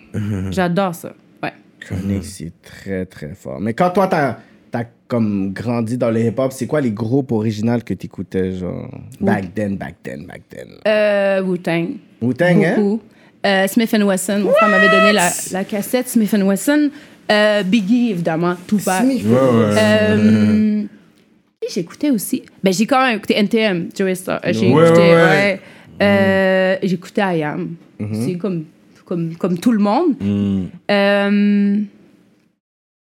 J'adore ça. Ouais. très- Chronique, c'est très, très fort. Mais quand toi, t'as as comme grandi dans le hip-hop, c'est quoi les groupes originaux que t'écoutais, genre back then, back then, back then? Euh, Wu-Tang. Wu-Tang, hein? beaucoup. Euh, Smith Wesson, mon frère m'avait donné la, la cassette Smith Wesson. Euh, Biggie, évidemment, Tupac. Smith. Ouais, ouais. Mm-hmm. Euh, qui j'écoutais aussi? Ben, j'ai quand même écouté NTM, Joey Star. Euh, J'ai Ouais, écouté, ouais, ouais. ouais. Euh, J'écoutais I Am. C'est comme, comme, comme tout le monde. Hmm. Euh,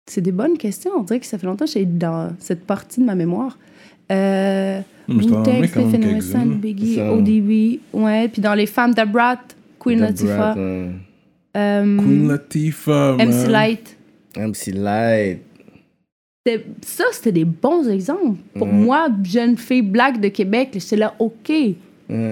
c'est des bonnes questions. On dirait que ça fait longtemps que j'ai dans cette partie de ma mémoire. Euh, Mais je t'en Wu-Tang, remets quand même Stephen quelques-unes, Wesson, là. Biggie, Ça. ODB. Ouais, puis dans les femmes, The Brat, Queen The Latifah, Brat, hein. euh, Queen Latifah. MC man. Light. MC Ah, Light. C'était- Ça, c'était des bons exemples. Pour moi, jeune fille black de Québec, j'étais là, OK, tu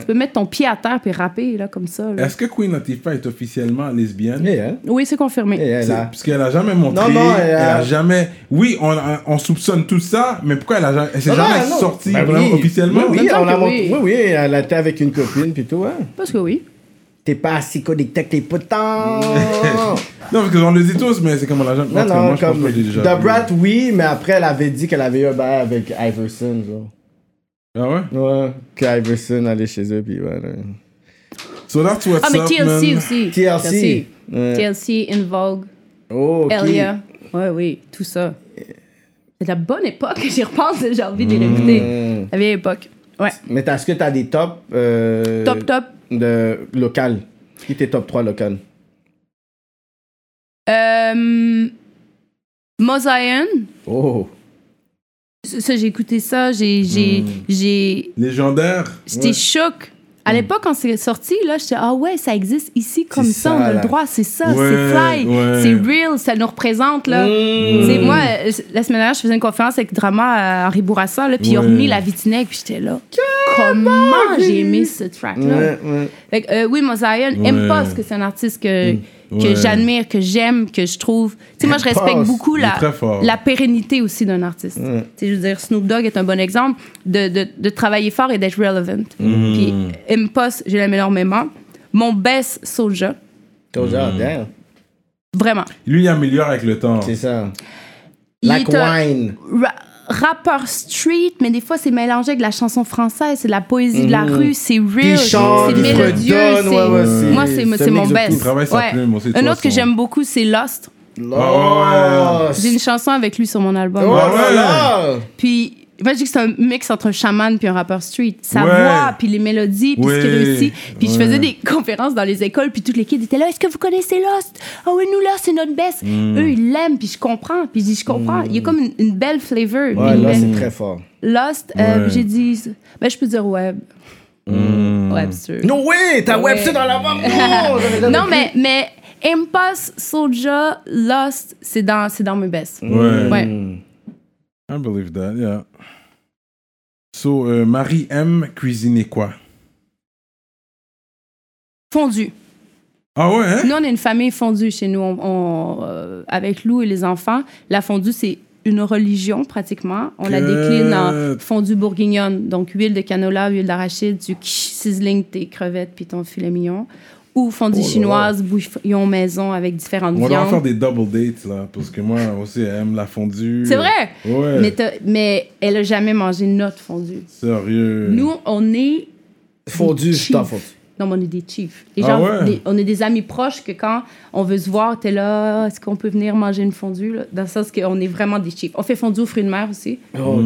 peux mettre ton pied à terre puis rapper, là, comme ça. là. Est-ce que Queen Latifah est officiellement lesbienne? Yeah, hein? Oui, c'est confirmé. Yeah, C'est- là. Parce qu'elle a jamais montré. Non, non, elle elle, a- a jamais. Oui, on, a- on soupçonne tout ça, mais pourquoi elle, a ja- elle s'est Ah, Non, jamais non, non. sortie Ben vraiment oui. officiellement? Oui, Il me on semble a que montré- oui. oui, oui, elle était avec une copine, puis tout, hein? Parce que oui. T'es pas assez connecté avec les potins! Non, parce qu'on le dit tous, mais c'est comme on l'a jamais. en Non, tout cas, non, moi, je pense comme. que je l'ai déjà The vu. Brat, oui, mais après, elle avait dit qu'elle avait eu un bail avec Iverson, genre. Ah ouais? Ouais, qu'Iverson allait chez eux, puis ouais. là. So that's what's Ah, mais up, TLC man. aussi. TLC. Ouais. TLC, In Vogue, Oh, ok. Elia. Ouais, oui, tout ça. C'est la bonne époque, j'y repense, j'ai envie de l'écouter. Hmm. La vieille époque. Ouais. Mais t'as- est-ce que t'as des tops euh, Top, top. de local Qui tes top 3 local Euh, Mosaïen. Oh, Ça, j'ai écouté ça, j'ai. j'ai- Hmm. j'ai Légendaire. J'étais choc. À l'époque, quand c'est sorti, là, j'étais ah ouais, ça existe ici comme C'est ça, ça, on a là. le droit, c'est ça, Ouais, c'est fly, ouais. c'est real, ça nous représente là. Mmh. Tu sais, moi, euh, la semaine dernière, je faisais une conférence avec Drama à Henri Bourassa, là, puis ils ont Ouais. remis la Vitinec, puis j'étais là. Comment j'ai aimé ce track là. ouais, ouais. Fait que, euh, oui, Mosaïen, Ouais. Mm. Impost, que c'est un artiste que, que Ouais. j'admire, que j'aime, que je trouve. Tu sais, moi, je Impost, respecte beaucoup il est la, très fort. la pérennité aussi d'un artiste. Tu sais, je veux dire, Snoop Dogg est un bon exemple de, de, de travailler fort et d'être relevant. Mm. Puis Impost, je l'aime énormément. Mon best Soulja, Soulja, damn. vraiment. Lui, il améliore avec le temps. C'est ça. Il Like est un- wine. ra- rappeur street, mais des fois c'est mélangé avec de la chanson française, c'est de la poésie de la rue, c'est Puis real, il Mmh. chante, c'est il mélodieux. fredonne, c'est- Mmh. ouais, ouais, c'est- Moi, c'est c'est un c'est mon mix de tout. best. Il travaille sa plume aussi, Un toi, autre que son- j'aime beaucoup, c'est Lost. Ah Lord. J'ai une chanson avec lui sur mon album. Oh Ah Ouais, ouais. là là. Puis, moi, je dis que c'est un mix entre un chaman puis un rappeur street. Sa Ouais. voix, puis les mélodies, puis ce qu'il Ouais. réussit. Puis je faisais des conférences dans les écoles, puis toutes les kids étaient là, est-ce que vous connaissez Lost? Ah oui, nous, Lost, c'est notre best. Mmh. Eux, ils l'aiment, puis je comprends. Puis je dis, je comprends. Il y a comme une, une belle flavor. puis Ouais, une là, belle- c'est très fort. Lost, euh, Ouais. j'ai dit, ben, je peux dire web. Hmm. Webster. No way! T'as Ouais. Webster dans l'album? Non! j'avais jamais Non, vu. mais, mais Impasse, Soulja, Lost, c'est dans, c'est dans mes best. Ouais. Ouais. I believe that, yeah. So, euh, Marie aime cuisiner quoi? Fondu. Ah ouais, hein? Nous, on est une famille fondue chez nous. On, on, euh, avec Lou et les enfants, la fondue, c'est une religion pratiquement. On la Good. décline en fondue bourguignonne. Donc, huile de canola, huile d'arachide, du quiche, sizzling, tes crevettes puis ton filet mignon. Ou fondue Oh là là. chinoise, bouillon maison avec différentes On va devoir faire viandes. des double dates, là, parce que moi aussi, elle aime la fondue. C'est vrai! Ouais. Mais, t'as- mais elle a jamais mangé notre fondue. Sérieux. Nous, on est Fondu, je t'en fondu. Non, mais on est des chiefs. Les Ah gens- ouais? des- on est des amis proches que quand on veut se voir, t'es là, ah, est-ce qu'on peut venir manger une fondue? là? Dans le sens qu'on est vraiment des chiefs. On fait fondue aux fruits de mer aussi, Mm. Ok.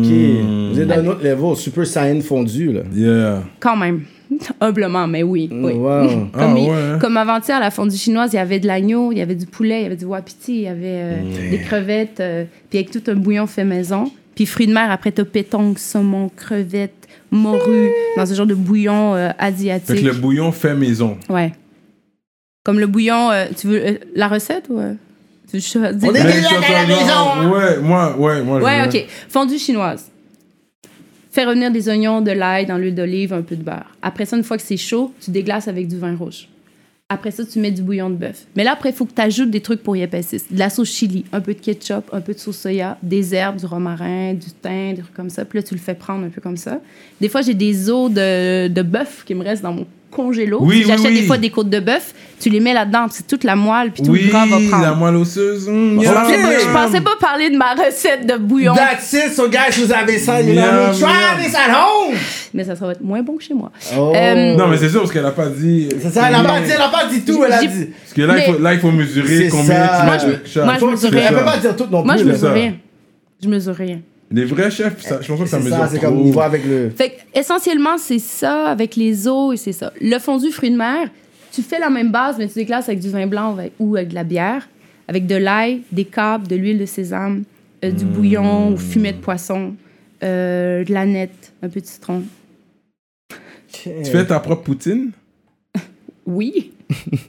Vous êtes d'un autre level. Super Saiyan fondu, là. Mm, Yeah. quand même. Humblement, mais oui. oui. Wow. Ah Comme, il- ouais. comme avant-hier, à la fondue chinoise, il y avait de l'agneau, il y avait du poulet, il y avait du wapiti, il y avait euh, Mm. des crevettes, euh, puis avec tout un bouillon fait maison. Puis fruits de mer, après, t'as pétanque, saumon, crevettes, morue, dans ce genre de bouillon euh, Fait asiatique. que le bouillon fait maison. Ouais. Comme le bouillon, euh, tu veux euh, la recette ou euh, tu veux juste dire- On est Mais déjà ça, dans ça, la non. maison. Ouais, moi, ouais, moi. je hein. Ouais, veux. ok. Fondue chinoise. Faire revenir des oignons, de l'ail dans l'huile d'olive, un peu de beurre. Après ça, une fois que c'est chaud, tu déglaces avec du vin rouge. Après ça, tu mets du bouillon de bœuf. Mais là, après, il faut que tu ajoutes des trucs pour y épaissir. De la sauce chili, un peu de ketchup, un peu de sauce soya, des herbes, du romarin, du thym, des trucs comme ça. Puis là, tu le fais prendre un peu comme ça. Des fois, j'ai des os de, de bœuf qui me restent dans mon congélo. Oui, Puis J'achète oui, oui. des fois des côtes de bœuf, tu les mets là-dedans, puis c'est toute la moelle, puis tout Oui, le gras va prendre. la moelle osseuse. mm, Je Je sais yum. pas, Je pensais pas parler de ma recette de bouillon. That's it, so guys, vous avez ça, you know Yeah, what I mean? Try yeah. this at home! mais ça sera être moins bon que chez moi. Oh. Euh, Non, mais c'est sûr, parce qu'elle a pas dit. C'est ça, elle a pas dit, elle a pas dit tout, elle a J'ai- dit. Parce que là, il, Mais- faut, là, il faut mesurer C'est combien ça. tu Moi, mets je de chaque. moi, je C'est mesurerais. Mais elle peut ça. pas dire tout non Moi, je plus. là. mesure ça. rien. Je mesure rien. Les vrais chefs, ça- je pense pas que ça C'est mesure ça, c'est comme trop. il va avec le. Fait que, essentiellement, c'est ça avec les os et c'est ça. Le fondu fruits de mer, tu fais la même base, mais tu déclasses avec du vin blanc ou avec- ou avec de la bière, avec de l'ail, des câbles, de l'huile de sésame, euh, du Hmm. bouillon ou fumet de poisson, euh, de la nette, un peu de citron. Tu fais ta propre poutine Oui.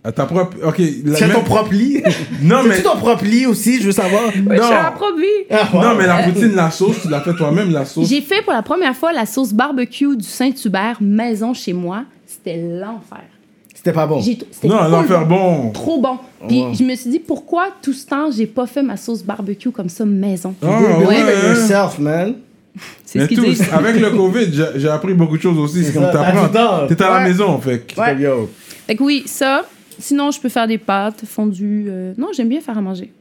Ah, Ta propre. Ok. Tu la- fais mais- ton propre lit. Non, mais. Tu ton propre lit aussi, je veux savoir. Je Non. suis approbée. Ah, wow. Non, mais la poutine, la sauce, tu l'as fait toi-même, la sauce. J'ai fait pour la première fois la sauce barbecue du Saint-Hubert maison chez moi. C'était l'enfer. C'était pas bon. J'ai t- c'était Oh. Non, full l'enfer bon. bon. Trop bon. Puis wow. je me suis dit, pourquoi tout ce temps, j'ai pas fait ma sauce barbecue comme ça maison? Ah, Believe ouais, in yourself, man. C'est Mais ce qu'ils tous, disent. avec le Covid, j'ai- j'ai appris beaucoup de choses aussi. C'est comme ça, Ah, t'as tout t'apprends. dans. T'es à la Ouais. maison, en fait. C'est comme, yo. Fait que oui, ça. Sinon, je peux faire des pâtes, fondues. euh, Non, j'aime bien faire à manger.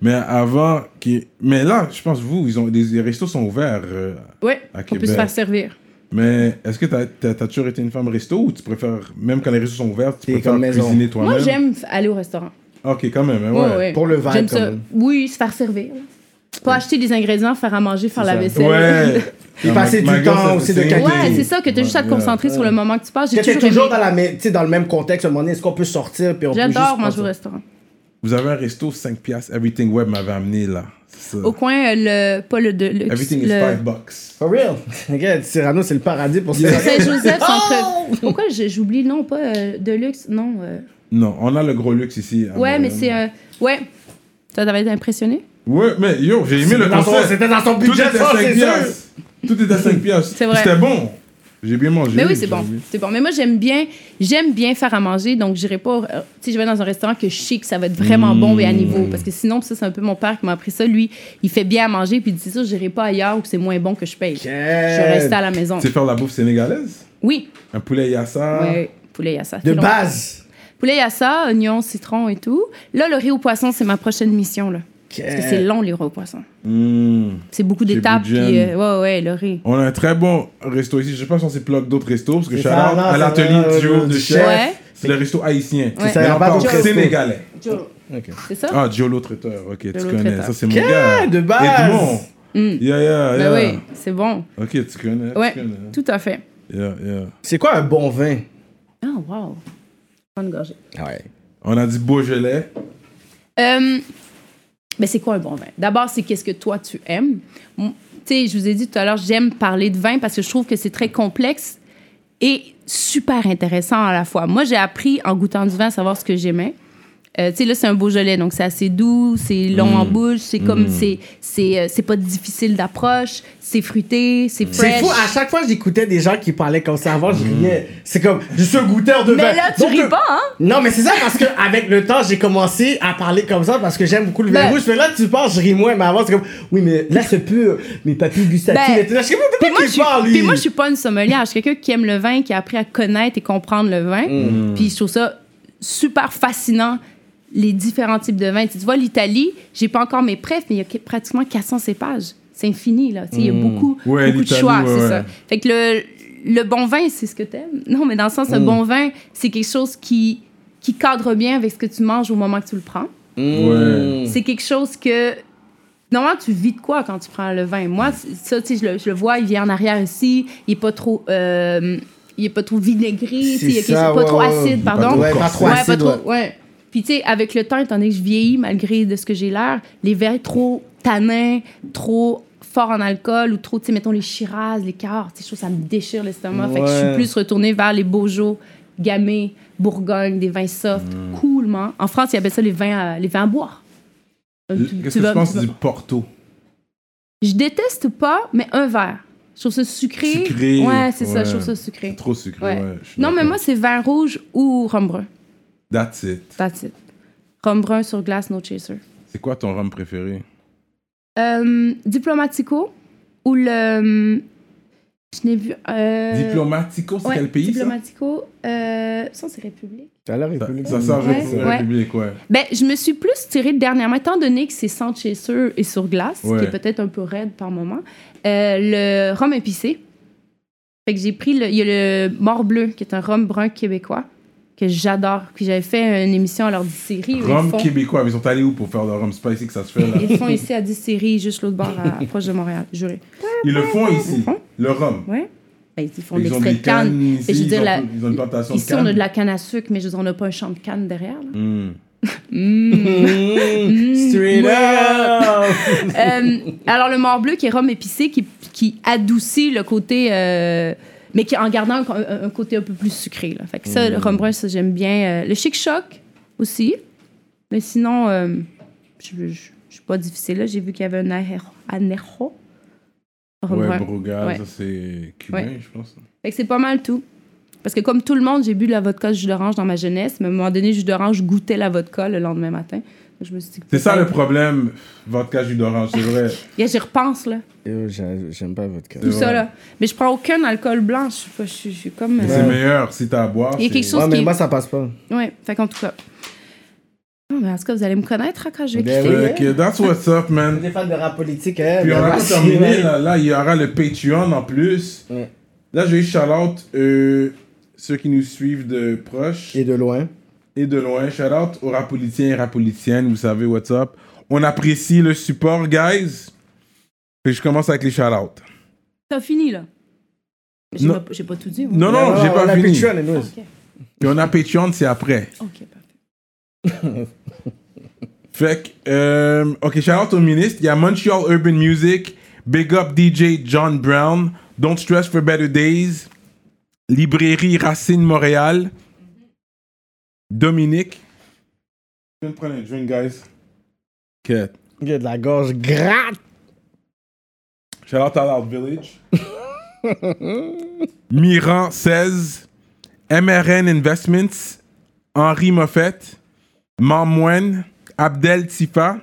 Mais avant. qu'il- Mais là, je pense, vous, ils ont... les les restos sont ouverts. euh, Ouais, Ah, À qu'on peut se Québec. faire servir. Mais est-ce que t'as t'as- t'as toujours été une femme resto ou tu préfères, même quand les restos sont ouverts, tu T'es préfères comme maison. cuisiner toi-même Moi, j'aime f- aller au restaurant. Ok, quand même, hein, Ouais, ouais. ouais. Pour le vibe, J'aime quand ça. même. Oui, se faire servir. Pas acheter des ingrédients, faire à manger, faire C'est la ça. vaisselle. Et Ah, passer ma- du ma gosse, temps elle aussi fait de ça. qualité. Ouais, c'est ça, que t'as juste à te Ouais, concentrer sur le moment que tu passes. J'ai T'étais toujours, toujours aimé. dans, la, mai- tu sais, dans le même contexte. À un moment donné, est-ce qu'on peut sortir puis on peut juste. J'adore manger au prendre ça? restaurant. Vous avez un resto 5 piastres, Everything Web m'avait amené là. C'est ça. Au coin, euh, le. Pas le. de- le- Everything is le- 5 bucks. For real. Regarde, Cyrano, c'est le paradis pour ça. Saint-Joseph, centre. Pourquoi j'ai- j'oublie le nom, pas euh, Deluxe? Non. euh, Non, on a le gros luxe ici. à Ouais, mais Montréal. c'est. euh, Ouais. Ça t'avait été impressionné? Ouais, mais yo, j'ai aimé le concept. C'était dans son Tout était budget, à ça, 5 c'est sûr. piastres. Tout était à 5 piastres. C'est vrai. C'était bon. J'ai bien mangé. Mais oui, c'est j'ai bon. aimé. C'est bon. Mais moi, j'aime bien, j'aime bien faire à manger, donc j'irai pas. euh, si je vais dans un restaurant que je sais que ça va être vraiment bon et à niveau. Parce que sinon, ça, c'est un peu mon père qui m'a appris ça. Lui, il fait bien à manger, puis il dit ça, j'irai pas ailleurs où c'est moins bon que je paye. Je vais rester à la maison. C'est Ah. faire la bouffe sénégalaise Oui. Un poulet yassa Ouais. Poulet yassa. De c'est long. base. Poulet yassa, oignons, citron et tout. Là, le riz au poisson, c'est ma prochaine mission, là. Parce que c'est long, les riz au poisson. Hmm. C'est beaucoup C'est d'étapes, puis. budget. euh, ouais, ouais, le riz. On a un très bon resto ici. Je sais pas si on s'est plug d'autres restos parce que je C'est suis ça, allé non, à c'est l'atelier vrai, du euh, haut de du chef. chef. Ouais. C'est le resto haïtien. Ouais. Mais Ça, y a on pas parle d'autres restos. sénégalais. Ok. C'est ça? Ah, Diolo Traiteur, ok, tu Diolo connais. Traiteur. Ça, c'est mon Quel gars. de base Edmond. Mm. Yeah, yeah, yeah. Ben oui, c'est bon. Ok, tu connais. Ouais, Tu euh, connais. tout à fait. Yeah, yeah. C'est quoi un bon vin Ah, wow. Bonne gorgée. Ouais. On a dit Beaujolais. Euh, ben, c'est quoi un bon vin? D'abord, c'est qu'est-ce que toi, tu aimes. M- Tu sais, je vous ai dit tout à l'heure, j'aime parler de vin parce que je trouve que c'est très complexe et super intéressant à la fois. Moi, j'ai appris en goûtant du vin à savoir ce que j'aimais. Euh, tu sais, là, c'est un Beaujolais, donc c'est assez doux, c'est long Mm. en bouche, c'est comme, c'est, c'est, euh, c'est pas difficile d'approche, c'est fruité, c'est fresh. C'est fou, à chaque fois j'écoutais des gens qui parlaient comme ça avant, je riais. C'est comme, je suis un goûteur de vin. Mais là, tu Donc, ris le- pas, hein? Non, mais c'est ça parce que avec le temps, j'ai commencé à parler comme ça parce que j'aime beaucoup le vin Ben- rouge. Mais là, tu parles, je ris moins. Mais avant, c'est comme, oui, mais là, c'est pur. Mes papilles gustatives. Ben- et tout. je sais pas Puis pourquoi moi, tu je suis- parles, lui. puis moi, je suis pas une sommelière. Je suis quelqu'un qui aime le vin, qui a appris à connaître et comprendre le vin. Mm. Puis je trouve ça super fascinant, les différents types de vins. Tu vois, l'Italie, j'ai pas encore mes préfs, mais il y a que- pratiquement 400 cépages. C'est infini, là. Tu sais, Il y a beaucoup, Ouais, beaucoup de l'Italie, choix, ouais, c'est ouais. ça. Fait que le, le bon vin, c'est ce que t'aimes. Non, mais dans le sens, Mm. un bon vin, c'est quelque chose qui, qui cadre bien avec ce que tu manges au moment que tu le prends. Hmm. Ouais. C'est quelque chose que. Normalement, tu vis de quoi quand tu prends le vin? Moi, c'est- ça, tu sais, je le, je le vois, il vient en arrière ici, il est pas trop. euh, il est pas trop vinaigré, tu sais, il est C'est ça, pas ouais, trop ouais. acide, Pas pardon. trop Ouais, pas corsé. trop Ouais, acide, trop- ouais. Puis, tu sais, avec le temps, étant donné que je vieillis, malgré de ce que j'ai l'air, les verres trop tanins, trop forts en alcool ou trop, tu sais, mettons les Shiraz, les Cahors, tu sais, je trouve que ça me déchire l'estomac. Fait que je Ouais. suis plus retournée vers les Beaujolais, Gamay, Bourgogne, des vins soft, Mm. coolement. En France, ils appellent ça les vins à, les vins à boire. Donc, tu- Qu'est-ce tu que vas- tu penses tu vas- du Porto Je déteste pas, mais un verre. Je trouve ça sucré. Sucré, Ouais, c'est ça, ouais. je trouve ça sucré. Trop sucré, Ouais. ouais. je suis Non, mais d'accord. moi, c'est vin rouge ou rhum brun. That's it. That's it. Rhum brun sur glace, no chaser. C'est quoi ton rhum préféré Euh, Diplomatico ou le. Je n'ai vu. euh, Diplomatico, c'est ouais, quel pays ça Diplomatico, euh, ça, c'est République. Ça euh, a l'air ça républicain. ça sort Ouais, sur la ouais. République, ouais. Ben, je me suis plus tirée dernièrement, étant donné que c'est sans chaser et sur glace, Ouais. qui est peut-être un peu raide par moment, euh, le rhum épicé. Fait que j'ai pris le. Il y a le mort bleu, qui est un rhum brun québécois, que j'adore. Puis j'avais fait une émission à leur distillerie. où ils Rhum font- québécois, mais ils sont allés où pour faire le rhum spicy que ça se fait là Ils le font ici à distillerie, juste l'autre bord, à, proche de Montréal, juré. Ils le font ici, font. le rhum. Ouais. Ben, ils font de Ils ont l'extrait des de canne. cannes ici, Mais je veux ils dire, ont la- ils ont une plantation de Ici, on a cannes. de la canne à sucre, mais je veux dire, on n'a pas un champ de canne derrière. là. Hmm. Mmh, Mm. Straight up. Euh, alors, le mort bleu, qui est rhum épicé, qui, qui adoucit le côté. euh, mais qui en gardant un, un- un côté un peu plus sucré. Là. Fait que ça, le rhum brun, ça, j'aime bien. Euh, le chic choc aussi. Mais sinon, euh, je je- je suis pas difficile. là. J'ai vu qu'il y avait un anéro. anéro rhum Ouais, brun. Brugal, Ouais. ça c'est cubain, Ouais. je pense. Fait que c'est pas mal tout. Parce que comme tout le monde, j'ai bu de la vodka au jus d'orange dans ma jeunesse, mais à un moment donné, le jus d'orange goûtait la vodka le lendemain matin. Donc, je me suis dit que C'est ça le peut-être- problème, vodka jus d'orange, c'est vrai. Yeah, J'y repense, là. Yo, j'ai- J'aime pas votre cœur. tout C'est ça vrai. là. Mais je prends aucun alcool blanc. Je suis pas, je suis, je suis comme. euh, C'est meilleur si t'as à boire. Il y a c'est- quelque chose- Ouais, mais qui- moi, ça passe pas. euh, Ouais. Fait qu'en tout cas. Non, mais en tout cas, vous allez me connaître hein, quand je vais Ben quitter. oui. Ok, that's what's up, man. Des fans de rap politique, hein. Puis mais on a voici, tout terminé, ouais. là, là, il y aura le Patreon en plus. Ouais. Là, je vais shout-out euh, ceux qui nous suivent de proche Et de loin. et de loin. Shout-out aux rapolitiens et rapolitiennes, vous savez, what's up. On apprécie le support, guys. Fait que je commence avec les shout-outs. T'as fini là. J'ai Non. pas, j'ai pas tout dit. moi. Non, non, j'ai on pas a fini. Patreon, les news. Ok. Puis on a Patreon, c'est après. Ok, parfait. Fait que, euh, ok, shout-out au ministre. Il y a Montreal Urban Music, Big Up DJ John Brown, Don't Stress for Better Days, Librairie Racine Montréal, Dominique. Je viens de prendre un drink, guys. Ok. Il y a de la gorge gratte. Shout-out à Loud Village. Miran 16, MRN Investments, Henri Moffett, Mamoine, Abdel Tifa,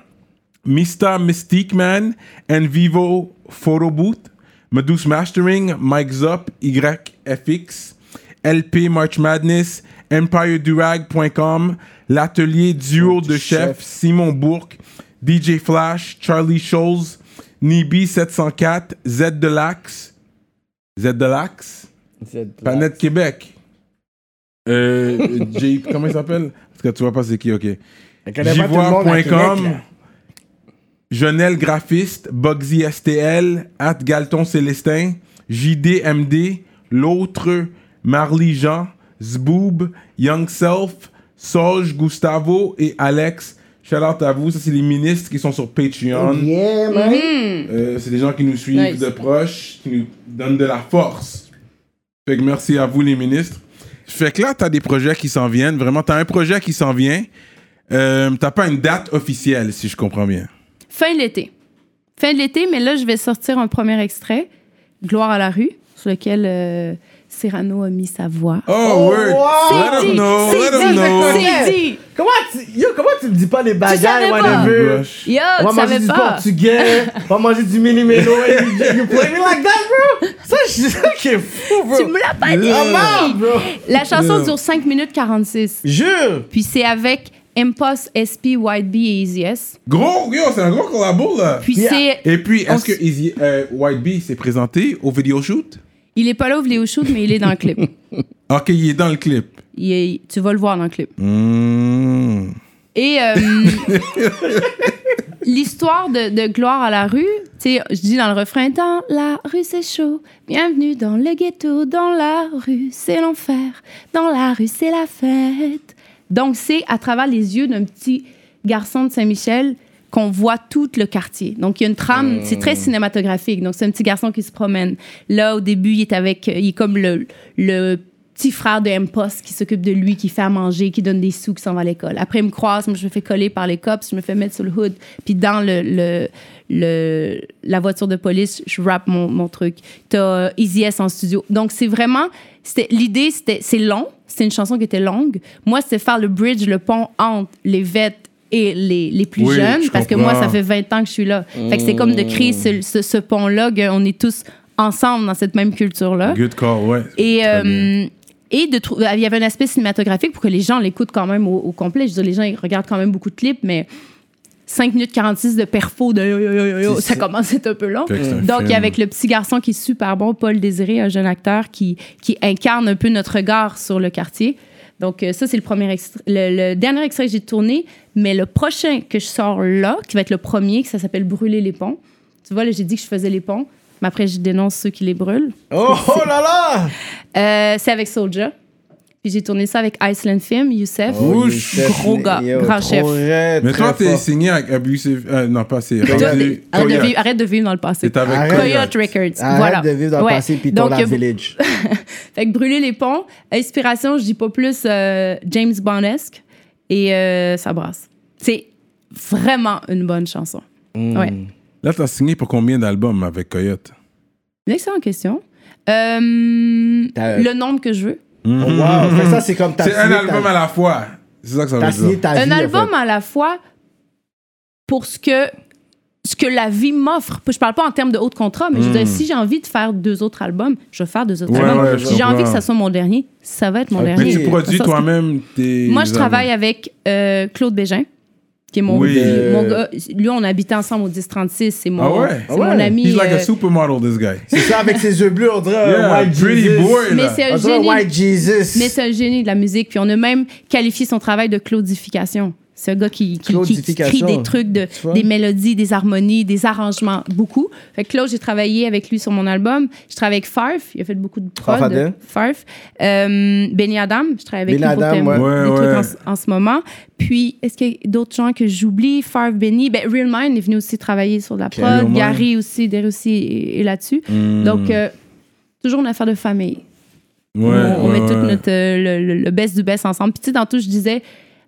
Mr. Mystique Man, Envivo Photo Booth, Medus Mastering, Mike Zop, YFX, LP March Madness, EmpireDurag.com, L'Atelier Duo de Chef, Chef. Simon Bourque, DJ Flash, Charlie Scholes, Nibi704, Z de l'Axe, Z de l'Axe, Planète Québec. Euh, J- comment il s'appelle Parce que tu vois pas c'est qui, ok. Elle connaît pas tout le monde à Québec, Jivoire.com. là. Jonel Graphiste, Bugsy STL, At Galton Célestin, JDMD, L'autre, Marly Jean, Zboob, Young Self, Sorge Gustavo et Alex. Shout out à vous, ça c'est les ministres qui sont sur Patreon. Yeah, man. Mm. Euh, c'est des gens qui nous suivent Nice. de proche, qui nous donnent de la force. Fait que merci à vous, les ministres. Fait que là, t'as des projets qui s'en viennent. Vraiment, t'as un projet qui s'en vient. Euh, t'as pas une date officielle, si je comprends bien. Fin de l'été. Fin de l'été, mais là, je vais sortir un premier extrait, Gloire à la rue, sur lequel euh, Cyrano a mis sa voix. Oh, Oh, word! wow! Let C'est them dit, know, let c'est them dit, know. c'est dit. Comment tu, yo, comment tu me dis pas les savais bagailles, Oh, pas. whatever? Brush. Yo, On va tu manger savais du pas. portugais, on va manger du mini mélo and you, you play me like that, bro? Ça, je ça qui est fou, bro. Tu me l'as pas dit. I'm out, bro. La chanson dure 5 minutes 46. Jure! Puis c'est avec Impost, SP, White B et Easy S. Gros, yo, c'est un gros collabo, là! Puis Yeah. c'est. Et puis, On est-ce que s- Easy- euh, White Bee s'est présenté au video shoot? Il est pas là au vidéo shoot, mais il est dans le clip. Ok, il est dans le clip. Il est- tu vas le voir dans le clip. Hmm. Et euh, l'histoire de, de Gloire à la rue, tu sais, je dis dans le refrain Dans la rue, c'est chaud. Bienvenue dans le ghetto. Dans la rue, c'est l'enfer. Dans la rue, c'est la fête. Donc, c'est à travers les yeux d'un petit garçon de Saint-Michel qu'on voit tout le quartier. Donc, il y a une trame, c'est très cinématographique. Donc, c'est un petit garçon qui se promène. Là, au début, il est avec, il est comme le, le petit frère de M-Post qui s'occupe de lui, qui fait à manger, qui donne des sous, qui s'en va à l'école. Après, il me croise, moi, je me fais coller par les cops, je me fais mettre sur le hood. Puis dans le, le, le- la voiture de police, je rappe mon, mon truc. T'as euh, Easy S en studio. Donc, c'est vraiment... c'était- L'idée, c'était... C'est long. C'était une chanson qui était longue. Moi, c'était faire le bridge, le pont entre les vêtements et les, les plus Oui, jeunes, je parce que moi, comprends. ça fait 20 ans que je suis là. Fait que c'est comme de créer ce, ce- ce pont-là, qu'on est tous ensemble dans cette même culture-là. Good call, ouais. Hein? Et, Très bien. euh, et de trou- il y avait un aspect cinématographique pour que les gens l'écoutent quand même au, au complet. Je veux dire, les gens ils regardent quand même beaucoup de clips, mais 5 minutes 46 de perfo, de yo, yo, yo, yo, yo, C'est ça ça. commence à être un peu long. Fait que c'est un Donc, film. avec le petit garçon qui est super bon, Paul Désiré, un jeune acteur qui, qui incarne un peu notre regard sur le quartier. Donc, euh, ça, c'est le, premier extrait- le, le dernier extrait que j'ai tourné. Mais le prochain que je sors là, qui va être le premier, que ça s'appelle Brûler les ponts. Tu vois, là, j'ai dit que je faisais les ponts, mais après, je dénonce ceux qui les brûlent. Oh, oh là là! Euh, c'est avec Soulja. Puis j'ai tourné ça avec Iceland Film, Youssef. Oh, Yo, Ouch, chef, gros gars, yo, grand trop chef. raide, Mais toi, très t'es fort. signé avec Abusive. euh, non, pas c'est. Toi, Coyote. t'es- arrête, de Coyote. vivre, arrête de vivre dans le passé. T'es avec Arrête. Coyote Records. Arrête voilà. de vivre dans Ouais. le passé puis dans Donc, la euh, village. Fait que brûler les ponts, inspiration, je dis pas plus euh, James Bondesque et euh, ça brasse. C'est vraiment une bonne chanson. Ouais. Là, t'as signé pour combien d'albums avec Coyote Une excellente question. Euh, le nombre que je veux. Oh, wow. Fait que ça, c'est comme t'as Mhm. C'est un signé album ta- à la fois. C'est Ah, ça que ça T'as veut signé dire. ta vie. un en album fait. à la fois pour ce que ce que la vie m'offre. Je parle pas en termes de haut de contrat, mais je veux dire, si j'ai envie de faire deux autres albums, je vais faire deux autres Hmm. Ouais, albums. ouais, je si j'ai envie que comprends. ça soit mon dernier, ça va être mon Ok. Mais dernier. tu produis Ça, c'est- toi-même tes. Moi, je albums. travaille avec euh, Claude Bégin, qui est mon, Oui. euh, mon gars. Lui, on habitait ensemble au 1036. C'est mon, Ah ouais? c'est Ah ouais? mon ami. He's like a euh, supermodel, this guy. C'est ça, avec ses yeux bleus, on dirait Yeah, un White pretty Jesus. boy, mais là. Ah, c'est On un dirait génie. un White Jesus. Mais c'est un génie de la musique. Puis on a même qualifié son travail de claudification. C'est un gars qui, qui, qui- qui Claudification. crie des trucs, de, vois? des mélodies, des harmonies, des arrangements, beaucoup. Fait que Claude, j'ai travaillé avec lui sur mon album. Je travaille avec Farf, il a fait beaucoup de prod. Farf Adel. Farf. Euh, Benny Adam, je travaille avec Benny lui pour Adam, thème- ouais. Ouais, des ouais. trucs en, en ce moment. Puis, est-ce qu'il y a d'autres gens que j'oublie? Farf, Benny. Ben, Real Mind est venu aussi travailler sur de la Real prod. Mind. Mm. Gary aussi, Derry aussi est est là-dessus. Donc, euh, toujours une affaire de famille Ouais, on ouais, met ouais. tout notre, euh, le, le- le best du best ensemble. Puis, tu sais, tantôt, je disais,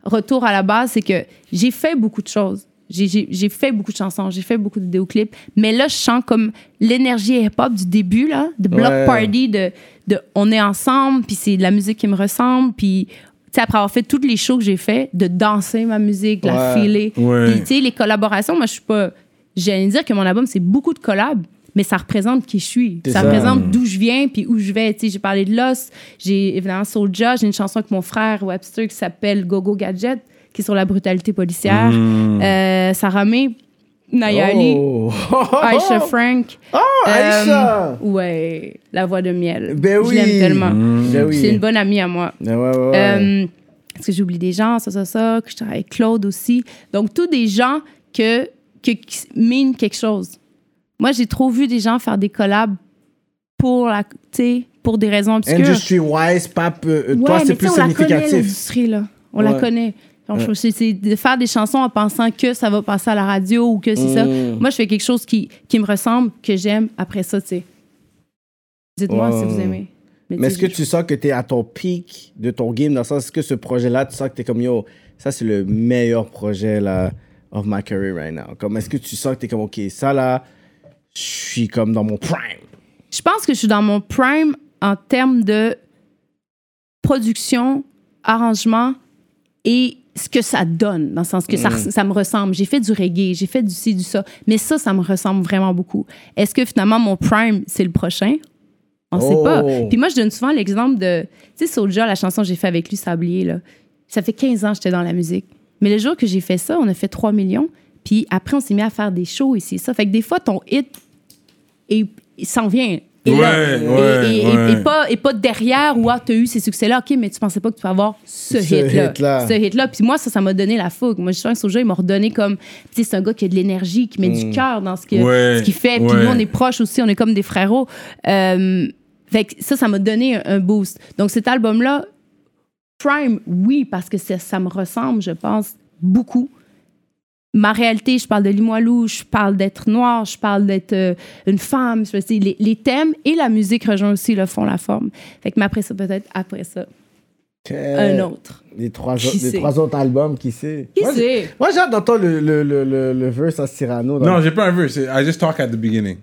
retour à la base, c'est que j'ai fait beaucoup de choses. J'ai- J'ai j'ai fait beaucoup de chansons, j'ai fait beaucoup de vidéoclips. Mais là, je sens comme l'énergie hip-hop du début, là, de block Ouais. party, de, de on est ensemble, puis c'est de la musique qui me ressemble. Puis, tu sais, après avoir fait toutes les shows que j'ai fait, de danser ma musique, de la Ouais. filer. Ouais. Puis, tu sais, les collaborations, moi, je suis pas. J'allais dire que mon album, c'est beaucoup de collabs, mais ça représente qui je suis. C'est Ça, ça. représente d'où je viens puis où je vais. Tu sais, j'ai parlé de Lost, j'ai évidemment Soulja, j'ai une chanson avec mon frère Webster qui s'appelle Gogo Gadget, qui est sur la brutalité policière. Hmm. Euh, Sarah May, Nayali, Oh. Oh, oh, Aisha oh. Frank. Oh, Aisha. Euh, ouais, La Voix de Miel. Ben Je oui. l'aime tellement. Mm. Ben oui. C'est une bonne amie à moi. Ouais, ouais, ouais. Euh, est-ce que j'oublie des gens, ça, ça, ça, que je travaille avec Claude aussi. Donc, tous des gens que, que, qui minent quelque chose. Moi, j'ai trop vu des gens faire des collabs pour, la, tu sais, pour des raisons obscures. Industry wise, pape, euh, toi, Ouais, c'est mais plus tu sais, on la connaît, significatif. l'industrie, là. On la Ouais. connaît. Donc, je trouve que c'est de faire des chansons en pensant que ça va passer à la radio ou que c'est ça. Mm. Moi, je fais quelque chose qui, qui me ressemble, que j'aime. Après ça, tu sais. Dites-moi Ouais. si vous aimez. Mais est-ce sais, que je- tu sens que tu es à ton pic de ton game dans le sens est-ce que ce projet-là, tu sens que tu es comme yo, ça c'est le meilleur projet là of my career right now. Comme est-ce que tu sens que tu es comme OK, ça là, je suis comme dans mon prime. Je pense que je suis dans mon prime en termes de production, arrangement et ce que ça donne, dans le sens que ça, res- ça me ressemble. J'ai fait du reggae, j'ai fait du ci, du ça, mais ça, ça me ressemble vraiment beaucoup. Est-ce que finalement mon prime, c'est le prochain? On sait Oh. pas. Puis moi, je donne souvent l'exemple de, tu sais, Soulja, la chanson que j'ai fait avec lui, Sablier, là. Ça fait 15 ans que j'étais dans la musique. Mais le jour que j'ai fait ça, on a fait 3 millions. Puis après, on s'est mis à faire des shows ici. Ça fait que des fois, ton hit, et il s'en vient. Et là, Ouais, ouais, et, et- et- ouais. et pas, et pas derrière ou ah, t'as eu ces succès-là, ok, mais tu pensais pas que tu pouvais avoir ce Ce hit-là. hit-là. ce hit-là. Puis moi, ça, ça m'a donné la fougue. Moi, je sens que Soulja, il m'a redonné comme, tu sais, c'est un gars qui a de l'énergie, qui met du Mm. cœur dans ce que- Ouais, ce qu'il fait. Puis ouais. nous, on est proches aussi, on est comme des frérots. Euh, fait que ça, ça m'a donné un, un boost. Donc cet album-là, Prime, oui, parce que ça, ça me ressemble, je pense, beaucoup ma réalité, je parle de Limoilou, je parle d'être noire, je parle d'être euh, une femme, je veux dire, les, les thèmes et la musique rejoignent aussi le fond, la forme. Fait que mais après ça, peut-être après ça, Euh, un autre. Les trois, Qui autres- les sait? trois autres albums, qui sait Qui Moi, sait? j'ai- Moi j'ai hâte d'entendre le, le, le, le, le verse à Cyrano. dans- Non, j'ai pas un verse. c'est- I just talk at the beginning.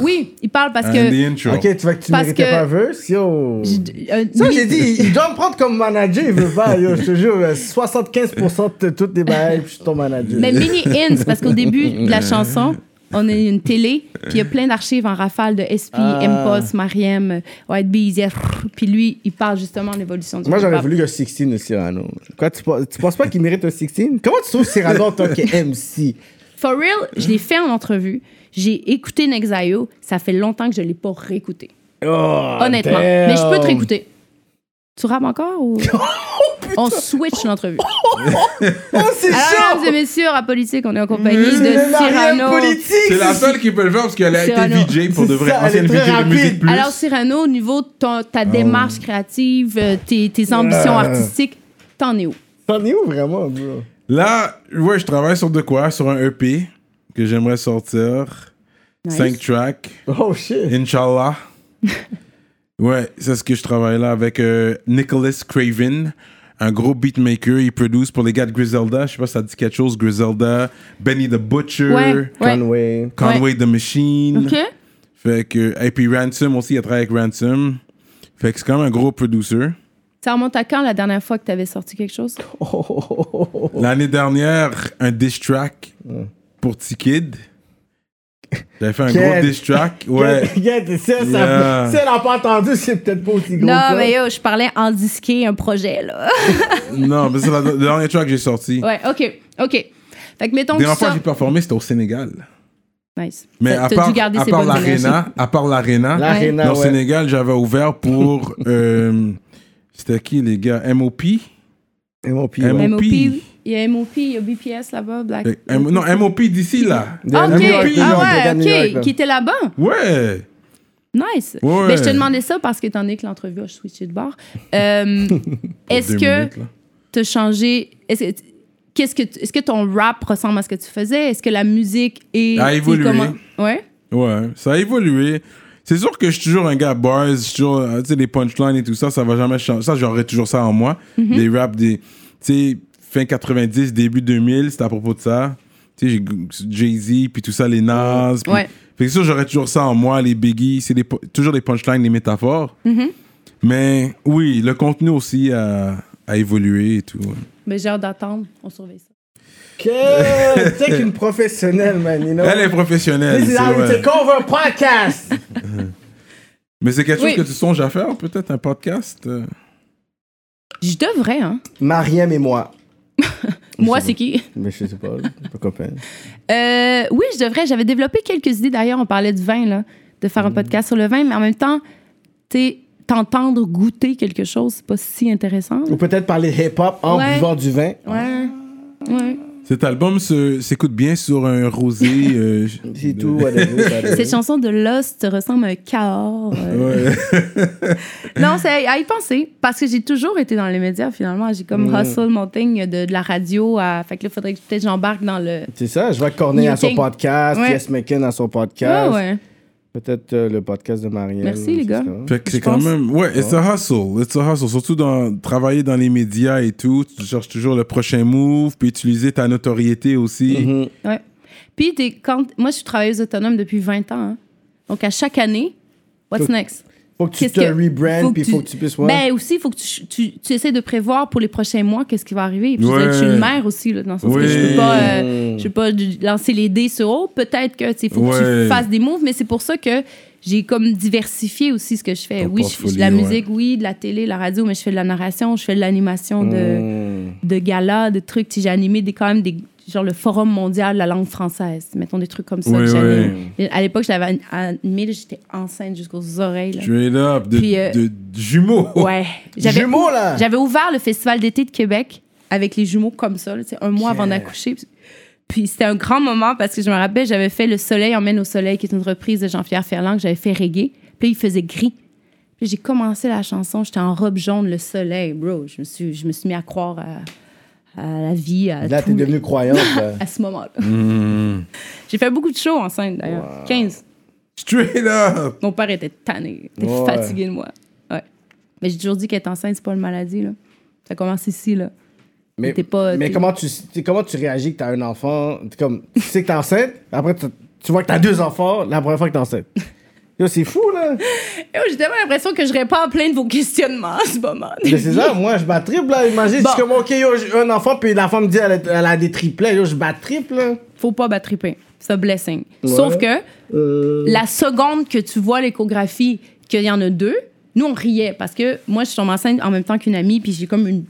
Oui, il parle parce And que... the intro. Ok, tu vois que tu Parce méritais que- pas un verse Yo. J- euh, Ça, oui. j'ai dit, il doit me prendre comme manager, il veut pas. Yo, je te jure, euh, 75% de toutes les bails, je suis ton manager. Mais mini hints, parce qu'au début de la chanson, on a une télé, puis il y a plein d'archives en rafale de SP, Ah. M-Post, Mariam, euh, White Bees, yeah, puis lui, il parle justement de l'évolution du Moi, j'aurais hip-hop. voulu un 16 de Cyrano. Quoi, tu, penses- tu penses pas qu'il mérite un 16 Comment tu trouves Cyrano en tant que MC For real, je l'ai fait en entrevue, j'ai écouté Nexio, ça fait longtemps que je l'ai pas réécouté. Oh, Honnêtement. damn. Mais je peux te réécouter. Tu rappes encore ou. on switch l'entrevue. Oh, c'est Alors, chaud mesdames et messieurs, à Politique, on est en compagnie de C'est le mariage Cyrano. politique C'est la seule qui peut le faire parce qu'elle a Cyrano. été VJ pour de C'est vrai. ça, elle Ancienne est VJ très de rapide. musique plus. Oh. Alors, Cyrano, au niveau de ton- ta démarche créative, euh, tes, tes ambitions Ah. artistiques, t'en es où? T'en es où vraiment, bro Là, ouais, je travaille sur de quoi Sur un EP que j'aimerais sortir. Nice. Cinq tracks. Oh shit. Inch'Allah. ouais, c'est ce que je travaille là avec euh, Nicholas Craven, un gros beatmaker. Il produit pour les gars de Griselda. Je sais pas si ça dit quelque chose. Griselda, Benny the Butcher, Ouais, ouais. Conway. Conway the Machine. OK? Fait que, et puis Ransom aussi, il a travaillé avec Ransom. Fait que c'est quand même un gros producer. Ça remonte à quand la dernière fois que t'avais sorti quelque chose? Oh, oh, oh, oh, oh. L'année dernière, un diss track Hmm. pour T-Kid. J'avais fait un gros Quel- diss track. Ouais. Regarde, si elle Yeah. ça- si elle a pas entendu, c'est peut-être pas aussi gros. que Non, ça. mais yo, je parlais en disqué, un projet, là. non, mais c'est la- le dernier track que j'ai sorti. ouais, OK, OK. Fait que mettons La que tu dernière fois que sors... j'ai performé, c'était au Sénégal. Nice. Mais T'as- à t'as part, dû garder à ces part bonnes énergies. l'arena, à part l'arena, L'arena, dans le ouais. Sénégal, j'avais ouvert pour euh, c'était qui les gars MOP, Et mon pire. M.O.P. MOP, il y a MOP, il y a BPS là-bas, Black. Fait- Euh, M- non MOP d'ici là. Ah, De ok, New York, de New York, ah de New ouais, York, ok, là. qui était là-bas. Ouais. Nice. Ouais. Mais je te demandais ça parce que étant donné que l'entrevue a switché de bord, euh, est-ce Deux que minutes, là. t'as changé Est-ce que t- qu'est-ce que t- est-ce que ton rap ressemble à ce que tu faisais Est-ce que la musique est A évolué. Ouais. Ouais, ça a évolué. C'est sûr que je suis toujours un gars bars, je suis toujours, euh, tu sais, les punchlines et tout ça, ça va jamais changer. Ça, j'aurai toujours ça en moi. Mhm. Les raps des, tu sais, fin 90, début 2000, c'était à propos de ça. Tu sais, j'ai- Jay-Z, puis tout ça, les Nas. puis- Ouais. Fait que ça, j'aurais toujours ça en moi, les Biggie, c'est des pu- toujours des punchlines, des métaphores. Mhm. Mais oui, le contenu aussi a, a évolué et tout. Mais j'ai hâte d'attendre. On surveille ça. Que tu sais qu'une professionnelle, man, you know. Elle est professionnelle, This is c'est how we vrai. take over podcast. Mais c'est quelque Oui. chose que tu songes à faire, peut-être, un podcast euh? Je devrais hein. Mariam et moi. Moi, c'est qui Mais je sais pas, pas copain. Euh, oui, je devrais. J'avais Mm. développé quelques idées. D'ailleurs, on parlait du vin, là, de faire un podcast sur le vin, mais en même temps, tu sais, t'entendre goûter quelque chose, c'est pas si intéressant. Ou peut-être parler hip-hop en Ouais. buvant du vin. Ouais. Ouais. Cet album se- s'écoute bien sur un rosé. euh, C'est de- tout, whatever, whatever. Cette chanson de Lost ressemble à un cahors. euh. Ouais. Non, c'est à y penser. Parce que j'ai toujours été dans les médias, finalement. J'ai comme hustle mon thing de, de la radio à. Fait que là, faudrait que peut-être j'embarque dans le. C'est ça, je vois Corneille à son Newton. podcast, Ouais. Jess McKen à son Ouais, podcast, Ah ouais. peut-être euh, le podcast de Marielle. Merci, les gars. etc. Fait que c'est Je quand pense. même. Ouais, it's a hustle. It's a hustle. Surtout dans travailler dans les médias et tout. Tu cherches toujours le prochain move, puis utiliser ta notoriété aussi. ouais. Puis, t'es- quand, moi, je suis travailleuse autonome depuis 20 ans. hein. Donc, à chaque année, what's Faut- next? Faut que tu Qu'est-ce te que- rebrandes, faut puis que faut tu- que tu puisses. ouais. Ben aussi, il faut que tu, tu, tu essaies de prévoir pour les prochains mois qu'est-ce qui va arriver. Et puis, je dirais que je Ouais. suis une mère aussi, là, dans le sens Ouais. que je peux pas, euh, je peux pas du- lancer les dés sur oh, peut-être que il faut que Ouais. tu fasses des moves, mais c'est pour ça que j'ai comme diversifié aussi ce que je fais. Ton oui, je- je, fais de la portfolio, ouais. musique, oui, de la télé, la radio, mais je fais de la narration, je fais de l'animation de, Hmm. Mm. de galas, de trucs. Tu sais, J'ai animé des, quand même des genre le forum mondial de la langue française, mettons des trucs comme ça. Ouais, que j'anime. ouais. Et À l'époque, je l'avais animé, là, j'étais enceinte jusqu'aux oreilles. là. Straight up. De, Puis, euh, de- de jumeaux. Ouais. J'avais Jumeaux, là! j'avais ouvert le Festival d'été de Québec avec les jumeaux comme ça, là, tu sais, un mois avant d'accoucher. Puis- Puis c'était un grand moment parce que je me rappelle, j'avais fait Le Soleil emmène au soleil, qui est une reprise de Jean-Pierre Ferland que j'avais fait reggae. Puis là, il faisait gris. Puis j'ai commencé la chanson, j'étais en robe jaune, le soleil, bro. Je me suis, je me suis mis à croire à, à la vie, à Là, tout, t'es Hmm. devenu croyante. là. à ce moment-là. J'ai fait beaucoup de shows en scène, d'ailleurs. 15. Straight up. Mon père était tanné. Il était Ouais. fatigué de moi. Ouais. Mais j'ai toujours dit qu'être enceinte, c'est pas une maladie, là. Ça commence ici, là. Mais, T'es pas- mais t'es- comment, tu, t'es- comment tu réagis que t'as un enfant? T'es comme, tu sais que t'es enceinte, après tu, tu vois que t'as deux enfants la première fois que t'es enceinte. Yo, c'est fou, là. Eh, J'ai tellement l'impression que je réponds à plein de vos questionnements en ce moment. Mais c'est ça, moi, je bat triple, là. Imagine, Bon. je suis comme, OK, yo, j'ai un enfant, puis l'enfant me dit, elle, a- elle a des triplets. Yo, je bat triple, là. Faut pas battre épée. C'est un blessing. Sauf que Euh, la seconde que tu vois l'échographie, qu'il y en a deux, nous, on riait parce que moi, je suis tombée enceinte en même temps qu'une amie, puis j'ai comme une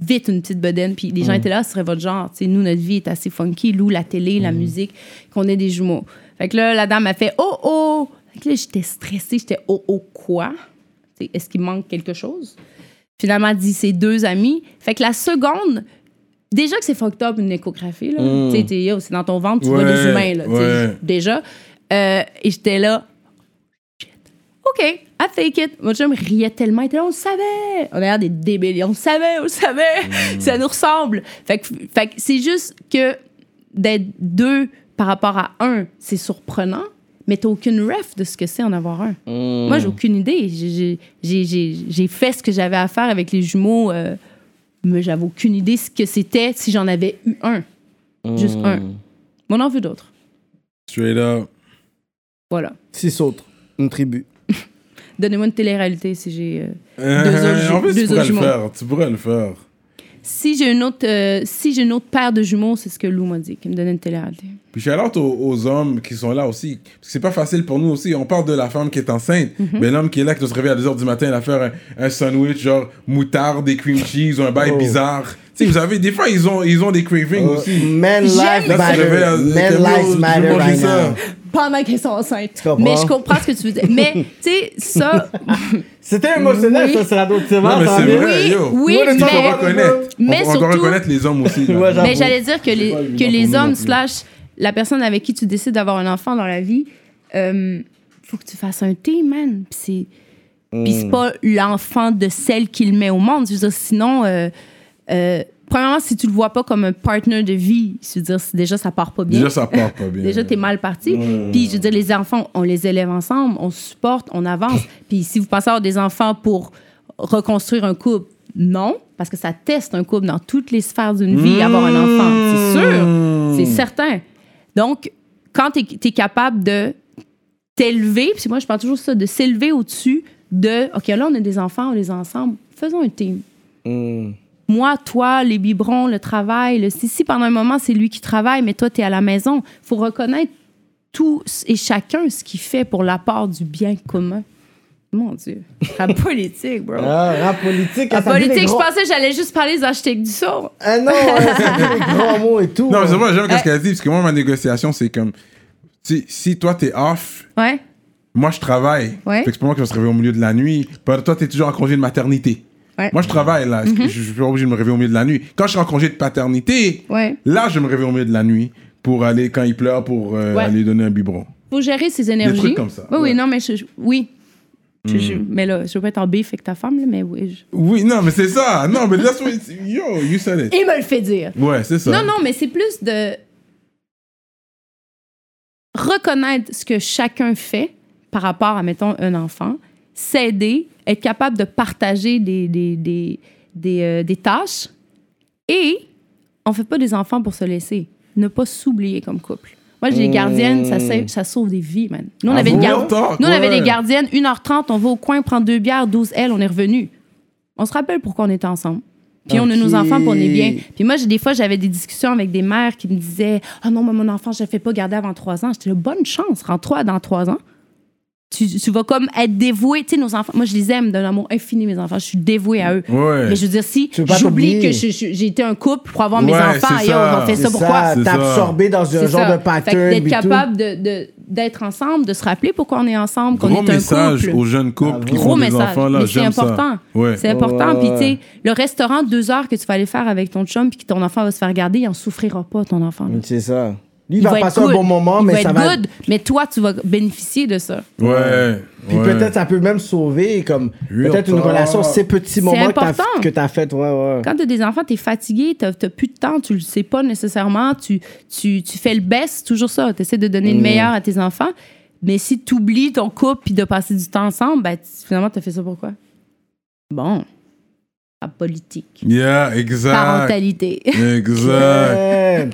vite une petite bedaine puis les gens étaient là ce serait votre genre tu sais nous notre vie est assez funky Lou la télé la musique qu'on ait des jumeaux fait que là la dame a fait oh oh fait que là j'étais stressée j'étais oh oh quoi Tu sais, est-ce qu'il manque quelque chose finalement elle dit ses deux amis fait que la seconde déjà que c'est fucked up une échographie là tu sais, t'es- yo, c'est dans ton ventre tu vois Mm. Ouais, des humains là tu sais, ouais. déjà Euh, et j'étais là OK, I take it. Mon chum riait tellement, il était là, on le savait. On a l'air des débiles. On le savait, on le savait. Mm. Ça nous ressemble. Fait que, fait que c'est juste que d'être deux par rapport à un, c'est surprenant, mais t'as aucune ref de ce que c'est en avoir un. Moi, j'ai aucune idée. J'ai- j'ai- j'ai- J'ai j'ai fait ce que j'avais à faire avec les jumeaux, euh, mais j'avais aucune idée ce que c'était si j'en avais eu un. Juste un. Mais on en veut d'autres. Straight up. Voilà. Six autres. Une tribu. Donnez-moi une télé-réalité si j'ai... euh, Euh, autres en fait, ju- tu pourrais deux autres le jumeaux. faire. Tu pourrais le faire. Si j'ai une autre, euh, si j'ai une autre paire de jumeaux, c'est ce que Lou m'a dit, qui me donnait une télé-réalité. Puis shout out aux, aux hommes qui sont là aussi. Parce que c'est pas facile pour nous aussi. On parle de la femme qui est enceinte. Mhm. Mais l'homme qui est là, qui doit se réveiller à 2h du matin, il a faire un, un sandwich, genre moutarde, des cream cheese ou un bail Oh. bizarre. Tu sais, vous avez, des fois, ils ont, ils ont des cravings Oh. aussi. Mm. Men J'aime- Euh, lives Là, tu te réveilles à- matter. Men t'es comme, Yo, je lives veux matter manger right ça. now. Pendant qu'elles sont enceintes. comprends? Mais je comprends ce que tu veux dire. Mais, tu sais, ça. C'était émotionnel, Oui. ça, c'est la d'autre. C'est Non, mais c'est vrai. vrai, Oui, yo. oui, Ça, on doit mais- reconnaître. mais on, on doit surtout- reconnaître les hommes aussi. là. Ouais, j'avoue. Mais Ben, j'allais dire que les, pas évident que pour nous les non hommes, plus. slash, la personne avec qui tu décides d'avoir un enfant dans la vie, euh, faut que tu fasses un thé, man. Puis c'est. Puis Hmm. c'est pas l'enfant de celle qu'il met au monde. Je veux dire, sinon, euh, euh, premièrement, si tu le vois pas comme un partner de vie, je veux dire, c'est- déjà, ça part pas bien. Déjà, ça part pas bien. Déjà, t'es mal parti. Puis, je veux dire, les enfants, on les élève ensemble, on se supporte, on avance. Puis, si vous pensez avoir des enfants pour reconstruire un couple, non, parce que ça teste un couple dans toutes les sphères d'une vie, avoir un enfant. C'est sûr, c'est certain. Donc, quand t'es es capable de t'élever, puis moi, je parle toujours de ça, de s'élever au-dessus de, OK, là, on a des enfants, on les a ensemble, faisons un team moi, toi, les biberons, le travail, le si, si pendant un moment, c'est lui qui travaille, mais toi, tu es à la maison. faut reconnaître tous et chacun ce qu'il fait pour l'apport du bien commun. Mon Dieu. La politique, bro. Ah, rap politique, La ça dit des politique, je gros... pensais que j'allais juste parler des architectes du sort. Ah non, hein, ça dit des grands mots et tout. Non, hein. mais c'est moi, j'aime ce Ouais. qu'elle dit. Parce que moi, ma négociation, c'est comme. tu sais, si toi, t'es off, Ouais. Moi, je travaille. Ouais. Fait que c'est pour moi que je se réveille au milieu de la nuit. Par- Toi, t'es toujours en congé de maternité. Ouais. Mhm. Moi, je travaille là. Est-ce que Je, je suis pas obligé de me réveiller au milieu de la nuit. Quand je suis en congé de paternité, Ouais. là, je me réveille au milieu de la nuit pour aller, quand il pleure, pour euh, Ouais. aller donner un biberon. Faut gérer ses énergies. trucs comme ça, Oui, ouais. Hmm. oui, non, mais je, je- oui. Je- je- mais là, je veux pas être en bif avec ta femme, là, mais oui. je- Oui, non, mais c'est ça. Non, mais that's what it's- Yo, you said it. Il me le fait dire. Ouais, c'est ça. Non, non, mais c'est plus de reconnaître ce que chacun fait par rapport à, mettons, un enfant, s'aider, être capable de partager des, des, des, des, euh, des tâches et on fait pas des enfants pour se laisser. Ne pas s'oublier comme couple. Moi, j'ai des gardiennes, ça, sa- ça sauve des vies, man. Nous, on, Mmh. Ah avait, bon? des gar- Real talk, Nous, on avait ouais. des gardiennes, 1h30, on va au coin, prend deux bières, 12 L, on est revenu. On se rappelle pourquoi on était ensemble. Puis on a nos Ok. enfants, puis on est bien. Puis moi, j'ai- des fois, j'avais des discussions avec des mères qui me disaient Ah non, moi, mon enfant, je ne le fais pas garder avant trois ans. J'étais là, bonne chance, rends-toi dans trois ans. Tu, tu vas comme être dévoué. Tu sais, nos enfants, moi, je les aime d'un amour infini, mes enfants. Je suis dévouée à eux. Ouais. Mais je veux dire, si Tu veux pas j'oublie t'oublier. que je- je- j'ai été un couple pour avoir mes Ouais, enfants, c'est et ça. on fait ça C'est pourquoi ça, C'est ça. T'absorber dans un c'est genre ça. de Fait que pattern. d'être et tout. capable de- de- d'être ensemble, de se rappeler pourquoi on est ensemble, qu'on Gros est un message couple. aux jeunes Ah couples qui Gros font des message. enfants là. mais c'est J'aime ça. important. Ouais. C'est important. Ouais, Puis, ouais. tu sais, le restaurant de deux heures que tu vas aller faire avec ton chum puis que ton enfant va se faire garder, il en souffrira pas, ton enfant. là. C'est ça. Lui, il va, être passer good. un bon moment, il mais va ça être va. good, mais toi, tu vas bénéficier de ça. Ouais. Puis ouais. peut-être ça peut même sauver comme Real peut-être une talk. relation, ces petits moments que t'as- important. que t'as fait. Ouais, ouais. Quand tu as des enfants, tu es fatigué, tu n'as plus de temps, tu le sais pas nécessairement, tu, tu, tu fais le best, c'est toujours ça. Tu essaies de donner Mm. le meilleur à tes enfants. Mais si tu oublies ton couple puis de passer du temps ensemble, ben, tu- finalement, tu as fait ça pourquoi? Bon. La politique. Yeah, exact. Parentalité. Exact. Ouais.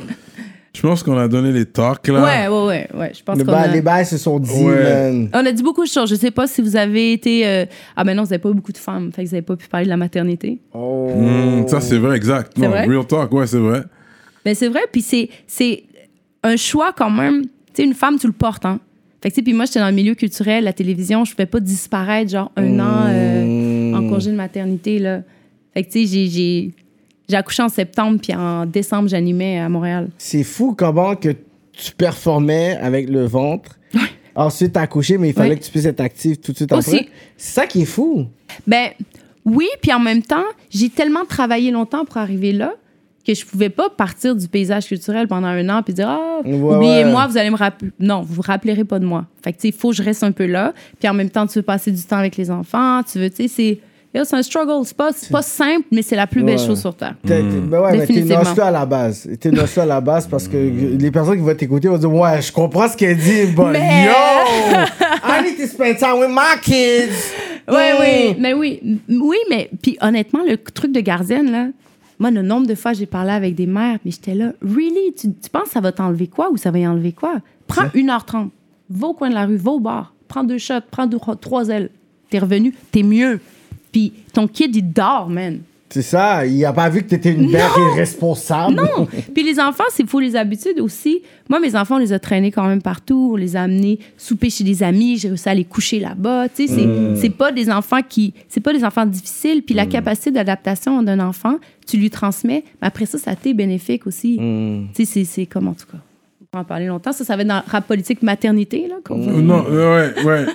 Je pense qu'on a donné les talks là. ouais, ouais, ouais, ouais. Je pense Ah. Le qu'on ba- a... Les bails se sont dit, Ouais. man. On a dit beaucoup de choses. Je sais pas si vous avez été. euh, Ah, mais non, vous n'avez pas eu beaucoup de femmes. Fait que vous n'avez pas pu parler de la maternité. Oh. Hmm, ça c'est vrai, exact. C'est Non, vrai? real talk, ouais, c'est vrai. Mais Ben, c'est vrai. Puis c'est, c'est un choix quand même. Tu sais, une femme, tu le portes. Hein. Fait que, tu sais, puis moi, j'étais dans le milieu culturel, la télévision. Je ne pouvais pas disparaître, genre, un an euh, en congé de maternité, là. Fait que, tu sais, j'ai, j'ai, j'ai accouché en septembre, puis en décembre, j'animais à Montréal. C'est fou comment que tu performais avec le ventre. Ensuite, t'as accouché, mais il fallait Ouais. que tu puisses être active tout de suite Aussi. après. C'est ça qui est fou. Ben oui, puis en même temps, j'ai tellement travaillé longtemps pour arriver là que je pouvais pas partir du paysage culturel pendant un an puis dire ah Ouais, oubliez-moi ouais. vous allez me rappeler non vous vous rappellerez pas de moi fait que tu sais il faut que je reste un peu là puis en même temps tu veux passer du temps avec les enfants tu veux tu sais c'est yo, c'est un struggle c'est pas c'est pas simple mais c'est la plus belle Ouais. chose sur terre T'es- t'es- ben ouais, mais t'es une Définitivement. oslo à la base. T'es une oslo à la base parce que les personnes qui vont t'écouter vont dire Ouais, je comprends ce qu'elle dit, but Mais- yo, I need to spend time with my kids. Ouais, Mm. oui, mais oui, M- oui, mais puis honnêtement, le truc de gardienne là, moi le nombre de fois j'ai parlé avec des mères, mais j'étais là, really, tu, tu penses que ça va t'enlever quoi ou ça va y enlever quoi Prends 1h30, va au coin de la rue, va au bar, prends deux shots, prends deux, trois ailes, t'es revenu, t'es mieux. Puis ton kid il dort, man. C'est ça, il a pas vu que t'étais une mère Non. irresponsable. Non. Puis les enfants, c'est faut les habitudes aussi. Moi, mes enfants, on les a traînés quand même partout. On les a amenés souper chez des amis. J'ai réussi à les coucher là-bas. Tu sais, c'est, c'est pas des enfants qui, c'est pas des enfants difficiles. Puis la capacité d'adaptation d'un enfant, tu lui transmets. Mais après ça, ça t'est bénéfique aussi. Tu sais, c'est, c'est comme en tout cas. On pourra en parler longtemps. Ça, ça va être dans le rap politique maternité, là. qu'on va- Non, euh, ouais, ouais.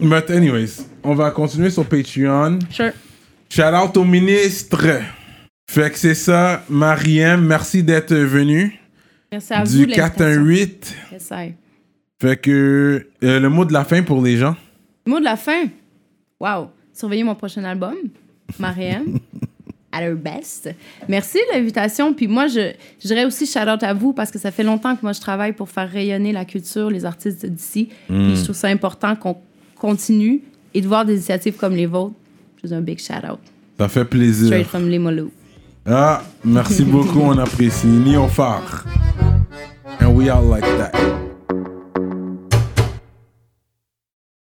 But anyways, on va continuer sur Patreon. Sure. Shout out au ministre. Fait que c'est ça, Mariem, merci d'être venue Merci à vous. du de l'invitation. 418. Yes, I. Fait que euh, le mot de la fin pour les gens. Mot de la fin. Wow. Surveillez mon prochain album, Mariam. À leur best. Merci de l'invitation. Puis moi, je, je dirais aussi shout out à vous parce que ça fait longtemps que moi je travaille pour faire rayonner la culture, les artistes d'ici. Puis je trouve ça important qu'on continue et de voir des initiatives comme les vôtres. Je vous fais un big shout out. Ça fait Straight plaisir. from les Molous. Ah, merci beaucoup, on apprécie. Néophare. And we are like that.